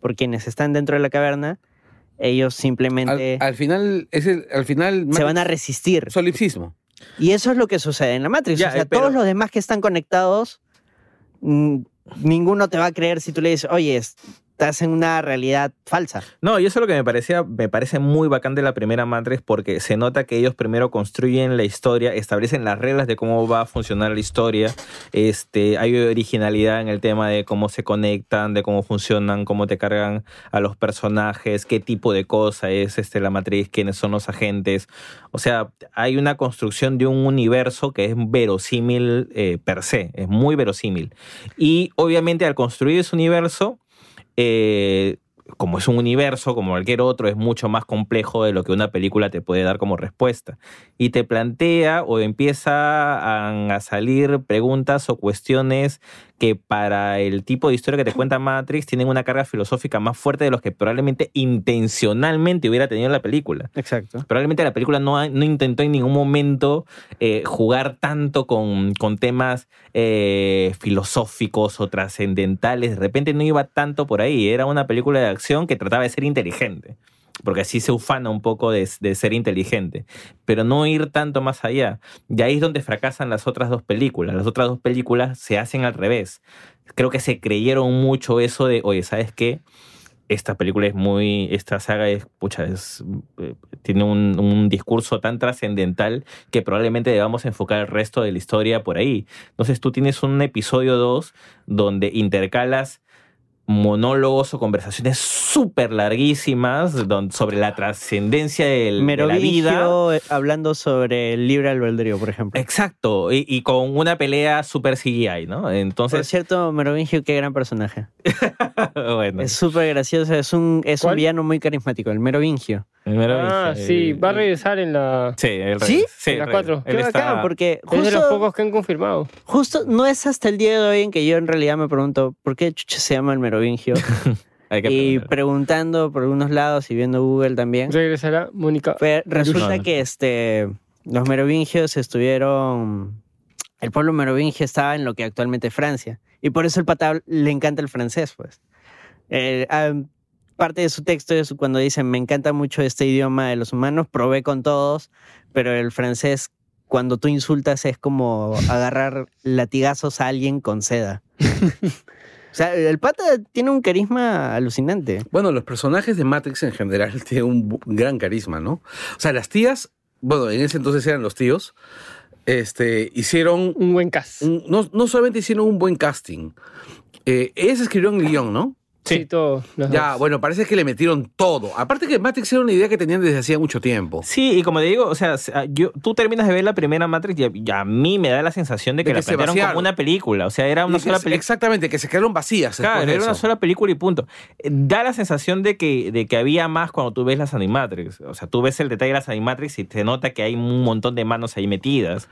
B: por quienes están dentro de la caverna, ellos simplemente
A: Al, al final, es el- al final.
B: se van a
A: Matrix,
B: resistir.
A: Solipsismo.
B: Y eso es lo que sucede en la Matrix.
A: Ya,
B: o sea,
A: eh, pero-
B: todos los demás que están conectados, mm, ninguno te va a creer si tú le dices, oye, estás en una realidad falsa.
E: No, y eso es lo que me parecía, me parece muy bacán de la primera Matrix porque se nota que ellos primero construyen la historia, establecen las reglas de cómo va a funcionar la historia. Este, hay originalidad en el tema de cómo se conectan, de cómo funcionan, cómo te cargan a los personajes, qué tipo de cosa es este la matriz, quiénes son los agentes. O sea, hay una construcción de un universo que es verosímil eh, per se, es muy verosímil. Y obviamente al construir ese universo, eh, como es un universo, como cualquier otro, es mucho más complejo de lo que una película te puede dar como respuesta. Y te plantea o empiezan a salir preguntas o cuestiones que para el tipo de historia que te cuenta Matrix tienen una carga filosófica más fuerte de los que probablemente intencionalmente hubiera tenido la película
B: Exacto.
E: probablemente la película no, ha- no intentó en ningún momento eh, jugar tanto con, con temas eh, filosóficos o trascendentales. De repente no iba tanto por ahí. Era una película de acción que trataba de ser inteligente. Porque así se ufana un poco de, de ser inteligente. Pero no ir tanto más allá. Y ahí es donde fracasan las otras dos películas. Las otras dos películas se hacen al revés. Creo que se creyeron mucho eso de, oye, ¿sabes qué? esta película es muy, esta saga es, pucha, es, eh, tiene un, un discurso tan trascendental que probablemente debamos enfocar el resto de la historia por ahí. Entonces tú tienes un episodio 2 donde intercalas monólogos o conversaciones súper larguísimas don- sobre la trascendencia del- de la vida.
B: Merovingio eh, hablando sobre el libre albedrío, por ejemplo.
E: Exacto, y, y con una pelea super CGI, ¿no?
B: Por
E: Entonces,
B: cierto, Merovingio, qué gran personaje.
E: bueno.
B: Es súper gracioso, es un, es un
D: ¿Cuál?
B: villano muy carismático, el Merovingio.
E: eh,
D: Ah, sí, va a regresar en la...
E: Sí, el
B: ¿Sí?
E: rey. Sí,
D: En las
E: el rey.
D: cuatro.
E: Él
B: Qué
E: está-
B: bacán, porque
D: Es de los
B: justo,
D: pocos que han confirmado.
B: justo no es hasta el día de hoy en que yo en realidad me pregunto, ¿por qué chucha se llama el Merovingio?
E: hay que
B: y
E: aprender.
B: preguntando por algunos lados y viendo Google también.
D: Regresará Mónica.
B: Pero resulta
E: No.
B: que este, los merovingios estuvieron. El pueblo merovingio estaba en lo que actualmente es Francia. Y por eso el pata le encanta el francés, pues. El- ah, parte de su texto es cuando dicen: Me encanta mucho este idioma de los humanos, probé con todos, pero el francés, cuando tú insultas, es como agarrar latigazos a alguien con seda. o sea, el pata tiene un carisma alucinante.
A: Bueno, los personajes de Matrix en general tienen un bu- gran carisma, ¿no? O sea, las tías, bueno, en ese entonces eran los tíos, este, hicieron,
D: Un buen cast.
A: un- no, no solamente hicieron un buen casting, eh, ellas escribieron el guión, ¿no?
D: Sí, todo. los
A: Ya,
D: dos.
A: bueno, parece que le metieron todo. Aparte que Matrix era una idea que tenían desde hacía mucho tiempo.
E: Sí, y como te digo, o sea, s- ah, yo, tú terminas de ver la primera Matrix y a, y a mí me da la sensación de que
A: De que
E: la
A: se
E: plantearon
A: vaciaron.
E: como una película. O sea, era una
A: Y
E: sola
A: que-
E: película.
A: Exactamente, que se quedaron vacías. después
E: Claro,
A: de
E: era una
A: eso.
E: sola película y punto. Eh, Da la sensación de que, de que había más cuando tú ves las Animatrix. O sea, tú ves el detalle de las Animatrix y te nota que hay un montón de manos ahí metidas.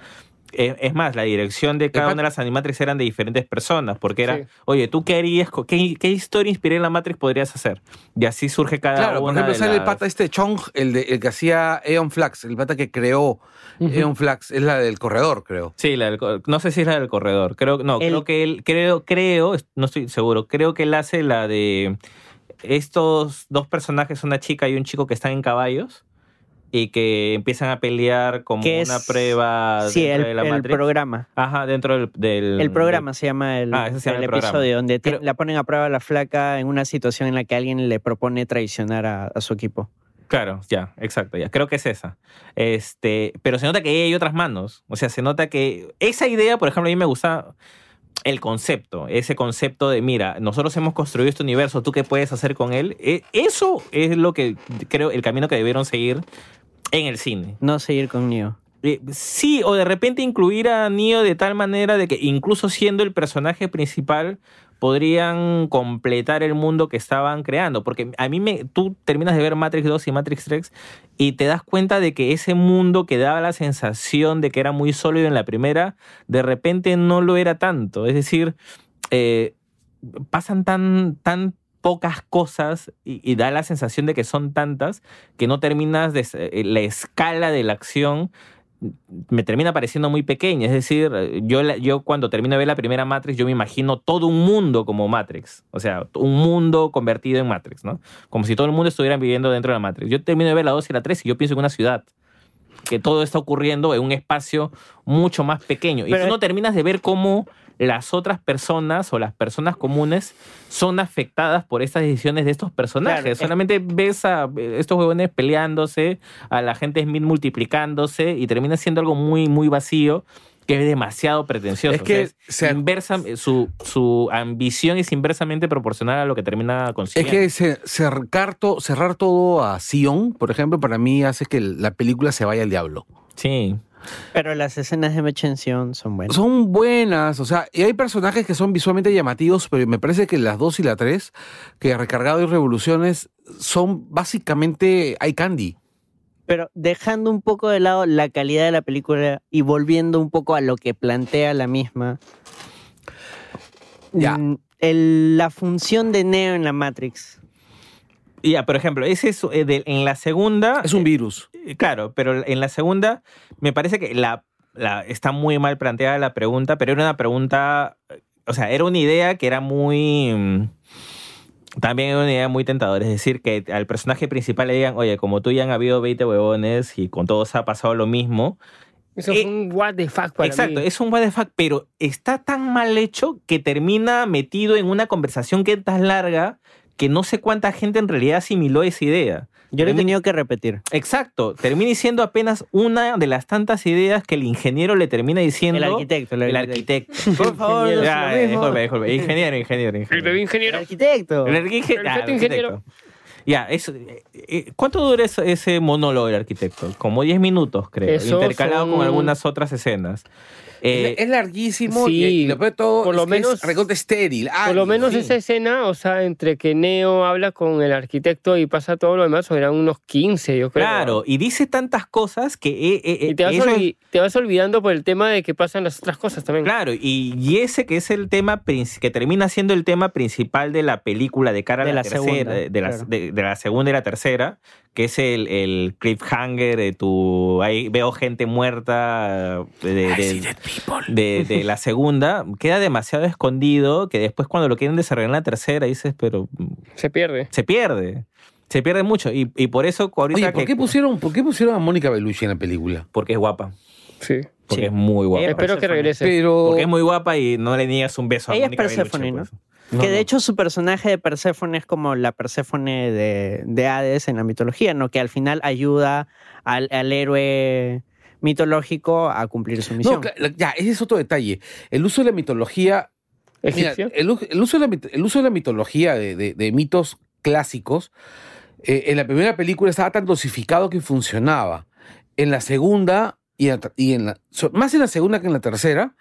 E: Eh, Es más, la dirección de cada
A: Epa-
E: una de las Animatrix eran de diferentes personas, porque era,
D: Sí.
E: oye, ¿tú qué harías? co- ¿Qué, qué historia inspirada en la Matrix podrías hacer? Y así surge cada
A: Claro, por
E: una
A: ejemplo,
E: de
A: sale el
E: las-
A: pata este Chong, el, de, el que hacía Eon Flax, el pata que creó Eon Flax, es la del corredor, creo.
E: Sí, la del co- no sé si es la del corredor. Creo, no,
B: El-
E: creo que él, creo, creo, no estoy seguro, creo que él hace la de estos dos personajes, una chica y un chico que están en caballos y que empiezan a pelear como
B: Que
E: una
B: es-
E: prueba
B: Sí,
E: Ah, dentro
B: el,
E: de la
B: el
E: Matrix.
B: programa.
E: Ajá, dentro del, del-
B: El programa se llama el,
E: Ah, ese se llama
B: el
E: el
B: episodio,
E: programa.
B: donde te-
E: Pero-
B: la ponen a prueba a la flaca en una situación en la que alguien le propone traicionar a, a su equipo.
E: del- Claro, ya, exacto, ya. Creo que es esa. Este, pero se nota que ahí hay otras manos. O sea, se nota que esa idea, por ejemplo, a mí me gusta el concepto, ese concepto de, mira, nosotros hemos construido este universo, ¿tú qué puedes hacer con él? E- Eso es lo que creo, el camino que debieron seguir en el cine.
B: No seguir con Neo.
E: Eh, Sí, o de repente incluir a Neo de tal manera de que incluso siendo el personaje principal podrían completar el mundo que estaban creando, porque a mí me tú terminas de ver Matrix 2 y Matrix 3 y te das cuenta de que ese mundo que daba la sensación de que era muy sólido en la primera, de repente no lo era tanto, es decir, eh, pasan tan tan pocas cosas y- y da la eh, sensación de que son tantas que no terminas de, la escala de la acción mm, me termina pareciendo muy pequeña. Es decir, yo, la- yo cuando termino de ver la primera Matrix, yo me imagino todo un mundo como Matrix. O sea, un mundo convertido en Matrix, ¿no? Como si todo el mundo estuviera viviendo dentro de la Matrix. Yo termino de ver la 2 y la 3 y yo pienso en una ciudad. Que todo está ocurriendo en un espacio mucho más pequeño. y
F: Pero-
E: tú no terminas de ver cómo las otras personas o las personas comunes son afectadas por estas decisiones de estos personajes.
B: Claro, es-
E: Solamente ves a eh, estos huevones peleándose, a la gente Smith multiplicándose y termina siendo algo muy, muy vacío que es demasiado pretencioso.
A: Es que
E: O sea, es
A: se-
E: inversa- eh, su, su ambición es inversamente proporcional a lo que termina
A: Es
E: consiguiendo.
A: que ce- cercar, to- cerrar todo a Sion, por ejemplo, para mí hace que la película se vaya al diablo.
E: Sí.
B: Pero las escenas de Mechención son buenas.
A: Son buenas, o sea, y hay personajes que son visualmente llamativos, pero me parece que las dos y la tres, que Recargado y Revoluciones, son básicamente hay candy.
B: Pero dejando un poco de lado la calidad de la película y volviendo un poco a lo que plantea la misma.
A: Ya.
B: mm, el- la función de Neo en la Matrix.
E: Ya, ah, por ejemplo, ese es, eh, de- en la segunda.
A: Es un virus.
E: Eh, Claro, pero en la segunda me parece que la, la- está muy mal planteada la pregunta, pero era una pregunta, eh, o sea, era una idea que era muy... mm, También era una idea muy tentadora, es decir, que al personaje principal le digan, oye, como tú ya han habido 20 huevones y con todos ha pasado lo mismo.
D: Eso
E: Eh,
D: fue un what the fuck para
E: Exacto,
D: mí.
E: es un what the fuck, pero está tan mal hecho que termina metido en una conversación que es tan larga que no sé cuánta gente en realidad asimiló esa idea.
B: Yo lo he
E: Termina-
B: tenido que repetir.
E: Exacto, termina siendo apenas una de las tantas ideas que el ingeniero le termina diciendo.
B: El arquitecto, el
E: El
B: arquitecto.
E: arquitecto. Por favor,
B: Ingeniero,
E: ya,
B: es lo mismo.
E: disculpe, disculpe. Ingeniero,
D: El
E: ingeniero,
D: bebé
E: ingeniero.
B: El
D: ingeniero.
B: arquitecto.
E: El arquitecto.
D: El
E: ya,
D: feto
E: el
D: ingeniero.
E: arquitecto. Ya, eso, eh, eh, ¿cuánto dura eso- ese monólogo del arquitecto? Como 10 minutos, creo.
D: Eso
E: intercalado
D: son-
E: con algunas otras escenas. Eh,
A: larguísimo
D: sí,
A: y, y lo peor de todo
D: por lo
A: es que es
D: menos-
A: recontra estéril.
D: Por lo
A: árido,
D: menos
A: sí.
D: esa escena, o sea, entre que Neo habla con el arquitecto y pasa todo lo demás, eran unos 15, yo creo.
E: claro, y dice tantas cosas que. eh, eh,
D: Y te
E: eh,
D: vas,
E: eso es-
D: olvi- te vas olvidando por el tema de que pasan las otras cosas también.
E: Claro, y, y ese que es el tema princi- que termina siendo el tema principal de la película de cara a
B: De
E: la,
B: la
E: tercera,
B: segunda,
E: eh, de, la,
B: claro.
E: de- de la segunda y la tercera, que es el, el cliffhanger de tu ahí veo gente muerta eh, de, de- de- de la segunda, queda demasiado escondido que después cuando lo quieren desarrollar en la tercera dices, pero mm,
D: Se pierde.
E: se pierde, se pierde mucho y, y por eso ahorita
A: Oye, ¿por
E: que-
A: qué, pusieron, ¿por qué pusieron a Mónica Bellucci en la película?
E: porque es guapa,
D: Sí.
E: porque es muy guapa.
B: Ella
D: Espero que regrese.
A: Pero
E: Porque es muy guapa y no le niegas un beso a
B: Ella es
E: Mónica Bellucci,
B: Persephone, ¿no?
E: pues.
A: No,
B: que de
A: no.
B: hecho su personaje de Perséfone es como la Perséfone de, de Hades en la mitología, ¿no? Que al final ayuda al, al héroe mitológico a cumplir su misión.
A: No, cla- la- ya, ese es otro detalle. El uso de la mitología. mira,
D: Egipcio.
A: el, u- el uso de la, mit- el uso de la mitología de, de- de mitos clásicos eh, en la primera película estaba tan dosificado que funcionaba. En la segunda, y en la ter- y en la- so- más en la segunda que en la tercera,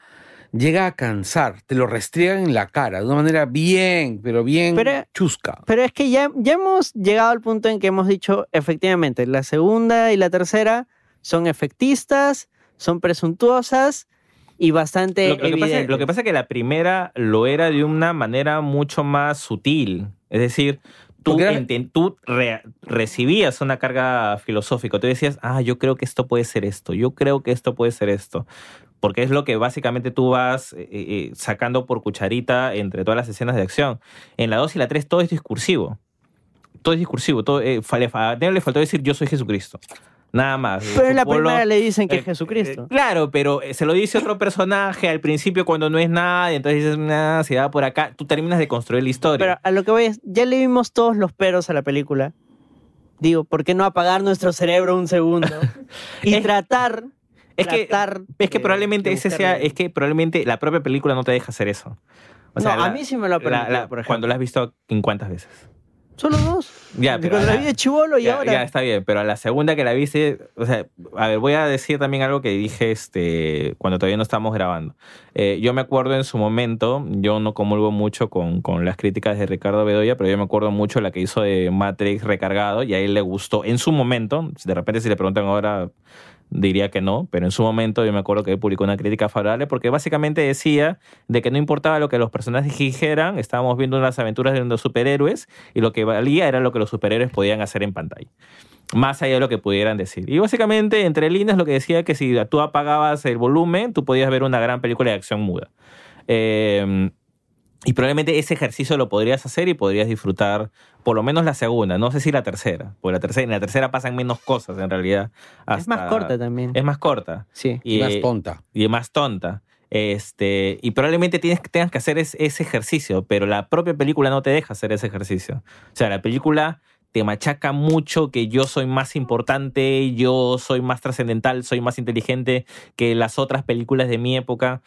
A: llega a cansar. Te lo restriegan en la cara de una manera bien, pero bien
B: Pero-
A: chusca.
B: Pero es que ya, ya hemos llegado al punto en que hemos dicho, efectivamente, la segunda y la tercera son efectistas, son presuntuosas y bastante
E: lo, lo que pasa,
B: evidentes.
E: lo que pasa es que la primera lo era de una manera mucho más sutil. Es decir, tú,
A: Porque era-
E: enten- tú re- recibías una carga filosófica. Tú decías, ah, yo creo que esto puede ser esto. Yo creo que esto puede ser esto. Porque es lo que básicamente tú vas eh, eh, sacando por cucharita entre todas las escenas de acción. En la 2 y la 3 todo es discursivo. Todo es discursivo. Todo, eh, fa- le fa- a Neo le faltó decir, yo soy Jesucristo. Nada más.
B: Pero en la
E: Su polo-
B: primera le dicen que
E: eh,
B: es Jesucristo.
E: eh, claro, pero eh, se lo dice otro personaje al principio cuando no es nada, y entonces dices, nada, se va por acá. Tú terminas de construir la historia.
B: Pero a lo que voy es, ya le vimos todos los peros a la película. Digo, ¿por qué no apagar nuestro cerebro un segundo? y
E: Es-
B: tratar,
E: es que,
B: tratar
E: es que
B: de-
E: probablemente
B: de
E: ese sea,
B: buscarle-
E: es que probablemente la propia película no te deja hacer eso. O sea,
B: no, a
E: la-
B: mí sí me lo ha
E: la-
B: permitido,
E: la-
B: por ejemplo.
E: cuando la has visto en cuántas veces.
B: Solo dos.
E: Ya, pero
B: Cuando
E: a
B: la
E: la-
B: vi de chivolo y
E: ya,
B: ahora.
E: ya, está bien, pero a la segunda que la viste, o sea, a ver, voy a decir también algo que dije este, cuando todavía no estábamos grabando. Eh, yo me acuerdo en su momento, yo no comulgo mucho con, con las críticas de Ricardo Bedoya, pero yo me acuerdo mucho la que hizo de Matrix recargado y a él le gustó en su momento. De repente, si le preguntan ahora, diría que no, pero en su momento yo me acuerdo que él publicó una crítica favorable porque básicamente decía de que no importaba lo que los personajes dijeran, estábamos viendo las aventuras de los superhéroes y lo que valía era lo que los superhéroes podían hacer en pantalla. Más allá de lo que pudieran decir. Y básicamente, entre líneas, lo que decía que si tú apagabas el volumen, tú podías ver una gran película de acción muda. Eh, y probablemente ese ejercicio lo podrías hacer y podrías disfrutar por lo menos la segunda, no sé si la tercera, porque la tercera, en la tercera pasan menos cosas en realidad.
B: Es más
E: hasta-
B: corta también.
E: Es más corta
B: Sí.
E: y,
A: más tonta.
E: y más tonta. Este, y probablemente tienes, que- tengas que hacer es- ese ejercicio, pero la propia película no te deja hacer ese ejercicio. O sea, la película te machaca mucho que yo soy más importante, yo soy más trascendental, soy más inteligente que las otras películas de mi época.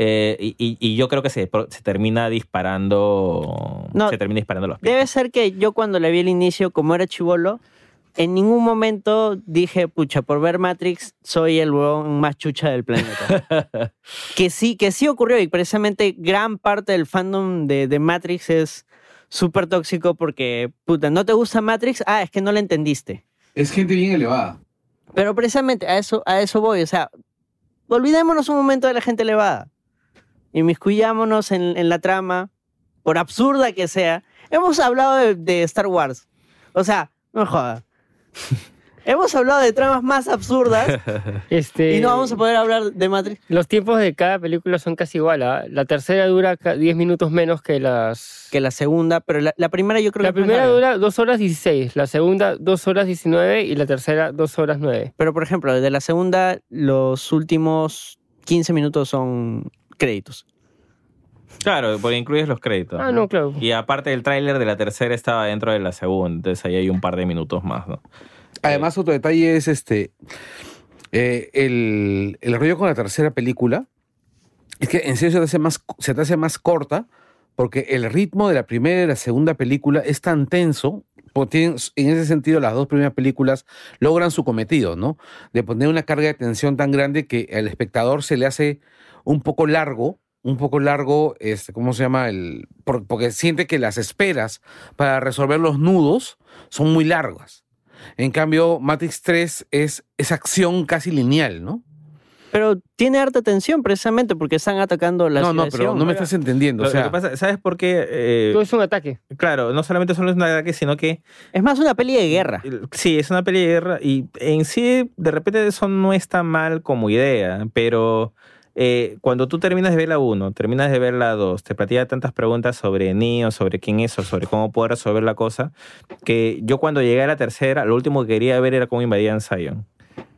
E: Eh, y, y- y yo creo que se, pro- se termina disparando.
B: No,
E: se termina disparando los pies.
B: Debe ser que yo cuando la vi al inicio, como era chivolo, en ningún momento dije, pucha, por ver Matrix soy el huevón más chucha del planeta. que sí, que sí ocurrió y precisamente gran parte del fandom de, de Matrix es súper tóxico porque, puta, ¿no te gusta Matrix? Ah, es que no la entendiste.
I: Es gente bien elevada.
B: Pero precisamente a eso, a eso voy, o sea, olvidémonos un momento de la gente elevada. Inmiscuyámonos en, en la trama, por absurda que sea. Hemos hablado de, de Star Wars. O sea, no me joda. Hemos hablado de tramas más absurdas
D: Este,
B: y no vamos a poder hablar de Matrix.
D: Los tiempos de cada película son casi igual. ¿ah? La tercera dura ca- 10 minutos menos que las...
B: Que la segunda, pero la, la primera yo creo
D: la
B: que es más
D: primera
B: larga.
D: dura 2 horas 16, la segunda 2 horas 19 y la tercera 2 horas 9.
B: Pero por ejemplo, de la segunda, los últimos 15 minutos son créditos.
E: Claro, porque incluyes los créditos.
D: Ah, no, claro.
E: Y aparte el tráiler de la tercera estaba dentro de la segunda, entonces ahí hay un par de minutos más, ¿no?
A: Además, otro detalle es este. eh, el, el rollo con la tercera película es que en serio se te hace más, se te hace más corta porque el ritmo de la primera y la segunda película es tan tenso. porque tienen- en ese sentido, las dos primeras películas logran su cometido, ¿no? De poner una carga de tensión tan grande que al espectador se le hace un poco largo, un poco largo, este, ¿cómo se llama? El, por- porque siente que las esperas para resolver los nudos son muy largas. En cambio, Matrix 3 es, es acción casi lineal, ¿no?
B: Pero tiene harta tensión precisamente porque están atacando la
A: no, no,
B: ciudad de
A: pero
B: Sion.
A: no me estás entendiendo.
E: Lo, lo
A: O sea,
E: que pasa, ¿sabes por qué? Eh,
D: Todo es un ataque.
E: claro, no solamente solo es un ataque, sino que
B: Es más una peli de guerra.
E: eh, sí, es una peli de guerra y en sí, de repente eso no está mal como idea, pero eh, cuando tú terminas de ver la 1, terminas de ver la 2, te platilla tantas preguntas sobre Neo, sobre quién es o sobre cómo poder resolver la cosa, que yo cuando llegué a la tercera, lo último que quería ver era cómo invadían Zion.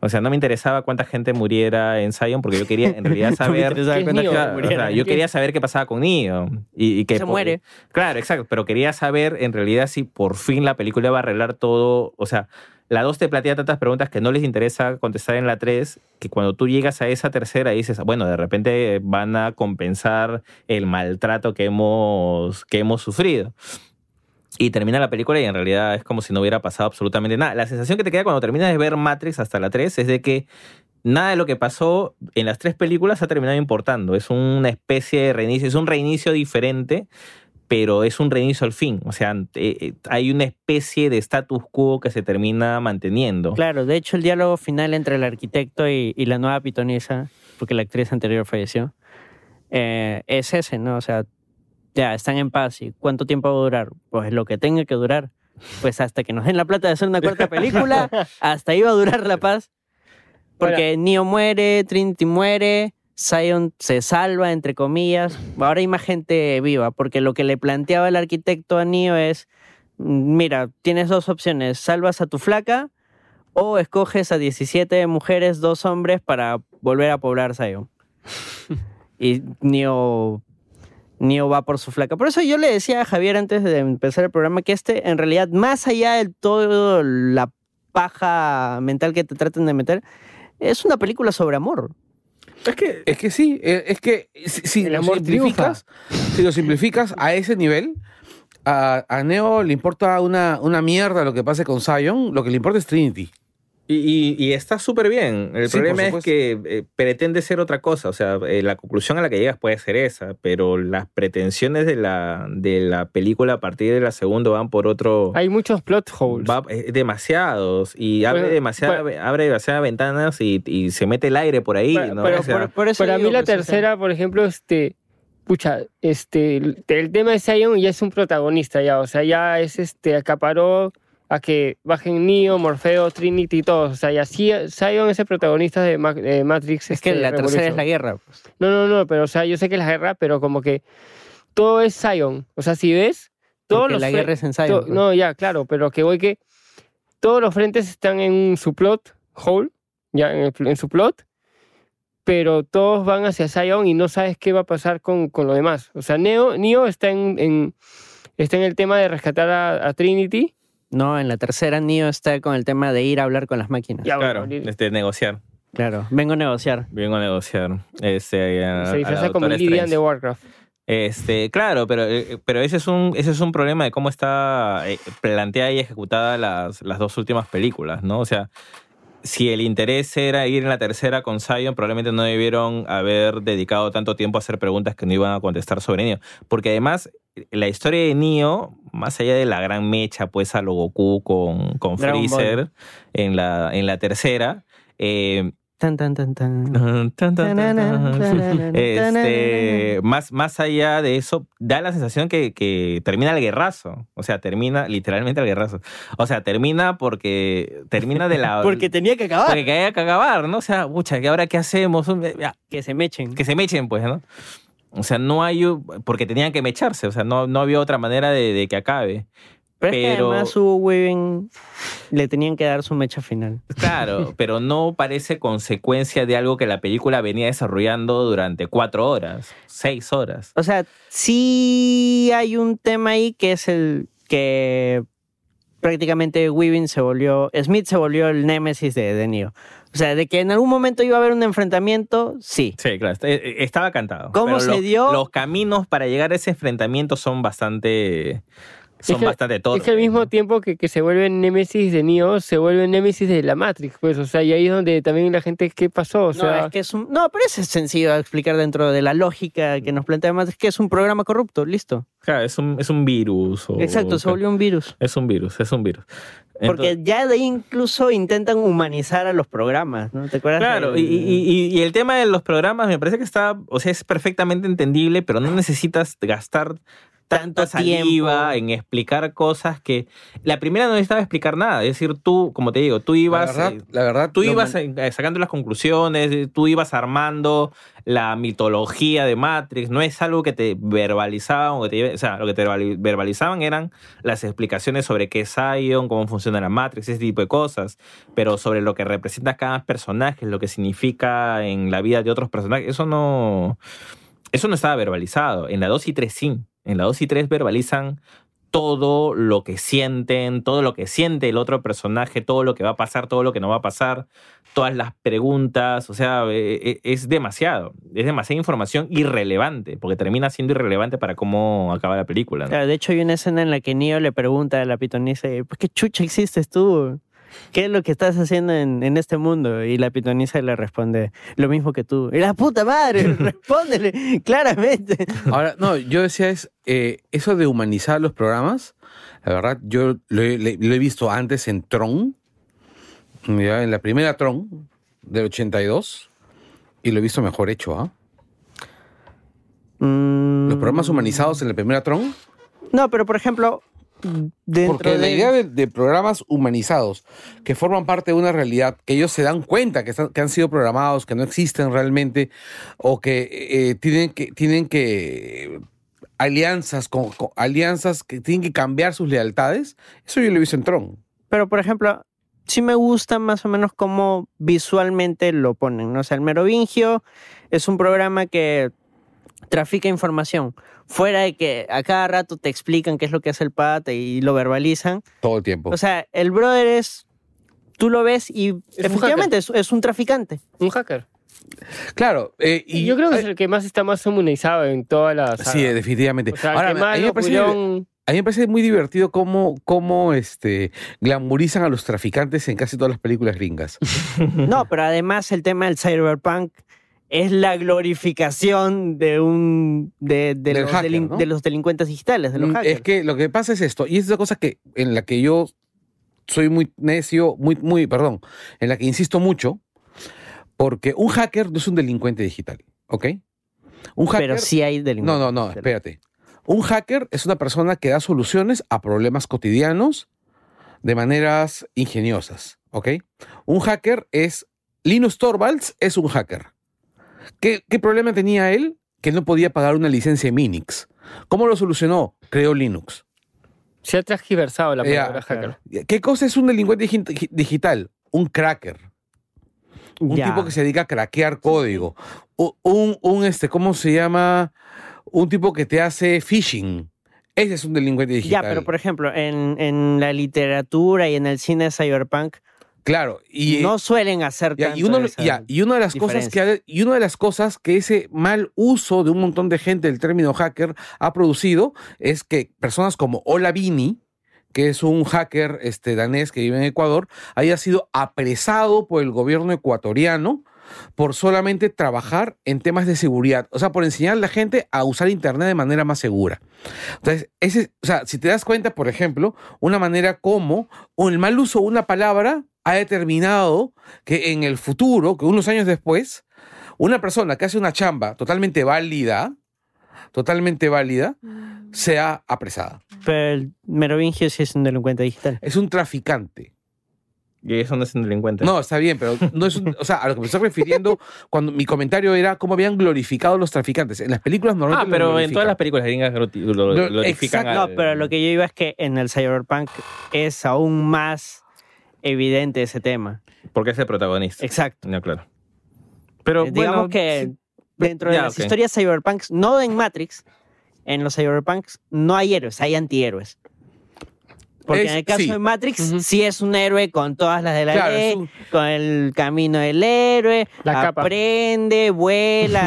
E: O sea, no me interesaba cuánta gente muriera en Zion porque yo quería en realidad saber...
B: interesaba
D: ¿Qué es cuánta Neo? gente
E: Claro, o sea, yo quería saber qué pasaba con Neo. Y, y que
B: Se
E: po-
B: muere.
E: Claro, exacto. Pero quería saber en realidad si por fin la película iba a arreglar todo. O sea, la 2 te plantea tantas preguntas que no les interesa contestar en la 3, que cuando tú llegas a esa tercera dices, bueno, de repente van a compensar el maltrato que hemos, que hemos sufrido. Y termina la película y en realidad es como si no hubiera pasado absolutamente nada. La sensación que te queda cuando terminas de ver Matrix hasta la 3 es de que nada de lo que pasó en las tres películas ha terminado importando. Es una especie de reinicio, es un reinicio diferente, pero es un reinicio al fin. O sea, eh, eh, hay una especie de status quo que se termina manteniendo.
B: Claro, de hecho el diálogo final entre el arquitecto y, y la nueva pitonisa, porque la actriz anterior falleció, eh, es ese, ¿no? O sea, ya están en paz y ¿cuánto tiempo va a durar? Pues lo que tenga que durar. Pues hasta que nos den la plata de hacer una cuarta película, hasta ahí va a durar la paz. Porque Neo muere, Trinity muere, Zion se salva, entre comillas. Ahora hay más gente viva, porque lo que le planteaba el arquitecto a Neo es, mira, tienes dos opciones, salvas a tu flaca o escoges a 17 mujeres, dos hombres para volver a poblar Zion. y Neo, Neo va por su flaca. Por eso yo le decía a Javier antes de empezar el programa que este, en realidad, más allá de todo la paja mental que te traten de meter, es una película sobre amor.
A: es, que, es que sí, eh, es que si, si
D: El
A: lo
D: amor
A: simplificas, si lo simplificas a ese nivel, a, a Neo le importa una, una mierda lo que pase con Zion, lo que le importa es Trinity.
E: Y, y- y está súper bien. El
A: Sí, por
E: problema es
A: supuesto.
E: que eh, pretende ser otra cosa. O sea, eh, la conclusión a la que llegas puede ser esa, pero las pretensiones de la, de la película a partir de la segunda van por otro...
D: Hay muchos plot holes.
E: va- eh, demasiados. Y abre,
D: Bueno,
E: demasiada, abre demasiadas ventanas y, y se mete el aire por ahí.
D: Pero-
E: ¿no?
D: pero
E: O sea,
B: por, por eso
D: Para
B: digo,
D: mí la
B: pues, o sea,
D: tercera, por ejemplo, este, pucha, este, el, el tema de Zion ya es un protagonista ya, o sea, ya es este, acaparó a que bajen Neo, Morfeo, Trinity y todos, o sea, y así Zion es el protagonista de, Ma- de Matrix.
I: Es que
D: este,
I: la tercera es
D: Revolution.
I: la guerra. pues.
D: No, no, no, pero o sea, yo sé que es la guerra, pero como que todo es Zion, o sea, si ves, todos
I: Porque
D: los
I: la
D: fre-
I: guerra es en Zion,
D: to-
I: pues.
D: no, ya, claro, pero que voy que todos los frentes están en su plot hole, ya en, el pl- en su plot, pero todos van hacia Zion y no sabes qué va a pasar con, con lo demás. O sea, Neo, Neo está en, en- está en el tema de rescatar a, a Trinity.
B: No, en la tercera Neo está con el tema de ir a hablar con las máquinas.
D: Ya, bueno,
E: Claro,
D: li-
E: este, negociar.
B: Claro, vengo a negociar.
E: Vengo a negociar. Este, a- a
D: se
E: la
D: disfraza como
E: Doctora
D: Lillian
E: Strange.
D: de Warcraft.
E: Este, claro, pero, eh, pero ese, es un, ese es un problema de cómo está eh, planteada y ejecutada las, las dos últimas películas, ¿no? O sea, si el interés era ir en la tercera con Zion, probablemente no debieron haber dedicado tanto tiempo a hacer preguntas que no iban a contestar sobre Neo. Porque además, la historia de Neo, más allá de la gran mecha, pues, a lo Goku con, con
B: Dragon Ball.
E: Freezer en la, en la tercera, eh,
B: Tan, tan, tan, tan.
E: tan, tan, tan, tan,
B: Este...
E: este, más, más allá de eso, da la sensación que, que termina el guerrazo. O sea, termina literalmente el guerrazo. O sea, termina porque termina de la.
B: Porque tenía que acabar.
E: porque hay que acabar, ¿no? O sea, pucha, ¿y ahora qué hacemos? eh, Ya,
B: Que se mechen.
E: Que se mechen, pues, ¿no? O sea, no hay. u- Porque tenían que mecharse. O sea, no, no había otra manera de, de que acabe.
B: Pero, es que
E: pero-
B: además Hugo Weaving le tenían que dar su mecha final.
E: Claro, pero no parece consecuencia de algo que la película venía desarrollando durante cuatro horas, seis horas.
B: O sea, sí hay un tema ahí que es el que prácticamente Weaving se volvió, Smith se volvió el némesis de, de Neo. O sea, de que en algún momento iba a haber un enfrentamiento, sí.
E: Sí, claro, est- eh, eh, estaba cantado.
B: ¿Cómo
E: Pero
B: se
E: los-
B: dio?
E: Los caminos para llegar a ese enfrentamiento son bastante. Son
D: que-
E: bastante torpes.
D: Es que al mismo
E: ¿no?
D: tiempo que, que se vuelve némesis de Neo, se vuelve némesis de la Matrix, pues, o sea, y ahí es donde también la gente, ¿qué pasó? O sea,
B: no, es que es un, no, pero eso es sencillo de explicar dentro de la lógica que nos plantea más. Es que es un programa corrupto, listo.
E: Claro, es un, es un virus. o-
B: Exacto, se volvió un virus.
E: Es un virus, es un virus.
B: Porque
E: Entonces-
B: ya de ahí incluso intentan humanizar a los programas, ¿no? ¿Te acuerdas?
E: Claro, y,
B: del-
E: y- y- y el tema de los programas me parece que está, o sea, es perfectamente entendible, pero no necesitas gastar
B: Tanto
E: tanta saliva
B: tiempo.
E: en explicar cosas que la primera no necesitaba explicar nada, es decir, tú, como te digo, tú ibas
A: la
E: eh,
A: verdad, la verdad,
E: Tú
A: lo
E: ibas
A: man-
E: eh, sacando las conclusiones, eh, tú ibas armando la mitología de Matrix. No es algo que te verbalizaban, o, que te, o sea, lo que te verbali- verbalizaban eran las explicaciones sobre qué es Zion, cómo funciona la Matrix, ese tipo de cosas. Pero sobre lo que representa cada personaje, lo que significa en la vida de otros personajes, eso no, eso no estaba verbalizado. En la 2 y 3 sí. En la 2 y 3 verbalizan todo lo que sienten, todo lo que siente el otro personaje, todo lo que va a pasar, todo lo que no va a pasar, todas las preguntas, o sea, eh, eh, es demasiado, es demasiada información irrelevante, porque termina siendo irrelevante para cómo acaba la película. ¿no?
B: Claro, de hecho hay una escena en la que Neo le pregunta a la pitonisa, ¿por qué chucha existes tú? ¿Qué es lo que estás haciendo en, en este mundo? Y la pitonisa le responde, lo mismo que tú. Y la puta madre, respóndele, claramente.
A: Ahora, no, yo decía es, eh, eso de humanizar los programas, la verdad, yo lo, he- le- lo he visto antes en Tron, ya, en la primera Tron del 82, y lo he visto mejor hecho, ¿ah? Los programas humanizados en la primera Tron,
B: Mm, No, pero por ejemplo, dentro
A: porque la
B: de...
A: idea de, de programas humanizados que forman parte de una realidad, que ellos se dan cuenta que, están- que han sido programados, que no existen realmente, o que eh, tienen que tienen que alianzas con, con- alianzas que tienen que cambiar sus lealtades, eso yo lo he visto en Tron.
B: Pero, por ejemplo, sí me gusta más o menos cómo visualmente lo ponen. ¿no? O sea, el Merovingio es un programa que trafica información. Fuera de que a cada rato te explican qué es lo que hace el pata y lo verbalizan.
A: Todo el tiempo.
B: O sea, el brother es. Tú lo ves y
D: hacker.
B: efectivamente es, es un traficante.
D: un hacker.
A: claro, eh, y
D: Y yo creo que
A: eh,
D: es el que más está más humanizado en toda la saga.
A: sí, definitivamente.
D: O sea,
G: Este,
A: Ahora,
D: el que más
A: a mí me
D: lo
A: parece,
D: pudieron-
A: a
G: a mí me parece muy divertido cómo, cómo este, glamurizan a los traficantes en casi todas las películas gringas.
B: No, pero además el tema del cyberpunk es la glorificación de un de, de
G: Del
B: los,
G: hacker,
B: delin-
G: ¿no?
B: de los delincuentes digitales, de los
G: Mm,
B: hackers.
G: Es que lo que pasa es esto, y es una cosa que, en la que yo soy muy necio, muy, muy, perdón, en la que insisto mucho, porque un hacker no es un delincuente digital, ¿ok? Un hacker.
B: pero sí hay
G: no,
B: delincuentes.
G: no, no, espérate. Un hacker es una persona que da soluciones a problemas cotidianos de maneras ingeniosas, ¿ok? Un hacker es. Linus Torvalds es un hacker. ¿Qué, qué problema tenía él? Que no podía pagar una licencia en Minix. ¿Cómo lo solucionó? Creó Linux.
D: Se ha transgiversado la
G: Ya,
D: palabra hacker.
G: ¿Qué cosa es un delincuente digi- digital? Un cracker. Un
B: Ya.
G: tipo que se dedica a craquear código. U- Un, un, este, ¿cómo se llama? Un tipo que te hace phishing. Ese es un delincuente
B: Ya,
G: digital.
B: pero por ejemplo, en, en la literatura y en el cine de cyberpunk
G: claro. Y, eh,
B: no suelen hacer
G: ya,
B: tanto
G: y, uno,
B: esa-
G: ya, y una de las cosas que ha- y una de las cosas que ese mal uso de un montón de gente del término hacker ha producido es que personas como Olavini que es un hacker este, danés que vive en Ecuador, haya sido apresado por el gobierno ecuatoriano por solamente trabajar en temas de seguridad, o sea, por enseñar a la gente a usar Internet de manera más segura. Entonces, ese, o sea, si te das cuenta, por ejemplo, una manera como o el mal uso de una palabra ha determinado que en el futuro, que unos años después, una persona que hace una chamba totalmente válida, totalmente válida, sea apresada.
B: Pero el Merovingio sí es un delincuente digital.
G: Es un traficante.
E: Y eso no es un delincuente.
G: No, está bien, pero no es un, o sea, a lo que me estoy refiriendo cuando mi comentario era cómo habían glorificado a los traficantes. En las películas
E: Ah,
G: normalmente los
E: pero en
G: glorifican.
E: todas las películas gringas glori- glor-
G: No,
E: glorifican
G: exacto.
B: No,
E: al-
B: pero lo que yo iba es que en el cyberpunk es aún más evidente ese tema.
E: Porque es el protagonista.
B: Exacto.
E: No, claro. Pero
B: Eh, Digamos
E: bueno,
B: que
E: sí,
B: dentro de
E: ya,
B: las
E: ok.
B: historias cyberpunks, no en Matrix, en los cyberpunks no hay héroes, hay antihéroes. Porque
G: Es-
B: en el caso
G: sí.
B: de Matrix
D: Ujú.
B: sí es un héroe con todas las de la
G: Claro,
B: ley,
G: es un-
B: con el camino del héroe,
D: La capa.
B: aprende, vuela,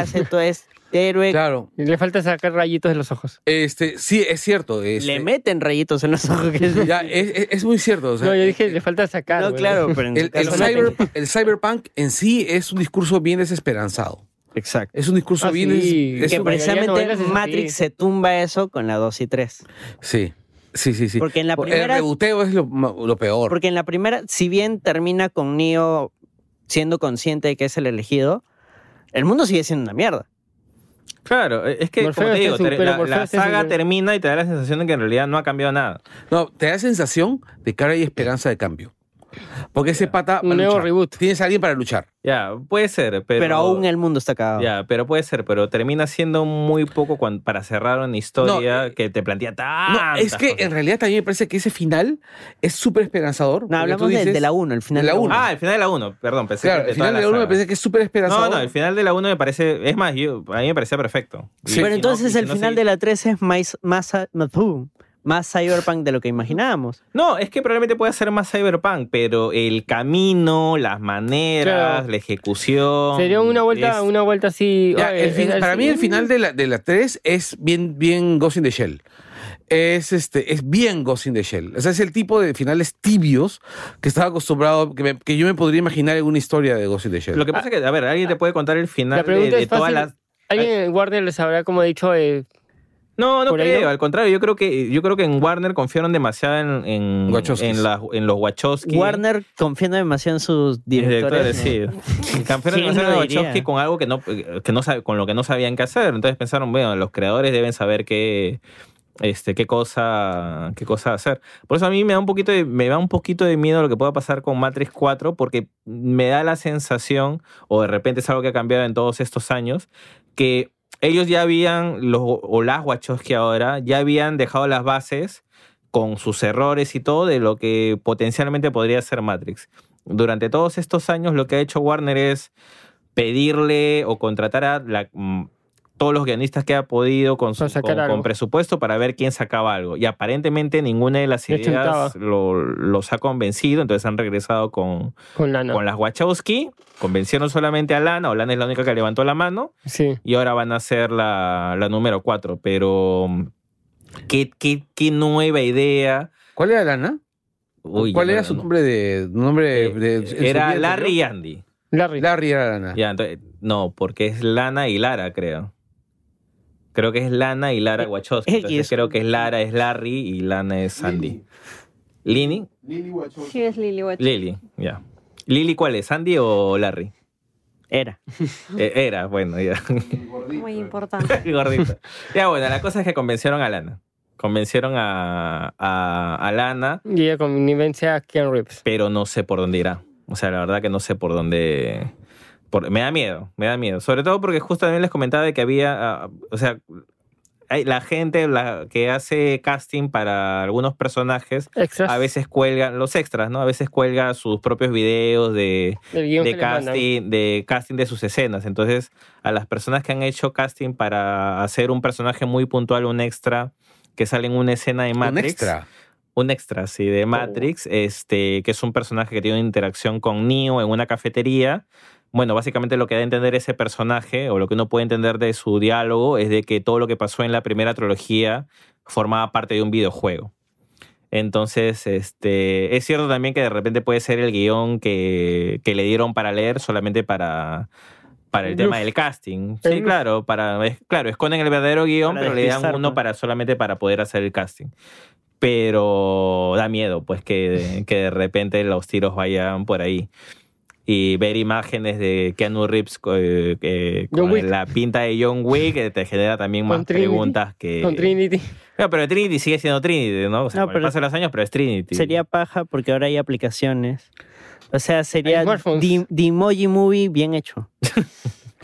B: hace todo este héroe.
G: Claro.
D: Le falta sacar rayitos de los ojos.
G: Este, sí, es cierto. este,
B: Le meten rayitos en los ojos. que es-
G: ya, es, es- es muy cierto. o sea, eh,
D: no, yo dije, le falta sacar.
B: no,
D: güey.
B: claro, pero en
G: el,
B: su
G: el
B: caso no
G: cyber-
B: tenía.
G: el cyberpunk en sí es un discurso bien desesperanzado.
B: Exacto.
G: Es un discurso
D: Ah,
G: bien.
D: sí.
G: es- es
B: que
G: un-
D: mayoría parece- de
B: precisamente
D: novelas es así.
B: Matrix se tumba eso con la 2 y 3.
G: sí, sí, sí, eh, sí.
B: Porque en la primera,
G: El reboteo es lo, ma- lo peor.
B: porque en la primera, si bien termina con Neo siendo consciente de que es el elegido, el mundo sigue siendo una mierda.
E: Claro, e-, es que
D: Morfeo
E: como te
D: está
E: digo,
D: en su-
E: ter-
D: pero
E: la,
D: Morfeo
E: la
D: está en su-
E: saga termina y te da la sensación de que en realidad no ha cambiado nada.
G: No, te da sensación de que ahora hay esperanza de cambio. Porque ese pata. va a
D: Un nuevo
G: luchar.
D: reboot.
G: Tienes a alguien para luchar.
E: Ya, puede ser, pero.
B: Pero, aún el mundo está acabado.
E: Ya, pero puede ser, pero termina siendo muy poco cuan- para cerrar una historia que te plantea
G: No,
E: tantas
G: es que
E: cosas.
G: en realidad también me parece que ese final es súper esperanzador. porque
B: No,
G: tú
B: hablamos de-
G: dices-
B: de la 1, el final
G: de la
B: de la
G: uno.
E: Ah, el final de la 1, perdón, pensé
G: Claro,
E: que de
G: el final
E: toda
G: de la 1 me
E: saga.
G: parece que es súper
E: No,
G: esperanzador.
E: no, el final de la 1 me parece, es más, yo, a mí me parecía perfecto.
G: Sí.
B: Pero entonces el final
E: de la
B: de la 3 es más, más, más, más cyberpunk de lo que imaginábamos.
E: No, es que probablemente pueda ser más cyberpunk, pero el camino, las maneras,
D: Claro.
E: la ejecución.
D: Sería una vuelta,
E: es-
D: una vuelta así. mm,
G: Ya,
D: oye,
G: el fin-
D: es-
G: para mí el final de la, de la 3 es bien, bien Ghost in the Shell. Es, este, es bien Ghost in the Shell. O sea, es el tipo de finales tibios que estaba acostumbrado, que, me- que yo me podría imaginar en una historia de Ghost in the Shell.
E: Lo que pasa es que, a ver, alguien te puede contar el final
D: Ah. La
E: de,
D: pregunta
E: de
D: es
E: todas
D: fácil.
E: las.
D: Alguien en Warner les habrá como dicho, eh,
E: No, no
D: ¿Por ahí
E: creo.
D: no?
E: Al contrario, yo creo que yo creo que en Warner confiaron demasiado en, en,
G: Wachowskis.
E: en, las- en los Wachowski.
B: Warner confiando demasiado en sus
E: directores,
B: directores. ¿no?
E: sí. Campeones
B: ¿Quién
E: demasiado
B: lo
E: de
B: diría?
E: Wachowski con algo que no, que no sabe- con lo que no sabían qué hacer. Entonces pensaron, bueno, los creadores deben saber qué, este, qué cosa, qué cosa hacer. Por eso a mí me da un poquito de, me da un poquito de miedo lo que pueda pasar con Matrix 4, porque me da la sensación, o de repente es algo que ha cambiado en todos estos años, que ellos ya habían, los, o las Wachowski ahora, ya habían dejado las bases con sus errores y todo de lo que potencialmente podría ser Matrix. Durante todos estos años lo que ha hecho Warner es pedirle o contratar a la- mm, todos los guionistas que ha podido con, su-
D: Para sacar
E: con- con
D: algo.
E: presupuesto para ver quién sacaba algo. Y aparentemente ninguna de las
D: Les tentaba.
E: ideas lo- los ha convencido, entonces han regresado con,
D: con lana.
E: con las Wachowski, convencieron solamente a Lana, o Lana es la única que levantó la mano,
D: Sí.
E: y ahora van a ser la, la número 4, pero mm, Qué, qué, qué nueva idea.
G: ¿Cuál era Lana?
E: Uy,
G: ¿Cuál
E: ya
G: era
E: no-
G: su
E: no.
G: nombre de. nombre de- en su
E: Era
G: vida
E: Larry y
G: anterior?
E: Andy.
D: Larry.
G: Larry era Lana.
E: Ya, entonces, no, porque es Lana y Lara, creo. Creo que es Lana y
G: Eh,
E: Lara Wachowski.
B: es-
E: Entonces creo que es Lara es Larry y Lana es Sandy. ¿Lini?
J: Lily Wachowski.
C: Sí, es Lily Wachowski.
E: Lily, ya. ¿Lily cuál es? ¿Sandy o Larry?
B: Era.
E: Eh, era, bueno, ya.
C: Muy importante.
E: Gordito. Ya, bueno, la cosa es que convencieron a Lana. Convencieron a, a, a Lana,
D: Y ella convence a Ken Reeves.
E: pero no sé por dónde irá. O sea, la verdad que no sé por dónde. por- me da miedo, me da miedo. Sobre todo porque justo también les comentaba de que había. ah, o sea, hay, la gente la, que hace casting para algunos personajes
D: Extras.
E: a veces cuelga, los extras, ¿no? A veces cuelga sus propios videos de,
D: del guión
E: de
D: que le mandan.
E: casting, de casting de sus escenas. Entonces, a las personas que han hecho casting para hacer un personaje muy puntual, un extra, que sale en una escena de
G: Un
E: Matrix.
G: extra.
E: Un extra, sí, de Matrix, este, que es un personaje que tiene una interacción con Neo en una cafetería. Bueno, básicamente lo que da a entender ese personaje, o lo que uno puede entender de su diálogo, es de que todo lo que pasó en la primera trilogía formaba parte de un videojuego. Entonces, este, es cierto también que de repente puede ser el guión que, que le dieron para leer solamente para, para el
D: El
E: tema
D: bluff.
E: del casting.
D: El
E: Sí,
D: bluff.
E: claro, para, es- claro, esconden el verdadero guión,
B: Para
E: pero le dan
B: despistar,
E: uno
B: pues.
E: para, solamente para poder hacer el casting. Pero da miedo, pues, que, que de repente los tiros vayan por ahí. Y ver imágenes de Keanu Reeves eh, eh,
D: John
E: con
D: Wick.
E: la pinta de John Wick eh, te genera también
D: Con
E: más
D: Trinity.
E: preguntas que...
D: Con Trinity.
E: No, pero Trinity sigue siendo Trinity, ¿no? O sea,
B: No,
E: con el
B: pero-
E: paso de los años, pero es Trinity.
B: Sería paja porque ahora hay aplicaciones. O sea, sería
D: Hay smartphones.
B: Di- Dimoji Movie bien hecho.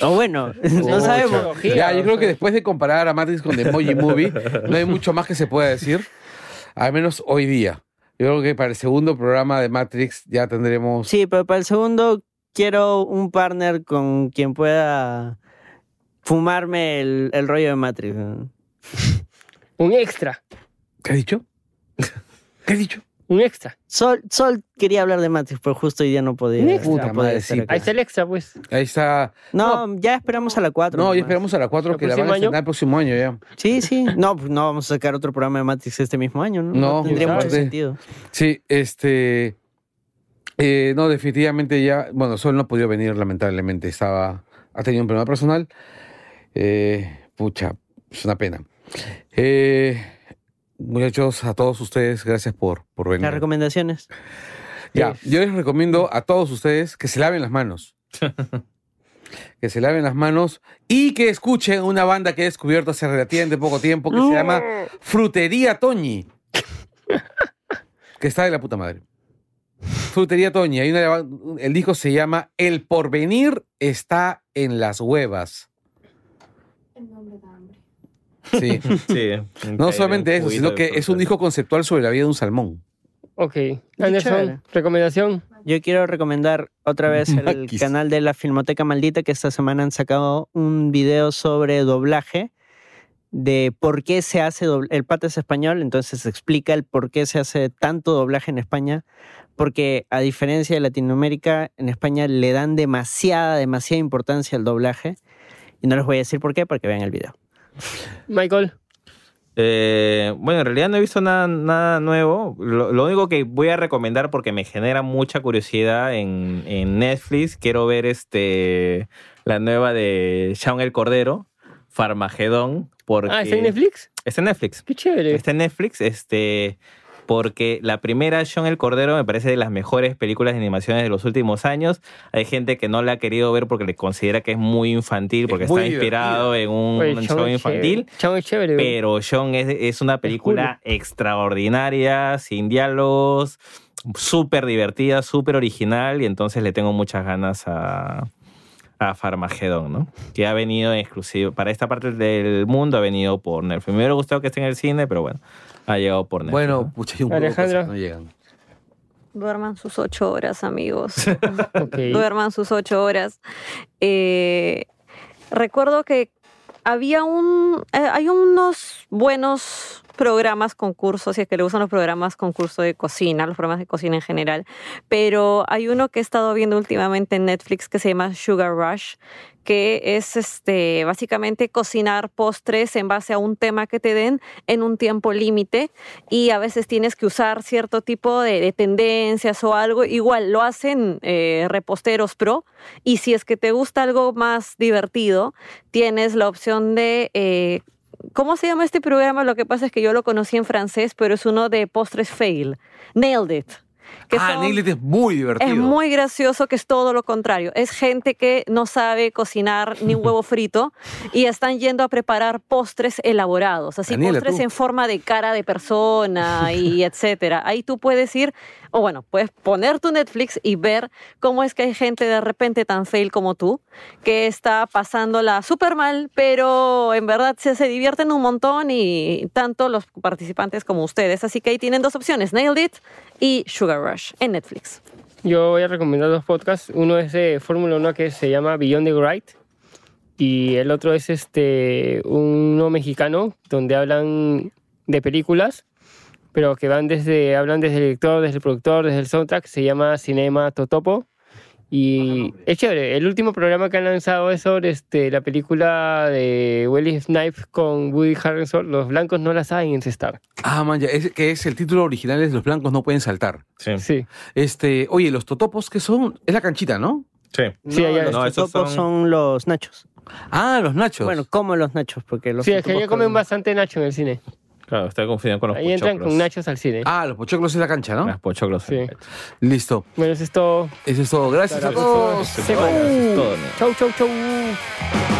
B: o bueno, no
D: Mucha
B: sabemos.
D: tecnología,
G: Ya, yo
D: o
G: creo que
D: sea.
G: después de comparar a Matrix con The Emoji Movie, no hay mucho más que se pueda decir, al menos hoy día. Yo creo que para el segundo programa de Matrix ya tendremos...
B: Sí, pero para el segundo quiero un partner con quien pueda fumarme el, el rollo de Matrix. ¿no?
D: Un extra.
G: ¿Qué has dicho? ¿Qué has dicho?
D: Un extra.
B: Sol, Sol quería hablar de Matrix, pero justo hoy día no podía.
D: Next.
B: no
G: Puta
B: podía
G: madre,
B: estar
G: sí,
B: acá.
D: Ahí está el extra, pues.
G: Ahí está...
B: No, ya esperamos a la 4.
G: No, ya esperamos a la 4
D: ¿El
G: que la van a
D: próximo año?
G: estrenar el próximo año ya.
B: Sí, sí. No, pues no vamos a sacar otro programa de Matrix este mismo año, ¿no?
G: No,
B: tendría
D: quién
B: mucho
G: sabe.
B: sentido.
G: Sí, este... eh, no, definitivamente ya... Bueno, Sol no ha podido venir, lamentablemente. Estaba... Ha tenido un problema personal. Eh, pucha, es una pena. Eh, muchachos, a todos ustedes, gracias por, por venir.
B: Las recomendaciones.
G: Ya,
D: Sí.
G: yo les recomiendo a todos ustedes que se laven las manos. que se laven las manos y que escuchen una banda que he descubierto hace relativamente poco tiempo que se llama Frutería Toñi. que está de la puta madre. Frutería Toñi. Hay una- el disco se llama El porvenir está en las huevas. Sí.
E: Sí.
G: No solamente eso, sino que es un disco conceptual sobre la vida de un salmón.
D: Ok. Anderson, recomendación.
B: Yo quiero recomendar otra vez el
G: Maquis.
B: canal de la Filmoteca Maldita, que esta semana han sacado un video sobre doblaje, de por qué se hace doblaje. El pata es español, entonces explica el por qué se hace tanto doblaje en España, porque a diferencia de Latinoamérica, en España le dan demasiada, demasiada importancia al doblaje. Y no les voy a decir por qué, porque vean el video.
D: Michael.
E: Eh, bueno, en realidad no he visto nada, nada nuevo. Lo, lo único que voy a recomendar porque me genera mucha curiosidad en, en Netflix, quiero ver este la nueva de Shaun el Cordero, Farmagedón, porque
D: Ah, ¿está en Netflix?
E: Está en Netflix.
D: Qué chévere.
E: Está en Netflix, este porque la primera Shaun el Cordero me parece de las mejores películas de animaciones de los últimos años. Hay gente que no la ha querido ver porque le considera que es muy infantil, porque
G: muy
E: está inspirado en un
D: Oye,
E: show
D: es
E: infantil.
D: Pues, chévere. Chao es chévere. güey.
E: Pero John es, es una película extraordinaria, sin diálogos, súper divertida, súper original, y entonces le tengo muchas ganas a, a Farmagedón, ¿no? Que ha venido en exclusivo, para esta parte del mundo ha venido por Nerf. Me hubiera gustado que esté en el cine, pero bueno, ha llegado por Nerf.
G: Bueno,
E: ¿no?
G: pucha, hay un huevo de cosas
D: Alejandro.
G: que no llegan.
C: Duerman sus ocho horas, amigos.
D: Ok.
C: duerman sus ocho horas. Eh, recuerdo que había un, eh, hay unos buenos programas, concursos, si es que le gustan los programas, concurso de cocina, los programas de cocina en general. Pero hay uno que he estado viendo últimamente en Netflix que se llama Sugar Rush, que es este, básicamente cocinar postres en base a un tema que te den en un tiempo límite y a veces tienes que usar cierto tipo de, de tendencias o algo. Igual lo hacen eh, reposteros pro y si es que te gusta algo más divertido, tienes la opción de... eh, ¿Cómo se llama este programa? Lo que pasa es que yo lo conocí en francés, pero es uno de postres fail. Nailed it. que
A: ah,
C: son-
A: Niglet es muy divertido.
C: es muy gracioso que es todo lo contrario. Es gente que no sabe cocinar ni un huevo frito y están yendo a preparar postres elaborados, así
A: Daniela,
C: postres
A: tú.
C: en forma de cara de persona y etcétera. Ahí tú puedes ir, o bueno, puedes poner tu Netflix y ver cómo es que hay gente de repente tan fail como tú que está pasándola súper mal, pero en verdad se, se divierten un montón y tanto los participantes como ustedes. Así que ahí tienen dos opciones, Nailed It y Sugar Rush en Netflix.
D: Yo voy a recomendar dos podcasts. Uno es de Fórmula 1 que se llama Beyond the Right. Y el otro es este uno mexicano donde hablan de películas, pero que van desde, hablan desde el director, desde el productor, desde el soundtrack. Se llama Cinema Totopo.
E: Ah,
D: Y es chévere. El último programa que han lanzado es sobre este, la película de Willie Snipes con Woody Harrelson. Los blancos no la saben encestar.
A: Ah, man, ya, es, que es el título original es Los blancos no pueden saltar.
E: Sí.
D: Sí.
A: Este, oye, los totopos que son, es la canchita, ¿no?
E: sí.
D: Sí, allá-
E: No,
B: los
E: esos
B: totopos son...
E: son-
B: los nachos.
A: Ah, los nachos.
B: Bueno, como los nachos, porque los
D: Sí, es que
B: totopos
D: ya comen
B: con-
D: bastante nacho en el cine.
E: Claro, estoy confundiendo con los
D: Ahí entran
E: pochoclos.
D: con nachos al cine.
A: ah, los pochoclos es la cancha, ¿no?
E: Las pochoclos.
D: Sí.
A: Listo.
D: Bueno, eso es todo.
A: Eso es todo. Gracias a
D: Claro,
A: todos.
E: Eso es todo, ¿no?
D: Chau, chau, chau.